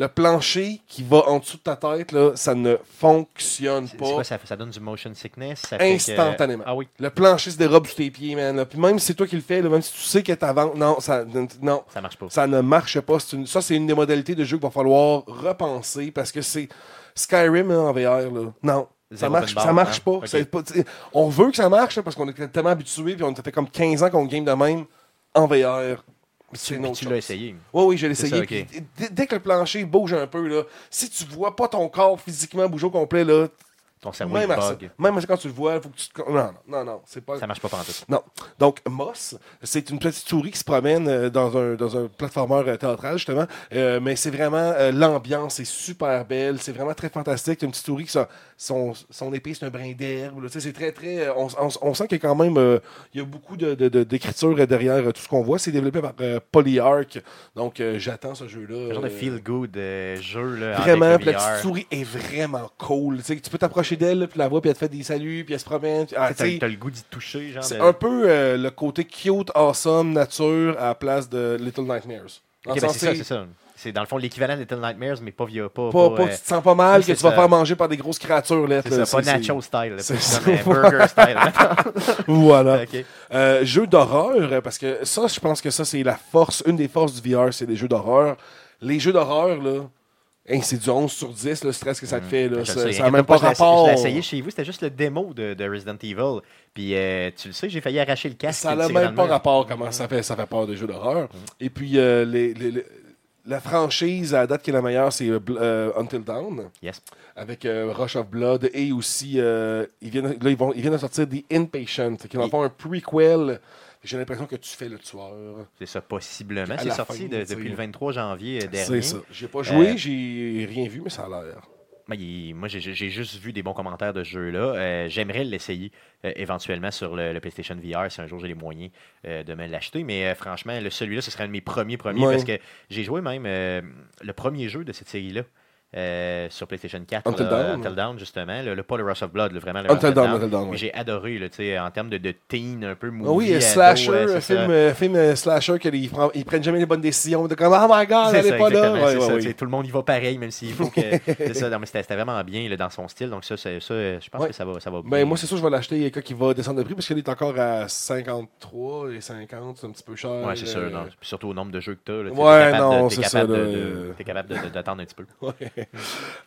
[SPEAKER 4] Le plancher qui va en dessous de ta tête, là, ça ne fonctionne
[SPEAKER 1] C'est- c'est
[SPEAKER 4] pas.
[SPEAKER 1] quoi, ça, fait- ça donne du motion sickness ça fait que-
[SPEAKER 4] Instantanément.
[SPEAKER 1] Ah oui,
[SPEAKER 4] Le plancher se dérobe sous tes pieds, man. là. Puis même si c'est toi qui le fais, là, même si tu sais que t'avances, non, ça, non,
[SPEAKER 1] ça marche pas.
[SPEAKER 4] ça ne marche pas. C'est une- ça, c'est une des modalités de jeu qu'il va falloir repenser parce que c'est Skyrim là, en VR. Là. Non. Ça
[SPEAKER 1] Zéro
[SPEAKER 4] marche,
[SPEAKER 1] open
[SPEAKER 4] ça
[SPEAKER 1] bar,
[SPEAKER 4] marche
[SPEAKER 1] hein?
[SPEAKER 4] pas.
[SPEAKER 1] Ok.
[SPEAKER 4] C'est pas- t'sais, on veut que ça marche là, parce qu'on est tellement habitué puis on a fait comme 15 ans qu'on game de même en VR.
[SPEAKER 1] Puis
[SPEAKER 4] C'est une autre
[SPEAKER 1] tu l'as
[SPEAKER 4] chose.
[SPEAKER 1] essayé.
[SPEAKER 4] Oui, oui, je l'ai
[SPEAKER 1] C'est
[SPEAKER 4] essayé.
[SPEAKER 1] ça, ok.
[SPEAKER 4] Puis d- Dès que le plancher bouge un peu, là, si tu vois pas ton corps physiquement bouger au complet, là,
[SPEAKER 1] Ton cerveau
[SPEAKER 4] même,
[SPEAKER 1] il
[SPEAKER 4] à ça-
[SPEAKER 1] bug.
[SPEAKER 4] même à ça, quand tu le vois, faut que tu te... Non, non, non, non c'est pas...
[SPEAKER 1] Ça marche pas pantoute.
[SPEAKER 4] Non. Donc, Moss, c'est une petite souris qui se promène euh, dans un, dans un platformer euh, théâtral, justement. Euh, mais c'est vraiment. euh, L'ambiance est super belle. C'est vraiment très fantastique. T'as Une petite souris qui. sort- Son, son épée, c'est un brin d'herbe. là. Tu sais, C'est très, très. euh, On, on- on sent qu'il y a quand même. euh, il y a beaucoup d'écriture de, de, d'écriture, euh, derrière euh, tout ce qu'on voit. C'est développé par euh, Polyarch. Donc, euh, j'attends ce jeu-là.
[SPEAKER 1] Un genre de
[SPEAKER 4] euh,
[SPEAKER 1] feel-good euh, jeu, là,
[SPEAKER 4] Vraiment,
[SPEAKER 1] avec
[SPEAKER 4] puis
[SPEAKER 1] le
[SPEAKER 4] la
[SPEAKER 1] VR.
[SPEAKER 4] petite souris est vraiment cool. Tu sais, tu peux t'approcher d'elle, là, puis la voir, puis elle te fait des saluts, puis elle se promène. puis- ah,
[SPEAKER 1] T'as-
[SPEAKER 4] tu sais,
[SPEAKER 1] T'as le goût d'y toucher, genre.
[SPEAKER 4] c'est
[SPEAKER 1] de-
[SPEAKER 4] un peu euh, le côté cute, awesome, nature à la place de Little Nightmares. Dans
[SPEAKER 1] Ok, ben,
[SPEAKER 4] le sens,
[SPEAKER 1] c'est ça,
[SPEAKER 4] c'est
[SPEAKER 1] c'est ça. C'est dans le fond l'équivalent de Little Nightmares, mais pas via. Pas,
[SPEAKER 4] pas,
[SPEAKER 1] pas,
[SPEAKER 4] pas
[SPEAKER 1] euh,
[SPEAKER 4] que tu te sens pas mal,
[SPEAKER 1] oui,
[SPEAKER 4] que tu
[SPEAKER 1] c'est
[SPEAKER 4] vas
[SPEAKER 1] ça.
[SPEAKER 4] faire manger par des grosses créatures. là,
[SPEAKER 1] c'est
[SPEAKER 4] là,
[SPEAKER 1] ça, pas
[SPEAKER 4] c'est-
[SPEAKER 1] nacho style, là,
[SPEAKER 4] c'est
[SPEAKER 1] plus
[SPEAKER 4] ça.
[SPEAKER 1] comme euh, burger style.
[SPEAKER 4] Voilà.
[SPEAKER 1] Ok. Ben,
[SPEAKER 4] Euh, jeux d'horreur, euh, parce que ça, je pense que ça, c'est la force, une des forces du VR, c'est les jeux d'horreur. Les jeux d'horreur, là, hein, c'est du 11 sur 10, le stress que ça te fait, là,
[SPEAKER 1] Mm. Ben, Je
[SPEAKER 4] ça
[SPEAKER 1] sais,
[SPEAKER 4] n'a même
[SPEAKER 1] inquiète-toi
[SPEAKER 4] pas
[SPEAKER 1] je l'ai-
[SPEAKER 4] rapport.
[SPEAKER 1] Je l'ai essayé chez vous, c'était juste le démo de, de Resident Evil. Puis euh, tu le sais, j'ai failli arracher le casque.
[SPEAKER 4] Ça
[SPEAKER 1] et le
[SPEAKER 4] n'a
[SPEAKER 1] tirer
[SPEAKER 4] même
[SPEAKER 1] dans
[SPEAKER 4] pas
[SPEAKER 1] le mur.
[SPEAKER 4] rapport comment ça fait, ça fait peur des jeux
[SPEAKER 1] Mm.
[SPEAKER 4] d'horreur. Et puis, euh, les- les- les- la franchise à la date qui est la meilleure, c'est euh, Bl- euh, Until Dawn,
[SPEAKER 1] Yes.
[SPEAKER 4] avec euh, Rush of Blood et aussi, euh, ils, viennent, là, ils, vont, ils viennent de sortir The Inpatient, qui est en
[SPEAKER 1] Et-
[SPEAKER 4] fait un prequel. J'ai l'impression que tu fais le tueur.
[SPEAKER 1] C'est ça, possiblement.
[SPEAKER 4] À
[SPEAKER 1] C'est
[SPEAKER 4] la
[SPEAKER 1] sorti
[SPEAKER 4] fin,
[SPEAKER 1] de-
[SPEAKER 4] tu sais.
[SPEAKER 1] depuis le 23 janvier euh,
[SPEAKER 4] C'est
[SPEAKER 1] dernier.
[SPEAKER 4] ça. J'ai pas joué,
[SPEAKER 1] Euh,
[SPEAKER 4] j'ai rien vu, mais ça a l'air.
[SPEAKER 1] Moi, Ben, il- moi, j'ai- j'ai j'ai juste vu des bons commentaires de ce jeu-là. Euh, J'aimerais l'essayer euh, éventuellement sur le, le PlayStation VR si un jour j'ai les moyens euh, de me l'acheter. Mais euh, franchement, le- celui-là, ce serait un de mes premiers premiers
[SPEAKER 4] Ouais.
[SPEAKER 1] parce que j'ai joué même euh, le premier jeu de cette série-là. euh, sur PlayStation 4,
[SPEAKER 4] Until
[SPEAKER 1] là,
[SPEAKER 4] Dawn.
[SPEAKER 1] Until Dawn, justement, le, le- pas le Rush of Blood, le- vraiment le
[SPEAKER 4] Until
[SPEAKER 1] Until
[SPEAKER 4] Dawn,
[SPEAKER 1] Dawn.
[SPEAKER 4] Until Dawn,
[SPEAKER 1] Mais
[SPEAKER 4] ouais.
[SPEAKER 1] j'ai adoré, là, tu sais, en termes de, de teen un peu
[SPEAKER 4] Ah
[SPEAKER 1] movie.
[SPEAKER 4] oui, euh,
[SPEAKER 1] ado,
[SPEAKER 4] slasher,
[SPEAKER 1] ouais,
[SPEAKER 4] euh,
[SPEAKER 1] c'est
[SPEAKER 4] film,
[SPEAKER 1] ça.
[SPEAKER 4] euh, film euh, slasher, qu'ils ils prennent jamais les bonnes décisions. De comme, oh my god,
[SPEAKER 1] C'est
[SPEAKER 4] elle
[SPEAKER 1] ça,
[SPEAKER 4] est pas là.
[SPEAKER 1] exactement.
[SPEAKER 4] Ouais,
[SPEAKER 1] c'est
[SPEAKER 4] ouais,
[SPEAKER 1] ça,
[SPEAKER 4] ouais.
[SPEAKER 1] tu sais, Tout le monde y va pareil, même s'il faut que. c'est ça, non, mais c'était c'était vraiment bien là, dans son style. Donc, ça, c'est- ça, euh, je pense
[SPEAKER 4] Ouais.
[SPEAKER 1] que ça va, ça va bien.
[SPEAKER 4] Ben, moi, c'est sûr, je vais l'acheter quand il va descendre de prix parce qu'il est encore à 53 et 50, c'est un petit peu cher.
[SPEAKER 1] Ouais, c'est sûr.
[SPEAKER 4] euh,
[SPEAKER 1] non. Puis Surtout au nombre de jeux que t'as. là, t'es
[SPEAKER 4] Ouais,
[SPEAKER 1] capable de-
[SPEAKER 4] non,
[SPEAKER 1] t'es
[SPEAKER 4] c'est
[SPEAKER 1] capable
[SPEAKER 4] ça,
[SPEAKER 1] de-
[SPEAKER 4] là,
[SPEAKER 1] de-
[SPEAKER 4] euh.
[SPEAKER 1] T'es capable de- de- d'attendre un petit peu.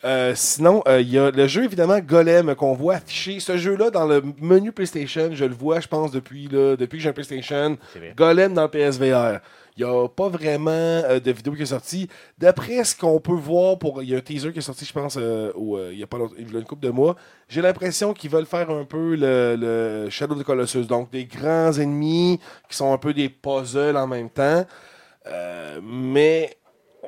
[SPEAKER 4] Euh, sinon, euh, il y a le jeu, évidemment, Golem, qu'on voit affiché. Ce jeu-là, dans le menu PlayStation, je le vois, je pense, depuis, là, depuis que j'ai un PlayStation.
[SPEAKER 1] C'est vrai.
[SPEAKER 4] Golem dans le PSVR. Il n'y a pas vraiment euh, de vidéo qui est sortie. D'après ce qu'on peut voir, pour il y a un teaser qui est sorti, je pense, euh, au, euh, il y a pas longtemps- il y a une couple de mois. J'ai l'impression qu'ils veulent faire un peu le, le Shadow de Colossus. Donc, des grands ennemis qui sont un peu des puzzles en même temps. Euh, mais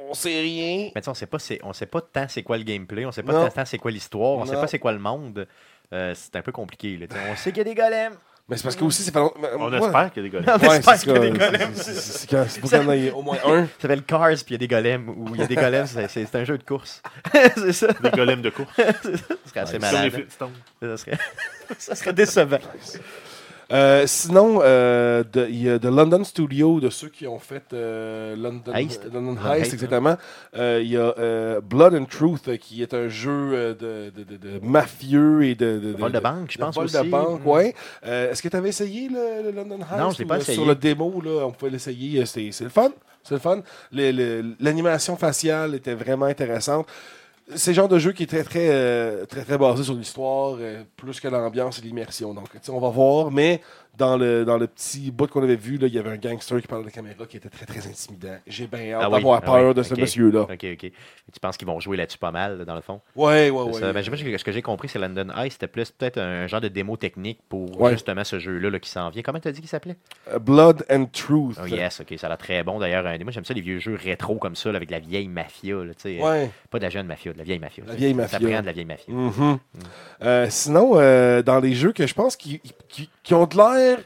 [SPEAKER 4] on sait rien.
[SPEAKER 1] Mais tu sais, on sait pas c'est- on sait pas tant c'est quoi le gameplay, on sait pas
[SPEAKER 4] Non.
[SPEAKER 1] tant c'est quoi l'histoire, on sait
[SPEAKER 4] Non.
[SPEAKER 1] pas c'est quoi le monde. Euh, c'est un peu compliqué. là, tu sais, on sait qu'il y a des golems.
[SPEAKER 4] Mais c'est parce que aussi, c'est pas long-
[SPEAKER 3] On
[SPEAKER 4] Ouais.
[SPEAKER 3] espère qu'il y a des gars.
[SPEAKER 1] On
[SPEAKER 4] Ouais,
[SPEAKER 1] espère
[SPEAKER 4] c'est
[SPEAKER 1] qu'il y a des
[SPEAKER 4] ça.
[SPEAKER 1] golems.
[SPEAKER 4] C'est-
[SPEAKER 1] Ça
[SPEAKER 4] c'est- c'est quand- c'est pour qu'il y en ait au moins un.
[SPEAKER 1] s'appelle Cars, puis il y a des golems. Ou il y a des golems, c'est- c'est c'est un jeu de course. c'est ça.
[SPEAKER 3] Des golems de course.
[SPEAKER 1] Ce serait assez
[SPEAKER 3] Comme les
[SPEAKER 1] malade.
[SPEAKER 3] Flintstones.
[SPEAKER 1] hein. Ça serait, ça serait décevant.
[SPEAKER 4] Euh, sinon, euh, de- il y a de London Studio, de ceux qui ont fait euh, London
[SPEAKER 1] Heist.
[SPEAKER 4] euh, London
[SPEAKER 1] London
[SPEAKER 4] Heist,
[SPEAKER 1] Heist, hein.
[SPEAKER 4] exactement. Euh, Il y a euh, Blood and Truth, euh, qui est un jeu euh, de, de- de- de mafieux et de.
[SPEAKER 1] Vol de banque, je pense
[SPEAKER 4] vol
[SPEAKER 1] aussi. Mm.
[SPEAKER 4] de banque, ouais. Euh, Est-ce que tu avais essayé le, le London Heist
[SPEAKER 1] Non, je l'ai
[SPEAKER 4] ou,
[SPEAKER 1] pas
[SPEAKER 4] euh, Sur
[SPEAKER 1] essayé.
[SPEAKER 4] le démo, là, on pouvait l'essayer. euh, C'est c'est le fun. C'est le fun. Le- le- L'animation faciale était vraiment intéressante. C'est le genre de jeu qui est très, très, euh, très, très basé sur l'histoire, euh, plus que l'ambiance et l'immersion. Donc, tu sais, on va voir, mais dans le, dans le petit bout qu'on avait vu, là, il y avait un gangster qui parlait de la caméra qui était très, très intimidant. J'ai bien hâte
[SPEAKER 1] Ah oui,
[SPEAKER 4] d'avoir
[SPEAKER 1] ah
[SPEAKER 4] peur
[SPEAKER 1] oui,
[SPEAKER 4] de ce
[SPEAKER 1] ok.
[SPEAKER 4] monsieur-là.
[SPEAKER 1] Ok, ok. Tu penses qu'ils vont jouer là-dessus pas mal, là, dans le fond?
[SPEAKER 4] Ouais, ouais, Ah ouais.
[SPEAKER 1] C'est ça. Ben, j'imagine que ce que j'ai compris, c'est London Eye, c'était plus peut-être un genre de démo technique pour
[SPEAKER 4] Ouais.
[SPEAKER 1] justement ce jeu-là là, qui s'en vient. Comment t'as dit qu'il s'appelait?
[SPEAKER 4] Euh, Blood and Truth.
[SPEAKER 1] Oh yes, ok, ça a l'air très bon d'ailleurs. Euh, Moi j'aime ça les vieux jeux rétro comme ça, là, avec la vieille mafia, là, tu sais.
[SPEAKER 4] Ouais.
[SPEAKER 1] Pas de la jeune mafia, de la vieille mafia.
[SPEAKER 4] La vieille
[SPEAKER 1] Ça
[SPEAKER 4] mafia.
[SPEAKER 1] prend de la vieille mafia.
[SPEAKER 4] Mhm. Euh, sinon, euh, dans les jeux que je pense qui, qui- qui ont de l'air.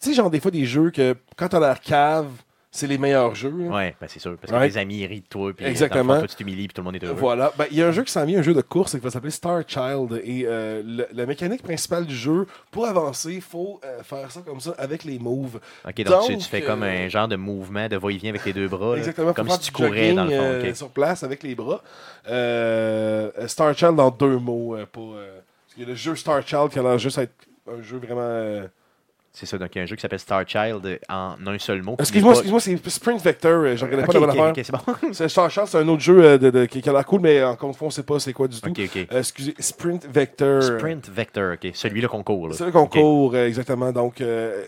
[SPEAKER 4] Tu sais, genre des fois des jeux que quand t'as l'air cave, c'est les meilleurs jeux. hein.
[SPEAKER 1] Ouais, ben c'est sûr. Parce que
[SPEAKER 4] Ouais.
[SPEAKER 1] tes amis ils rient de toi, puis euh,
[SPEAKER 4] Exactement.
[SPEAKER 1] dans le fond, toi, tu t'humilies, puis tout le monde est heureux.
[SPEAKER 4] Voilà. Ben, Il y a un jeu qui s'en vient, un jeu de course qui va s'appeler Star Child. Et euh, le- la mécanique principale du jeu, pour avancer, il faut euh, faire ça comme ça avec les moves.
[SPEAKER 1] Ok, donc, tu-
[SPEAKER 4] Donc,
[SPEAKER 1] tu, fais
[SPEAKER 4] euh,
[SPEAKER 1] comme un genre de mouvement de va-et-vient avec tes deux bras. là.
[SPEAKER 4] Exactement, faut
[SPEAKER 1] comme
[SPEAKER 4] faire
[SPEAKER 1] si tu
[SPEAKER 4] du
[SPEAKER 1] courais dans le
[SPEAKER 4] jogging,
[SPEAKER 1] fond.
[SPEAKER 4] euh,
[SPEAKER 1] ok.
[SPEAKER 4] sur place avec les bras. Euh, Star Child en deux mots euh, pour. euh, parce qu'il y a le jeu Star Child qui a l'air juste être un jeu vraiment. euh,
[SPEAKER 1] C'est ça, donc il y a un jeu qui s'appelle Star Child euh, en un seul mot. qui
[SPEAKER 4] Excuse-moi,
[SPEAKER 1] n'est pas-
[SPEAKER 4] excuse-moi, c'est Sprint Vector. euh, Je regardais pas la
[SPEAKER 1] Ok,
[SPEAKER 4] bonne
[SPEAKER 1] ok,
[SPEAKER 4] affaire.
[SPEAKER 1] ok, c'est bon.
[SPEAKER 4] C'est Star Child, c'est un autre jeu euh, de- de- qui, qui a l'air cool, mais encore une fois, on sait pas c'est quoi du tout.
[SPEAKER 1] Ok, ok.
[SPEAKER 4] Euh, excusez, Sprint Vector.
[SPEAKER 1] Sprint Vector, ok. Celui-là qu'on court. là.
[SPEAKER 4] C'est le concours,
[SPEAKER 1] Ok.
[SPEAKER 4] euh, exactement. Donc, euh,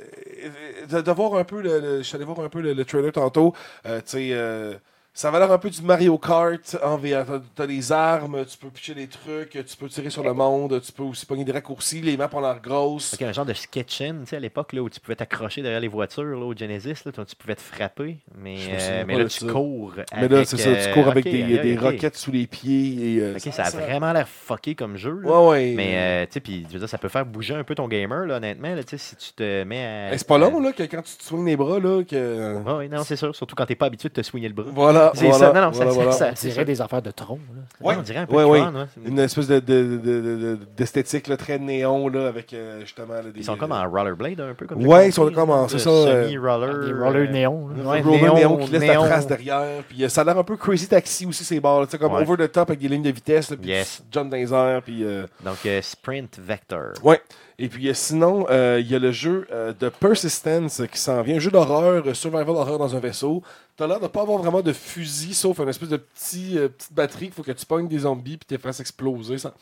[SPEAKER 4] de, de voir un peu, le, le- je suis allé voir un peu le, le trailer tantôt. Euh, tu sais, euh, ça va l'air un peu du Mario Kart en VR. T'as- T'as des armes, tu peux pitcher des trucs, tu peux tirer sur le monde, tu peux aussi pogner des raccourcis, les maps ont l'air grosses.
[SPEAKER 1] Ok, un genre de sketch-in, tu sais, à l'époque, là, où tu pouvais t'accrocher derrière les voitures, là, au Genesis, là, tu pouvais te frapper, mais,
[SPEAKER 4] Je me
[SPEAKER 1] euh,
[SPEAKER 4] souviens
[SPEAKER 1] mais
[SPEAKER 4] pas
[SPEAKER 1] là,
[SPEAKER 4] de
[SPEAKER 1] tu
[SPEAKER 4] ça.
[SPEAKER 1] cours
[SPEAKER 4] Mais là, c'est ça, tu cours
[SPEAKER 1] euh,
[SPEAKER 4] avec
[SPEAKER 1] ok,
[SPEAKER 4] des,
[SPEAKER 1] aïe, aïe,
[SPEAKER 4] des
[SPEAKER 1] ok.
[SPEAKER 4] roquettes sous les pieds. Et, euh,
[SPEAKER 1] Ok, ça a vraiment l'air fucké comme jeu, là.
[SPEAKER 4] Ouais, ouais.
[SPEAKER 1] Mais, euh, tu sais, puis, je veux dire, ça peut faire bouger un peu ton gamer, là, honnêtement, là, tu sais, si tu te mets à...
[SPEAKER 4] Et c'est pas long, là, que quand tu te soignes les bras, là, que...
[SPEAKER 1] euh, Ouais, ouais, non, c'est sûr, surtout quand t'es pas habitué de te soigner le bras.
[SPEAKER 4] Voilà,
[SPEAKER 1] C'est
[SPEAKER 4] voilà,
[SPEAKER 1] ça, non, non,
[SPEAKER 4] voilà,
[SPEAKER 1] ça,
[SPEAKER 4] voilà.
[SPEAKER 1] ça,
[SPEAKER 2] On
[SPEAKER 1] c'est
[SPEAKER 2] dirait
[SPEAKER 1] ça.
[SPEAKER 2] des affaires de tronc. là.
[SPEAKER 4] Ouais.
[SPEAKER 1] on dirait un peu
[SPEAKER 4] Ouais,
[SPEAKER 1] de
[SPEAKER 4] ouais.
[SPEAKER 1] crâne, ouais.
[SPEAKER 4] Une espèce de, de- de- de- de- d'esthétique là, très néon, là, avec euh, justement... là, des,
[SPEAKER 1] Ils sont comme en rollerblade, un peu, comme
[SPEAKER 4] Ouais,
[SPEAKER 1] j'ai compris,
[SPEAKER 4] ils sont comme en-
[SPEAKER 1] là,
[SPEAKER 4] c'est
[SPEAKER 1] de
[SPEAKER 4] ça, euh,
[SPEAKER 1] Semi-roller...
[SPEAKER 2] Des rollers
[SPEAKER 1] euh,
[SPEAKER 2] néons. là.
[SPEAKER 4] Le
[SPEAKER 1] ouais,
[SPEAKER 4] roller néon
[SPEAKER 1] néon,
[SPEAKER 4] qui laisse
[SPEAKER 1] néon.
[SPEAKER 4] la trace derrière. Puis euh, ça a l'air un peu Crazy Taxi aussi, ces bars. là, tu sais, Comme
[SPEAKER 1] Ouais.
[SPEAKER 4] over the top avec des lignes de vitesse. Là, puis
[SPEAKER 1] Yes.
[SPEAKER 4] tu jumps dans les airs. Puis, euh,
[SPEAKER 1] Donc, euh, Sprint Vector.
[SPEAKER 4] ouais. Et puis euh, sinon, euh, il y a le jeu euh, de Persistence qui s'en vient. Un jeu d'horreur, euh, survival horror dans un vaisseau. T'as l'air de pas avoir vraiment de fusil, sauf une espèce de petit, euh, petite batterie qu'il faut que tu pognes des zombies puis t'es fasses exploser. Ça,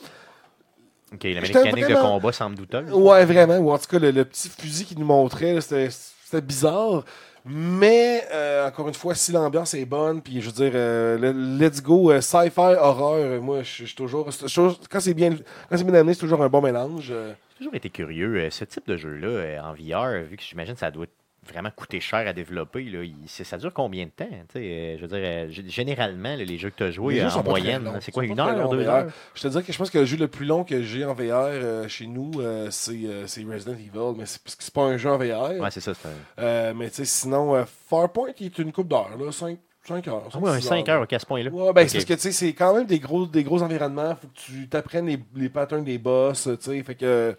[SPEAKER 1] Ok, la
[SPEAKER 4] J'étais
[SPEAKER 1] mécanique de
[SPEAKER 4] vraiment- Oh.
[SPEAKER 1] combat semble douteuse.
[SPEAKER 4] Ouais, vraiment. Ou en tout cas, le, le petit fusil qu'il nous montrait, là, c'était c'était bizarre. Mais, euh, encore une fois, si l'ambiance est bonne, puis je veux dire, euh, le- let's go, euh, sci-fi, horreur, euh, moi, je je suis toujours... c'est toujours- Quand c'est bien, quand c'est bien amené, c'est toujours un bon mélange. euh.
[SPEAKER 1] J'ai toujours été curieux. euh, Ce type de jeu-là, euh, en VR, vu que j'imagine que ça doit vraiment coûter cher à développer, là, il- c'est- ça dure combien de temps? tu sais, euh, je veux dire, euh, g- généralement, là, les jeux que tu as joués
[SPEAKER 4] Les jeux
[SPEAKER 1] euh,
[SPEAKER 4] sont
[SPEAKER 1] en
[SPEAKER 4] pas
[SPEAKER 1] moyenne,
[SPEAKER 4] très longs.
[SPEAKER 1] c'est quoi,
[SPEAKER 4] Ils sont
[SPEAKER 1] une
[SPEAKER 4] pas très
[SPEAKER 1] heure,
[SPEAKER 4] longs,
[SPEAKER 1] deux
[SPEAKER 4] VR.
[SPEAKER 1] heures?
[SPEAKER 4] Je te dirais que je pense que le jeu le plus long que j'ai en VR euh, chez nous, euh, c'est euh, c'est Resident Evil, mais c'est parce que c'est pas un jeu en VR.
[SPEAKER 1] Ouais, c'est ça. c'est un-
[SPEAKER 4] Euh, mais tu sais, sinon, euh, Farpoint, il est une coupe d'heures, là, 5, heures.
[SPEAKER 1] Ah ouais, un
[SPEAKER 4] six
[SPEAKER 1] 5 heures, ok, à ce point-là.
[SPEAKER 4] Ouais, ben,
[SPEAKER 1] Ok.
[SPEAKER 4] c'est parce que, tu sais, c'est quand même des gros, des gros environnements. Faut que tu t'apprennes les, les patterns des boss, tu sais. Fait que.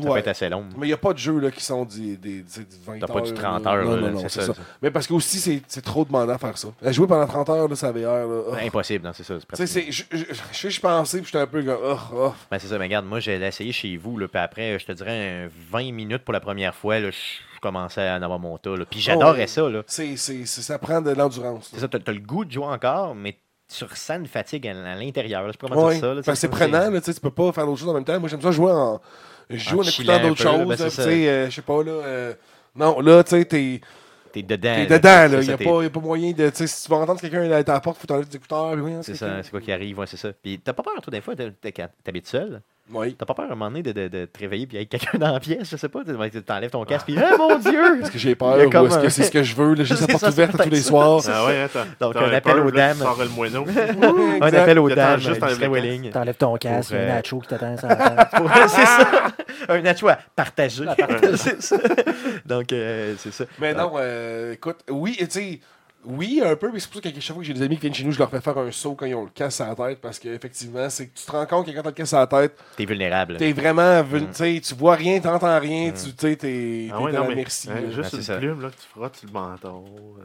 [SPEAKER 1] Ça peut
[SPEAKER 4] Ouais.
[SPEAKER 1] être assez long.
[SPEAKER 4] Mais il n'y a pas de jeux là, qui sont des, des, des- des 20
[SPEAKER 1] T'as
[SPEAKER 4] heures.
[SPEAKER 1] pas du 30
[SPEAKER 4] là.
[SPEAKER 1] heures,
[SPEAKER 4] Non,
[SPEAKER 1] là,
[SPEAKER 4] non,
[SPEAKER 1] là,
[SPEAKER 4] non,
[SPEAKER 1] c'est
[SPEAKER 4] c'est ça.
[SPEAKER 1] ça.
[SPEAKER 4] Mais parce que aussi, c'est c'est trop demandant à faire ça. À Jouer pendant 30 heures, là, ça VR. Là, oh.
[SPEAKER 1] Impossible, non, c'est ça. c'est
[SPEAKER 4] Tu sais,
[SPEAKER 1] pratiquement-
[SPEAKER 4] c'est- je je- je sais, je pensais, puis j'étais un peu comme. Oh, oh.
[SPEAKER 1] Ben, c'est ça, mais regarde, moi j'ai essayé chez vous, là, puis après, je te dirais un 20 minutes pour la première fois, là, je je commençais à en avoir mon tas. là. Puis j'adorais
[SPEAKER 4] ouais.
[SPEAKER 1] ça. Là.
[SPEAKER 4] C'est- c'est- c'est- ça prend de l'endurance.
[SPEAKER 1] C'est
[SPEAKER 4] là.
[SPEAKER 1] ça, t'as t'as le goût de jouer encore, mais tu ressens une fatigue à, à l'intérieur. là. Je sais pas comment
[SPEAKER 4] Ouais.
[SPEAKER 1] dire ça. là, tu
[SPEAKER 4] Fait que
[SPEAKER 1] sais,
[SPEAKER 4] c'est
[SPEAKER 1] comme
[SPEAKER 4] prenant, là, tu sais, tu peux pas faire d'autres choses en même temps. Moi, j'aime ça jouer en. Je joue
[SPEAKER 1] En
[SPEAKER 4] en, écoutant
[SPEAKER 1] chillant un
[SPEAKER 4] d'autres
[SPEAKER 1] peu,
[SPEAKER 4] choses,
[SPEAKER 1] ben,
[SPEAKER 4] là,
[SPEAKER 1] c'est
[SPEAKER 4] puis tu
[SPEAKER 1] ça.
[SPEAKER 4] sais, euh, je sais pas, là. euh, non, là, tu sais, t'es.
[SPEAKER 1] T'es dedans.
[SPEAKER 4] T'es
[SPEAKER 1] là,
[SPEAKER 4] dedans,
[SPEAKER 1] c'est
[SPEAKER 4] là. Il
[SPEAKER 1] ça,
[SPEAKER 4] n'y a,
[SPEAKER 1] t'es-
[SPEAKER 4] pas- y a pas moyen de. tu sais, Si tu vas entendre quelqu'un aller à ta porte, faut t'enlever tes écouteurs. puis oui, hein,
[SPEAKER 1] C'est
[SPEAKER 4] quelqu'un.
[SPEAKER 1] ça, c'est quoi qui arrive, ouais, c'est ça. Puis t'as pas peur, toi, des fois, de- de- quand t'habites seul,
[SPEAKER 4] Oui.
[SPEAKER 1] t'as pas peur à un moment donné de, de, de te réveiller puis il y a quelqu'un dans la pièce, je sais pas, tu t'enlèves ton casque puis « Ah, mon Dieu!
[SPEAKER 4] Est-ce que j'ai
[SPEAKER 1] Il y a
[SPEAKER 4] peur ou
[SPEAKER 1] comme
[SPEAKER 4] est-ce que
[SPEAKER 1] un-
[SPEAKER 4] c'est ce que je veux? là, J'ai
[SPEAKER 1] C'est
[SPEAKER 4] la porte
[SPEAKER 1] ça, c'est
[SPEAKER 4] ouverte tous
[SPEAKER 1] peut-être
[SPEAKER 4] les
[SPEAKER 1] ça.
[SPEAKER 4] soirs.
[SPEAKER 3] Ah ouais, attends.
[SPEAKER 1] Donc,
[SPEAKER 3] T'aurais
[SPEAKER 1] un appel
[SPEAKER 3] peur,
[SPEAKER 1] aux
[SPEAKER 3] là, tu
[SPEAKER 1] dames.
[SPEAKER 3] sors le moineau. » Ah
[SPEAKER 1] Ah. Un appel euh, aux
[SPEAKER 3] Il attend
[SPEAKER 1] dames,
[SPEAKER 3] juste
[SPEAKER 1] juste
[SPEAKER 3] enlever le
[SPEAKER 1] Welling.
[SPEAKER 2] T'enlèves ton casque, il y a
[SPEAKER 1] euh,
[SPEAKER 2] un nacho qui t'attend. sur la table.
[SPEAKER 1] c'est ça. Un atout à partager. c'est ça. Donc, euh, c'est ça.
[SPEAKER 4] Mais non, euh, écoute, oui, tu sais, Oui, un peu, mais c'est pour ça qu'à chaque fois que j'ai des amis qui viennent chez nous, je leur fais faire un saut quand ils ont le casse à la tête parce qu'effectivement, c'est que tu te rends compte que quand t'as le casse à la tête,
[SPEAKER 1] T'es vulnérable.
[SPEAKER 4] t'es vraiment. vul-
[SPEAKER 1] Mm.
[SPEAKER 4] tu sais, Tu vois rien, t'entends rien, tu sais, t'es
[SPEAKER 3] Ah
[SPEAKER 4] t'es
[SPEAKER 3] ouais,
[SPEAKER 4] dans
[SPEAKER 3] non,
[SPEAKER 4] la
[SPEAKER 3] mais,
[SPEAKER 4] merci.
[SPEAKER 3] hein,
[SPEAKER 4] là.
[SPEAKER 3] juste
[SPEAKER 1] Ah, c'est
[SPEAKER 3] une
[SPEAKER 1] ça.
[SPEAKER 3] plume là, que tu frottes sur le menton, euh,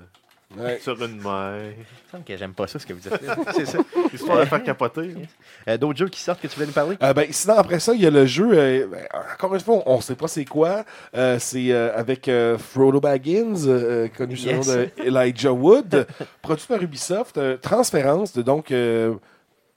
[SPEAKER 4] Ouais.
[SPEAKER 3] sur une main.
[SPEAKER 1] Il me semble que j'aime pas ça, ce que vous dites. c'est ça.
[SPEAKER 3] Histoire de faire capoter. hein. là.
[SPEAKER 1] Euh, D'autres jeux qui sortent que tu voulais nous parler?
[SPEAKER 4] Euh, ben, sinon, après ça, il y a le jeu. euh, ben, encore une fois, on ne sait pas c'est quoi. Euh, c'est euh, avec euh, Frodo Baggins, euh, connu sous le nom
[SPEAKER 1] Yes.
[SPEAKER 4] de Elijah Wood, produit par Ubisoft. euh, transférence de donc. euh,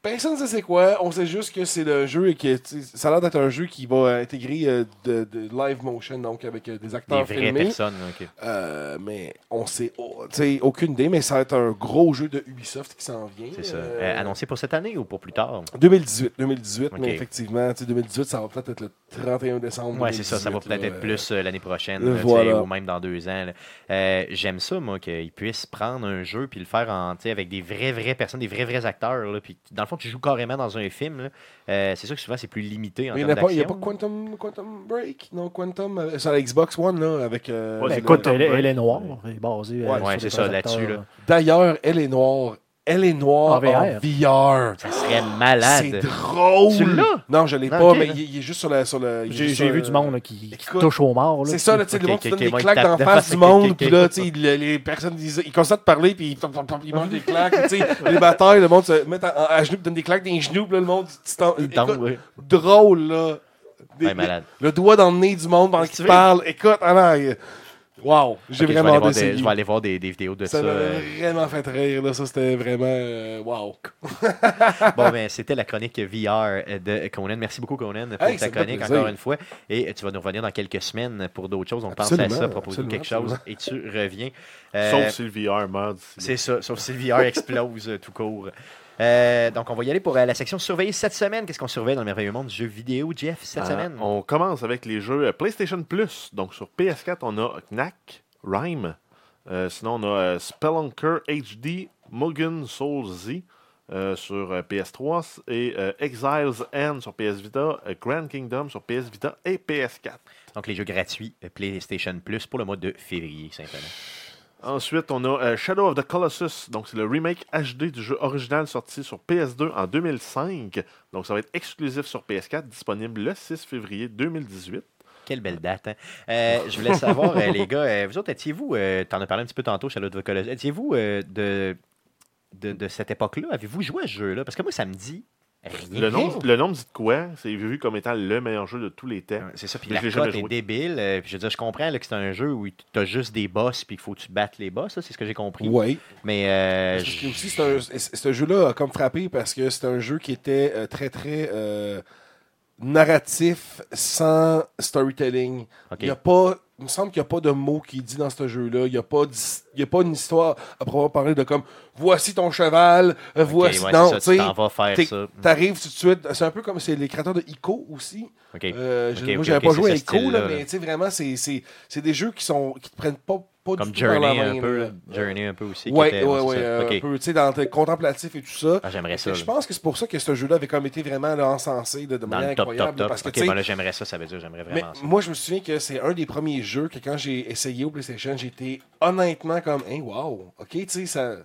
[SPEAKER 4] Personne ne sait c'est quoi, on sait juste que c'est le jeu et que tu sais, ça a l'air d'être un jeu qui va intégrer euh, de, de live motion, donc avec euh, des
[SPEAKER 1] Des
[SPEAKER 4] acteurs
[SPEAKER 1] vraies
[SPEAKER 4] filmés.
[SPEAKER 1] personnes. ok.
[SPEAKER 4] Euh, mais on sait oh, tu sais, aucune idée, mais ça va être un gros jeu de Ubisoft qui s'en vient.
[SPEAKER 1] C'est ça.
[SPEAKER 4] Euh,
[SPEAKER 1] Euh, annoncé pour cette année ou pour plus tard?
[SPEAKER 4] 2018, 2018,
[SPEAKER 1] Ok.
[SPEAKER 4] mais effectivement, tu sais, 2018, ça va peut-être être le 31 décembre.
[SPEAKER 1] Ouais, c'est ça. Ça va
[SPEAKER 4] 2018,
[SPEAKER 1] peut-être
[SPEAKER 4] là,
[SPEAKER 1] être plus euh, l'année prochaine,
[SPEAKER 4] euh,
[SPEAKER 1] là, tu sais,
[SPEAKER 4] voilà.
[SPEAKER 1] ou même dans deux ans. là. Euh, J'aime ça, moi, qu'ils puissent prendre un jeu puis le faire en, tu sais, avec des vraies, vraies personnes, des vrais, vrais acteurs. là, puis, dans le fond, tu joues carrément dans un film. là. Euh, c'est sûr que souvent, c'est plus limité en
[SPEAKER 4] Mais Il
[SPEAKER 1] termes
[SPEAKER 4] n'y a, pas- il y a
[SPEAKER 1] d'action.
[SPEAKER 4] pas Quantum, Quantum Break, non, Quantum, euh, sur la Xbox One, là, avec... euh,
[SPEAKER 3] Ouais,
[SPEAKER 4] le-
[SPEAKER 2] Ben,
[SPEAKER 3] c'est
[SPEAKER 2] écoute,
[SPEAKER 3] Quantum
[SPEAKER 2] elle, est-
[SPEAKER 3] Break.
[SPEAKER 2] elle est noire. Elle est basée euh,
[SPEAKER 4] Ouais,
[SPEAKER 2] sur
[SPEAKER 1] ouais,
[SPEAKER 2] des
[SPEAKER 1] c'est ça,
[SPEAKER 2] vrais
[SPEAKER 1] là-dessus,
[SPEAKER 2] acteurs,
[SPEAKER 1] là.
[SPEAKER 4] D'ailleurs, elle est noire. Elle est noire
[SPEAKER 2] En
[SPEAKER 4] en VR.
[SPEAKER 1] Ça serait
[SPEAKER 4] C'est
[SPEAKER 1] malade.
[SPEAKER 4] drôle.
[SPEAKER 1] Tu l'as?
[SPEAKER 4] Non, je l'ai
[SPEAKER 1] Non,
[SPEAKER 4] pas,
[SPEAKER 1] ok,
[SPEAKER 4] mais
[SPEAKER 1] là.
[SPEAKER 4] il, il est juste sur la... Sur le- il est
[SPEAKER 2] J'ai
[SPEAKER 4] juste
[SPEAKER 2] j'ai
[SPEAKER 4] sur,
[SPEAKER 2] vu
[SPEAKER 4] euh,
[SPEAKER 2] du monde là, qui, qui
[SPEAKER 4] écoute,
[SPEAKER 2] touche aux morts. là,
[SPEAKER 4] C'est
[SPEAKER 2] puis-
[SPEAKER 4] ça, là, tu sais, le
[SPEAKER 1] Ok,
[SPEAKER 4] monde qui
[SPEAKER 1] ok,
[SPEAKER 4] donne des
[SPEAKER 1] ok,
[SPEAKER 4] claques
[SPEAKER 1] tape
[SPEAKER 4] d'en
[SPEAKER 1] de
[SPEAKER 4] face
[SPEAKER 1] face,
[SPEAKER 4] du
[SPEAKER 1] ok, ok,
[SPEAKER 4] monde,
[SPEAKER 1] ok.
[SPEAKER 4] puis là, tu sais, les, les personnes, ils, ils continuent de parler, puis ils, pom, pom, pom, ils mangent des claques, tu sais, les batailles, le monde se met en- en- à genoux, puis donne des claques dans les genoux, puis là, le monde, tu t'en-
[SPEAKER 1] Il tombe, oui.
[SPEAKER 4] drôle, là. Des-
[SPEAKER 1] Ouais, malade.
[SPEAKER 4] Le doigt dans le nez du monde pendant
[SPEAKER 1] Qu'est-ce que tu
[SPEAKER 4] qu'il
[SPEAKER 1] veux?
[SPEAKER 4] parle. Écoute, alors, euh, wow, j'ai
[SPEAKER 1] Ok, je vais
[SPEAKER 4] vraiment
[SPEAKER 1] aller voir
[SPEAKER 4] hâte
[SPEAKER 1] des-
[SPEAKER 4] d'essayer.
[SPEAKER 1] Je vais aller voir des, des vidéos de ça.
[SPEAKER 4] Ça m'a
[SPEAKER 1] euh,
[SPEAKER 4] vraiment fait rire, là. Ça, c'était vraiment, euh, wow.
[SPEAKER 1] Bon, ben, c'était la chronique VR de Conan. Merci beaucoup, Conan, pour
[SPEAKER 4] Hey,
[SPEAKER 1] ta
[SPEAKER 4] ça me fait
[SPEAKER 1] chronique
[SPEAKER 4] plaisir.
[SPEAKER 1] encore une fois. Et tu vas nous revenir dans quelques semaines pour d'autres choses. On pense à
[SPEAKER 4] Absolument,
[SPEAKER 1] ça, proposer
[SPEAKER 4] absolument,
[SPEAKER 1] quelque chose et tu reviens. Euh,
[SPEAKER 3] Sauf si le VR meurt d'ici là.
[SPEAKER 1] c'est ça, sauf si le VR explose euh, tout court. Euh, donc, on va y aller pour euh, la section surveiller cette semaine. Qu'est-ce qu'on surveille dans le merveilleux monde du jeu vidéo, Jeff, cette
[SPEAKER 4] Ah,
[SPEAKER 3] Euh,
[SPEAKER 1] semaine?
[SPEAKER 3] On commence avec les jeux euh, PlayStation Plus. Donc sur PS4, on a Knack, Rhyme. Euh, sinon, on a euh, Spelunker HD, Mugen Soul Z euh, sur euh, PS3 s- et euh, Exiles End sur PS Vita, euh, Grand Kingdom sur PS Vita et PS4.
[SPEAKER 1] Donc, les jeux gratuits euh, PlayStation Plus pour le mois de février, simplement.
[SPEAKER 3] Ensuite, on a euh, Shadow of the Colossus. Donc, c'est le remake HD du jeu original sorti sur PS2 en 2005. Donc, ça va être exclusif sur PS4, disponible le 6 février 2018.
[SPEAKER 1] Quelle belle date. hein. Euh, je voulais savoir, euh, les gars, euh, vous autres, étiez-vous, euh, t'en as parlé un petit peu tantôt, Charlotte Vocolos, étiez-vous euh, de, de, de cette époque-là? Avez-vous joué à ce jeu-là? Parce que moi, ça me dit rien.
[SPEAKER 3] Le nom, le nom me dit de quoi C'est vu comme étant le meilleur jeu de tous les temps.
[SPEAKER 1] Ouais, C'est ça, puis
[SPEAKER 3] Mais
[SPEAKER 1] la
[SPEAKER 3] je l'ai jamais
[SPEAKER 1] cote est
[SPEAKER 3] joué.
[SPEAKER 1] débile. euh, puis je veux dire, je comprends là, que c'est un jeu où t'as juste des boss, puis il faut que tu battes les boss, là, c'est ce que j'ai compris.
[SPEAKER 4] Oui.
[SPEAKER 1] Mais euh,
[SPEAKER 4] Parce que
[SPEAKER 1] je-
[SPEAKER 4] aussi, c'est un- c'est- ce jeu-là a comme frappé parce que c'est un jeu qui était euh, très, très euh, narratif sans storytelling.
[SPEAKER 1] ok.
[SPEAKER 4] Il y a pas, il me semble qu'il n'y a pas de mot qui est dit dans ce jeu-là. Il n'y a, pas d'his- il y a pas une histoire à pouvoir parler de comme voici ton cheval, euh,
[SPEAKER 1] Ok,
[SPEAKER 4] voici.
[SPEAKER 1] ouais,
[SPEAKER 4] non,
[SPEAKER 1] c'est ça,
[SPEAKER 4] tu sais,
[SPEAKER 1] tu t'en vas faire
[SPEAKER 4] t'es-
[SPEAKER 1] ça. Mm.
[SPEAKER 4] t'arrives tout de suite. C'est un peu comme c'est les créateurs de ICO aussi.
[SPEAKER 1] Ok.
[SPEAKER 4] Euh, je-
[SPEAKER 1] Ok,
[SPEAKER 4] moi,
[SPEAKER 1] ok,
[SPEAKER 4] j'avais
[SPEAKER 1] ok,
[SPEAKER 4] pas
[SPEAKER 1] c'est
[SPEAKER 4] joué à
[SPEAKER 1] ce
[SPEAKER 4] ICO, là,
[SPEAKER 1] style-là,
[SPEAKER 4] mais
[SPEAKER 1] là.
[SPEAKER 4] tu sais, vraiment, c'est c'est- c'est des jeux qui sont qui te prennent pas, pas
[SPEAKER 1] Comme
[SPEAKER 4] du tout par la
[SPEAKER 1] Journey
[SPEAKER 4] main.
[SPEAKER 1] un peu,
[SPEAKER 4] là.
[SPEAKER 1] là. Journey un peu aussi. qui
[SPEAKER 4] euh, Ouais,
[SPEAKER 1] était-
[SPEAKER 4] ouais,
[SPEAKER 1] c'est
[SPEAKER 4] ouais,
[SPEAKER 1] ça.
[SPEAKER 4] euh,
[SPEAKER 1] Ok.
[SPEAKER 4] un peu, tu sais, dans le contemplatif et tout ça.
[SPEAKER 1] Ah, J'aimerais ça.
[SPEAKER 4] je
[SPEAKER 1] là.
[SPEAKER 4] pense que c'est pour ça que ce jeu-là avait comme été vraiment là, encensé là, de
[SPEAKER 1] Dans
[SPEAKER 4] manière
[SPEAKER 1] le top,
[SPEAKER 4] incroyable.
[SPEAKER 1] top, top.
[SPEAKER 4] Parce que,
[SPEAKER 1] Ok,
[SPEAKER 4] tu sais,
[SPEAKER 1] ben là, j'aimerais ça, ça veut dire j'aimerais
[SPEAKER 4] mais
[SPEAKER 1] vraiment ça.
[SPEAKER 4] moi, je me souviens que c'est un des premiers jeux que quand j'ai essayé au PlayStation, j'étais honnêtement comme, hey, wow, ok, tu sais, ça.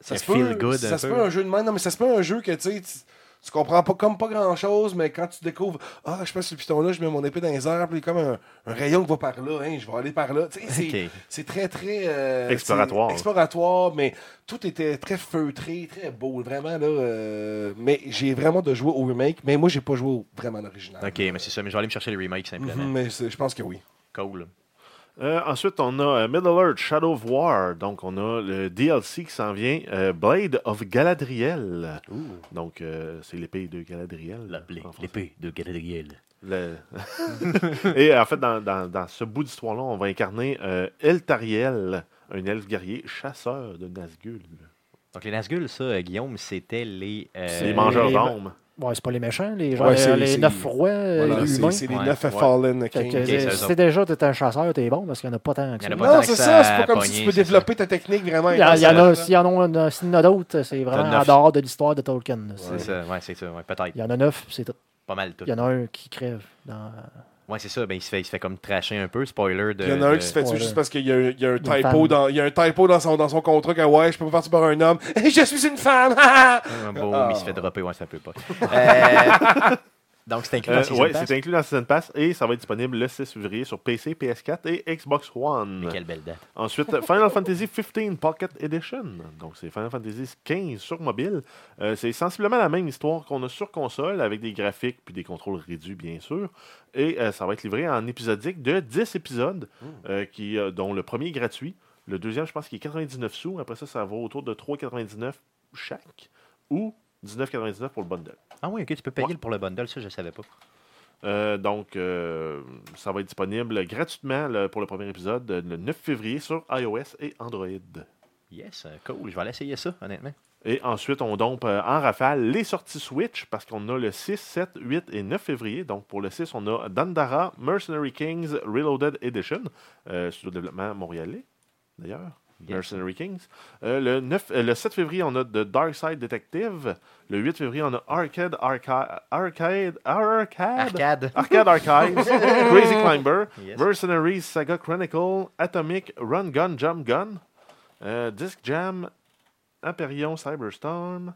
[SPEAKER 4] Ça
[SPEAKER 1] Ça
[SPEAKER 4] se peut,
[SPEAKER 1] feel good
[SPEAKER 4] ça
[SPEAKER 1] un
[SPEAKER 4] se
[SPEAKER 1] peu.
[SPEAKER 4] peut un jeu de main. Non, mais ça se peut un jeu que tu sais, tu- tu comprends pas comme pas grand chose, mais quand tu découvres, ah, je passe sur le piton là, je mets mon épée dans les airs, puis il y a comme un, un rayon qui va par là, hein, je vais aller par là. Tu sais, c'est
[SPEAKER 1] Ok.
[SPEAKER 4] c'est très, très. euh,
[SPEAKER 3] Exploratoire.
[SPEAKER 4] c'est Exploratoire, mais tout était très feutré, très beau, vraiment, là. euh, mais j'ai vraiment de jouer au remake, mais moi, j'ai pas joué au- vraiment à l'original.
[SPEAKER 1] Ok, mais c'est ça, mais je vais aller me chercher les remakes simplement.
[SPEAKER 4] Mhm, mais c'est- je pense que oui.
[SPEAKER 1] Cool.
[SPEAKER 3] Euh, ensuite, on a euh, Middle Earth Shadow of War. Donc, on a le DLC qui s'en vient, euh, Blade of Galadriel. Donc, euh, c'est l'épée de Galadriel. en français.
[SPEAKER 1] L'épée de Galadriel.
[SPEAKER 3] Le- Et euh, en fait, dans, dans- dans ce bout d'histoire-là, on va incarner euh, Eltariel, un elfe guerrier chasseur de Nazgûl.
[SPEAKER 1] Donc les Nazgûl, ça, euh, Guillaume, c'était les. euh,
[SPEAKER 3] C'est les mangeurs
[SPEAKER 2] les-
[SPEAKER 3] d'hommes.
[SPEAKER 2] Ouais, c'est pas les méchants, les, gens,
[SPEAKER 4] Ouais,
[SPEAKER 2] les-
[SPEAKER 4] c'est-
[SPEAKER 2] les
[SPEAKER 4] c'est-
[SPEAKER 2] neuf rois euh,
[SPEAKER 4] Voilà, c'est
[SPEAKER 2] humains.
[SPEAKER 4] c'est les
[SPEAKER 1] Ouais,
[SPEAKER 4] 9
[SPEAKER 1] ouais.
[SPEAKER 4] Fallen
[SPEAKER 2] Fait
[SPEAKER 4] Kings.
[SPEAKER 2] que,
[SPEAKER 1] c'est
[SPEAKER 2] euh,
[SPEAKER 1] eux
[SPEAKER 2] si
[SPEAKER 1] autres.
[SPEAKER 2] t'es déjà t'es un chasseur, t'es bon parce qu'il n'y en a pas tant que
[SPEAKER 1] Il y en
[SPEAKER 2] ça.
[SPEAKER 1] a
[SPEAKER 4] Non,
[SPEAKER 1] tant
[SPEAKER 4] c'est
[SPEAKER 1] que ça
[SPEAKER 4] ça, c'est
[SPEAKER 1] à
[SPEAKER 4] pas comme si
[SPEAKER 1] pogner,
[SPEAKER 4] tu peux
[SPEAKER 1] c'est
[SPEAKER 4] développer ta technique vraiment.
[SPEAKER 2] Il y, en- il y en
[SPEAKER 4] intense.
[SPEAKER 2] a, s'il y en a, un- s'il y en a d'autres, c'est vraiment
[SPEAKER 1] neuf.
[SPEAKER 2] en dehors de l'histoire de Tolkien. là.
[SPEAKER 1] C'est ça, ouais, c'est ça, ouais, peut-être.
[SPEAKER 2] Il y en a neuf, c'est tout.
[SPEAKER 1] Pas mal tout.
[SPEAKER 2] Il y en a un qui crève dans
[SPEAKER 1] Ouais, c'est ça. Ben, il, se fait, il se fait comme tracher un peu, spoiler. De,
[SPEAKER 4] Il y en a un
[SPEAKER 1] de-
[SPEAKER 4] qui se fait tuer
[SPEAKER 2] Ouais,
[SPEAKER 4] juste
[SPEAKER 2] là.
[SPEAKER 4] parce qu'il y, a un- il y a un typo,
[SPEAKER 2] femme.
[SPEAKER 4] dans, il y a un typo dans, son, dans son contrat que ouais, je peux pas partir par un homme. je suis une femme! ha, ha.
[SPEAKER 1] Un beau,
[SPEAKER 4] Ah.
[SPEAKER 1] mais il se fait dropper, ouais, ça peut pas. Euh, donc, c'est inclus dans
[SPEAKER 3] Euh,
[SPEAKER 1] Season
[SPEAKER 3] ouais,
[SPEAKER 1] Pass.
[SPEAKER 3] c'est inclus dans Season Pass et ça va être disponible le 6 février sur PC, PS4 et Xbox One.
[SPEAKER 1] Mais Quelle belle date.
[SPEAKER 3] Ensuite, Final Fantasy 15 Pocket Edition. Donc, c'est Final Fantasy 15 sur mobile. Euh, c'est sensiblement la même histoire qu'on a sur console avec des graphiques puis des contrôles réduits, bien sûr. Et euh, ça va être livré en épisodique de 10 épisodes, euh, qui, euh, dont le premier est gratuit. Le deuxième, je pense qu'il est 99 sous. Après ça, ça va autour de 3,99 chaque ou 19,99 pour le bundle.
[SPEAKER 1] Ah oui, ok, tu peux payer
[SPEAKER 3] Ouais.
[SPEAKER 1] pour le bundle, ça, je savais pas.
[SPEAKER 3] Euh, donc, euh, ça va être disponible gratuitement le- pour le premier épisode euh, le 9 février sur iOS et Android.
[SPEAKER 1] Yes, euh, cool, je vais aller essayer ça, honnêtement.
[SPEAKER 3] Et ensuite, on dompe euh, en rafale les sorties Switch parce qu'on a le 6, 7, 8 et 9 février. Donc, pour le 6, on a Dandara Mercenary Kings Reloaded Edition, euh, studio de développement montréalais, d'ailleurs.
[SPEAKER 1] Yes.
[SPEAKER 3] Mercenary Kings. Euh, le, 9, euh, le 7 février, on a The Dark Side Detective. Le 8 février, on a Arcade Arca- Arcade Arcade
[SPEAKER 1] Arcade.
[SPEAKER 3] Arcade Archives, Crazy Climber,
[SPEAKER 1] Yes.
[SPEAKER 3] Mercenaries Saga Chronicle, Atomic Run Gun Jump Gun, euh, Disc Jam, Imperion Cyberstorm,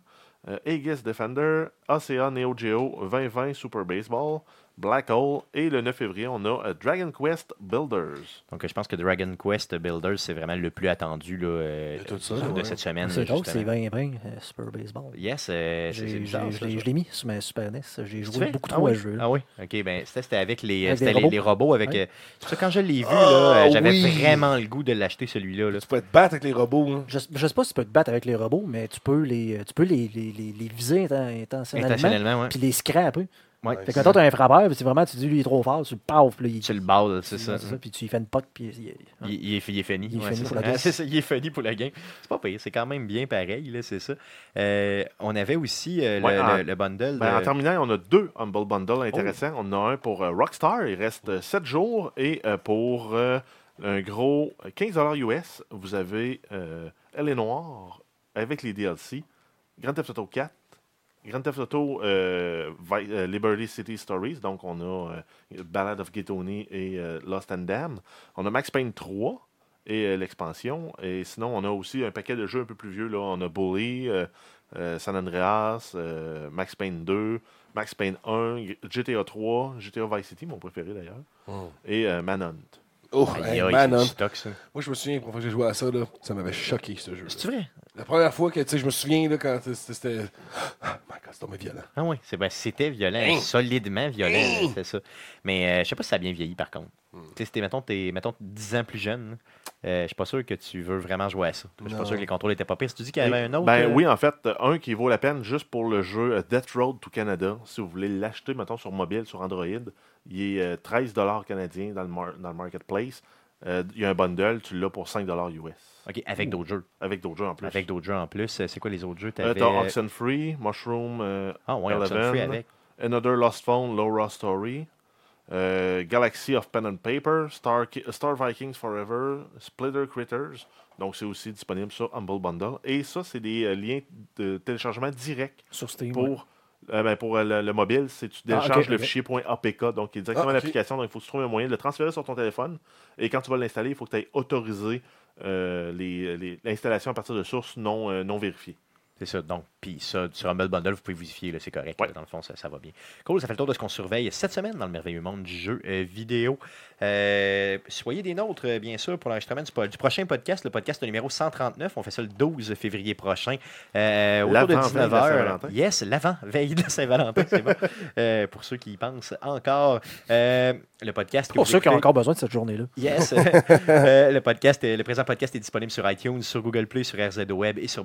[SPEAKER 3] euh, Aegis Defender, Ocean Neo Geo 2020 Super Baseball, Black Hole et le 9 février, on a euh, Dragon Quest Builders.
[SPEAKER 1] Donc, euh, je pense que Dragon Quest Builders, c'est vraiment le plus attendu là, euh,
[SPEAKER 4] De tout ça,
[SPEAKER 1] de
[SPEAKER 4] ouais.
[SPEAKER 1] cette semaine.
[SPEAKER 2] C'est drôle,
[SPEAKER 1] justement.
[SPEAKER 2] c'est bien, bien euh, Super Baseball.
[SPEAKER 1] Yes, euh, c'est c'est
[SPEAKER 2] J'ai-
[SPEAKER 1] bizarre. ça,
[SPEAKER 2] j'ai- Je
[SPEAKER 1] ça.
[SPEAKER 2] l'ai- je l'ai mis sur ma Super NES. J'ai
[SPEAKER 1] Tu
[SPEAKER 2] joué
[SPEAKER 1] fais?
[SPEAKER 2] beaucoup
[SPEAKER 1] Ah
[SPEAKER 2] trop
[SPEAKER 1] oui?
[SPEAKER 2] à ce jeu.
[SPEAKER 1] Ah oui, ok, ben ça, c'était avec les,
[SPEAKER 2] Avec des
[SPEAKER 1] c'était les- les robots. avec.
[SPEAKER 2] Ouais.
[SPEAKER 1] euh, c'est pour ça, quand je l'ai vu, là,
[SPEAKER 4] Ah,
[SPEAKER 1] euh, j'avais
[SPEAKER 4] oui.
[SPEAKER 1] vraiment le goût de l'acheter celui-là. là.
[SPEAKER 4] Tu peux te battre avec les robots. hein.
[SPEAKER 2] Je, je sais pas si tu peux te battre avec les robots, mais tu peux les, euh, tu peux les, les, les, les viser inten- intentionnellement.
[SPEAKER 1] Intentionnellement, ouais.
[SPEAKER 2] Puis les scraper.
[SPEAKER 1] Ouais,
[SPEAKER 2] Fait que quand t'as un frappeur, puis c'est vraiment, tu dis lui il est trop fort, tu le paf, puis là, il.
[SPEAKER 1] tu le balles, c'est
[SPEAKER 2] il-
[SPEAKER 1] ça. hein.
[SPEAKER 2] Puis tu lui fais une pote, puis il- il-
[SPEAKER 1] Il, il est, il est fini.
[SPEAKER 2] Il est
[SPEAKER 1] Ouais,
[SPEAKER 2] fini
[SPEAKER 1] c'est
[SPEAKER 2] pour
[SPEAKER 1] ça.
[SPEAKER 2] la game.
[SPEAKER 1] Ah, c'est ça, il est fini pour la game. C'est pas payé, c'est quand même bien pareil, là, c'est ça. Euh, on avait aussi euh, le-
[SPEAKER 3] Ouais,
[SPEAKER 1] le,
[SPEAKER 3] en-
[SPEAKER 1] le bundle.
[SPEAKER 3] Ben, en
[SPEAKER 1] de-
[SPEAKER 3] terminant, on a deux Humble Bundle intéressants. On a un pour euh, Rockstar, il reste 7 jours, et euh, pour euh, un gros euh, 15$ US, vous avez euh, Elle est Noire avec les DLC, Grand Theft Auto 4, Grand Theft Auto euh, Vi- euh, Liberty City Stories, donc on a euh, Ballad of Ghetoni et euh, Lost and Damned. On a Max Payne 3 et euh, l'expansion. Et sinon, on a aussi un paquet de jeux un peu plus vieux. Là. On a Bully, euh, euh, San Andreas, euh, Max Payne 2, Max Payne 1, GTA 3, GTA Vice City, mon préféré d'ailleurs, et euh, Manhunt.
[SPEAKER 4] Oh,
[SPEAKER 1] Aïe,
[SPEAKER 4] hey,
[SPEAKER 1] aïe,
[SPEAKER 4] man,
[SPEAKER 1] c'est du
[SPEAKER 4] hein.
[SPEAKER 1] stock, ça.
[SPEAKER 4] Moi, je me souviens, la première fois que j'ai joué à ça, là, ça m'avait choqué, ce jeu.
[SPEAKER 1] C'est vrai?
[SPEAKER 4] La première fois que, tu sais, je me souviens, là, quand c'était- c'était. Ah, my god, c'est tombé violent.
[SPEAKER 1] Ah oui, c'est- ben, c'était violent, solidement violent, là, c'est ça. Mais euh, je sais pas si ça a bien vieilli par contre. Tu sais, si t'es, mettons, t'es, mettons, 10 ans plus jeune, euh, je suis pas sûr que tu veux vraiment jouer à ça. Je suis pas
[SPEAKER 4] Non.
[SPEAKER 1] sûr que les contrôles étaient pas pires. Si tu dis qu'il y en avait un autre.
[SPEAKER 3] Ben
[SPEAKER 1] euh,
[SPEAKER 3] oui, en fait, euh, un qui vaut la peine juste pour le jeu euh, Death Road to Canada. Si vous voulez l'acheter, mettons, sur mobile, sur Android, il est euh, 13 canadiens dans le, mar- dans le marketplace. Euh, Il y a un bundle, tu l'as pour 5 US.
[SPEAKER 1] OK, avec d'autres jeux.
[SPEAKER 3] Avec d'autres jeux en plus.
[SPEAKER 1] Avec d'autres jeux en plus. Euh, C'est quoi les autres jeux?
[SPEAKER 3] Euh,
[SPEAKER 1] T'avais...
[SPEAKER 3] T'as Oxenfree, Mushroom, euh,
[SPEAKER 1] ah ouais,
[SPEAKER 3] Eleven,
[SPEAKER 1] Oxenfree avec.
[SPEAKER 3] Another Lost Phone, Laura Story, euh, Galaxy of Pen and Paper, Star, Ki- Star Vikings Forever, Splitter Critters. Donc, c'est aussi disponible sur Humble Bundle. Et ça, c'est des euh, liens de téléchargement direct
[SPEAKER 2] sur Steam.
[SPEAKER 3] pour,
[SPEAKER 2] ouais.
[SPEAKER 3] euh, ben, pour euh, le, le mobile. C'est tu
[SPEAKER 2] Ah, ok,
[SPEAKER 3] télécharges le
[SPEAKER 2] ok.
[SPEAKER 3] fichier .apk, donc qui est
[SPEAKER 4] Ah,
[SPEAKER 3] directement
[SPEAKER 4] ok.
[SPEAKER 3] à l'application. Donc, il faut que tu trouves un moyen de le transférer sur ton téléphone. Et quand tu vas l'installer, il faut que tu aies autorisé euh, les- les- l'installation à partir de sources non, euh, non vérifiées.
[SPEAKER 1] C'est ça. Donc, puis ça, sur Humble Bundle, vous pouvez vous y fier, là, c'est correct.
[SPEAKER 3] Ouais.
[SPEAKER 1] là, dans le fond, ça, ça va bien. Cool, ça fait le tour de ce qu'on surveille cette semaine dans le merveilleux monde du jeu euh, vidéo. Euh, soyez des nôtres, euh, bien sûr, pour l'enregistrement du, po- du prochain podcast, le podcast numéro 139. On fait ça le 12 février prochain, euh, autour de
[SPEAKER 3] L'avant-veille de la
[SPEAKER 1] 19h.
[SPEAKER 3] Saint-Valentin.
[SPEAKER 1] Yes, l'avant-veille de Saint-Valentin, c'est bon. Euh, pour ceux qui y pensent encore, euh, le podcast... que
[SPEAKER 2] Pour
[SPEAKER 1] vous
[SPEAKER 2] ceux qui ont
[SPEAKER 1] écoutez-
[SPEAKER 2] encore besoin de cette journée-là.
[SPEAKER 1] Yes. Euh, le podcast, est- le présent podcast est disponible sur iTunes, sur Google Play, sur RZO Web et sur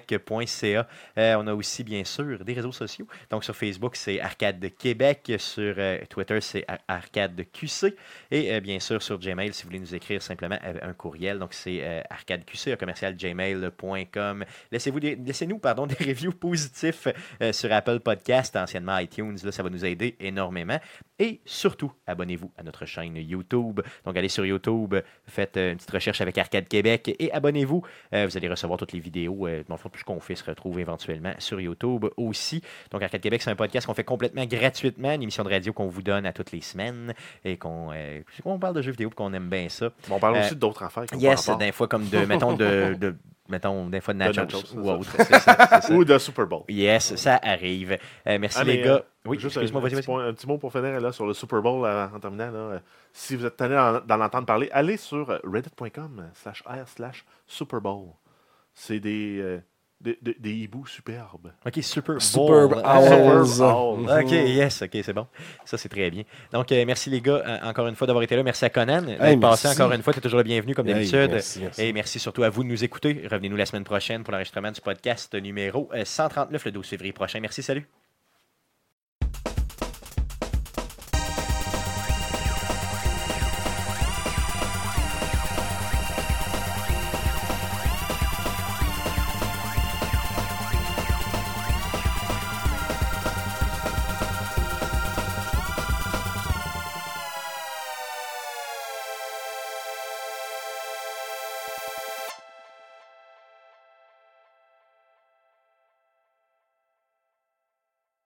[SPEAKER 1] baladoquebec.ca. Euh, on a aussi, bien sûr, des réseaux sociaux. Donc, sur Facebook, c'est Arcade Québec. Sur euh, Twitter, c'est Ar- Arcade QC. Et euh, bien sûr, sur Gmail, si vous voulez nous écrire simplement euh, un courriel. Donc, c'est euh, arcadeqc, commercial gmail.com. Laissez-vous des- Laissez-nous pardon, des reviews positifs euh, sur Apple Podcast, anciennement iTunes. Là, ça va nous aider énormément. Et surtout, abonnez-vous à notre chaîne YouTube. Donc, allez sur YouTube, faites euh, une petite recherche avec Arcade Québec et abonnez-vous. Euh, vous allez recevoir toutes les vidéos. Euh, dans le fond, tout ce qu'on fait, puisse retrouver éventuellement sur YouTube aussi. Donc, Arcade Québec, c'est un podcast qu'on fait complètement gratuitement, une émission de radio qu'on vous donne à toutes les semaines et qu'on euh, on parle de jeux vidéo et qu'on aime bien ça.
[SPEAKER 3] Bon, on parle
[SPEAKER 1] Euh,
[SPEAKER 3] aussi d'autres affaires. qui ont
[SPEAKER 1] Yes,
[SPEAKER 3] pas rapport.
[SPEAKER 2] ben,
[SPEAKER 1] des fois comme de, mettons, de, de- mettons, des fois de nachos,
[SPEAKER 3] nachos, c'est
[SPEAKER 1] ou
[SPEAKER 3] ça.
[SPEAKER 1] autre. c'est ça, c'est ça.
[SPEAKER 3] Ou de Super Bowl.
[SPEAKER 1] Yes, ça arrive. Euh, merci
[SPEAKER 3] Ah, mais,
[SPEAKER 1] les
[SPEAKER 3] euh,
[SPEAKER 1] gars. Oui,
[SPEAKER 3] juste un,
[SPEAKER 1] excuse-moi,
[SPEAKER 3] un
[SPEAKER 1] vas-y,
[SPEAKER 3] petit
[SPEAKER 1] vas-y.
[SPEAKER 3] point- un petit mot pour finir là, sur le Super Bowl euh, en terminant. là, euh, si vous êtes tanné d'en d'en entendre parler, allez sur euh, reddit.com slash r slash Super Bowl. C'est des, euh, des, des- des hiboux superbes.
[SPEAKER 1] Ok, Super Bowl.
[SPEAKER 4] Superb
[SPEAKER 1] Ah,
[SPEAKER 4] Owls.
[SPEAKER 3] Super Bowl.
[SPEAKER 1] Ok, yes, ok, c'est bon. Ça, c'est très bien. Donc, euh, merci les gars, euh, encore une fois d'avoir été là. Merci à Conan d'être
[SPEAKER 4] Hey,
[SPEAKER 1] passé
[SPEAKER 4] merci.
[SPEAKER 1] encore une fois. Tu es toujours le bienvenu, comme
[SPEAKER 4] Hey,
[SPEAKER 1] d'habitude.
[SPEAKER 4] merci, merci.
[SPEAKER 1] Et merci surtout à vous de nous écouter. Revenez-nous la semaine prochaine pour l'enregistrement du podcast numéro euh, 139, le 12 février prochain. Merci, salut.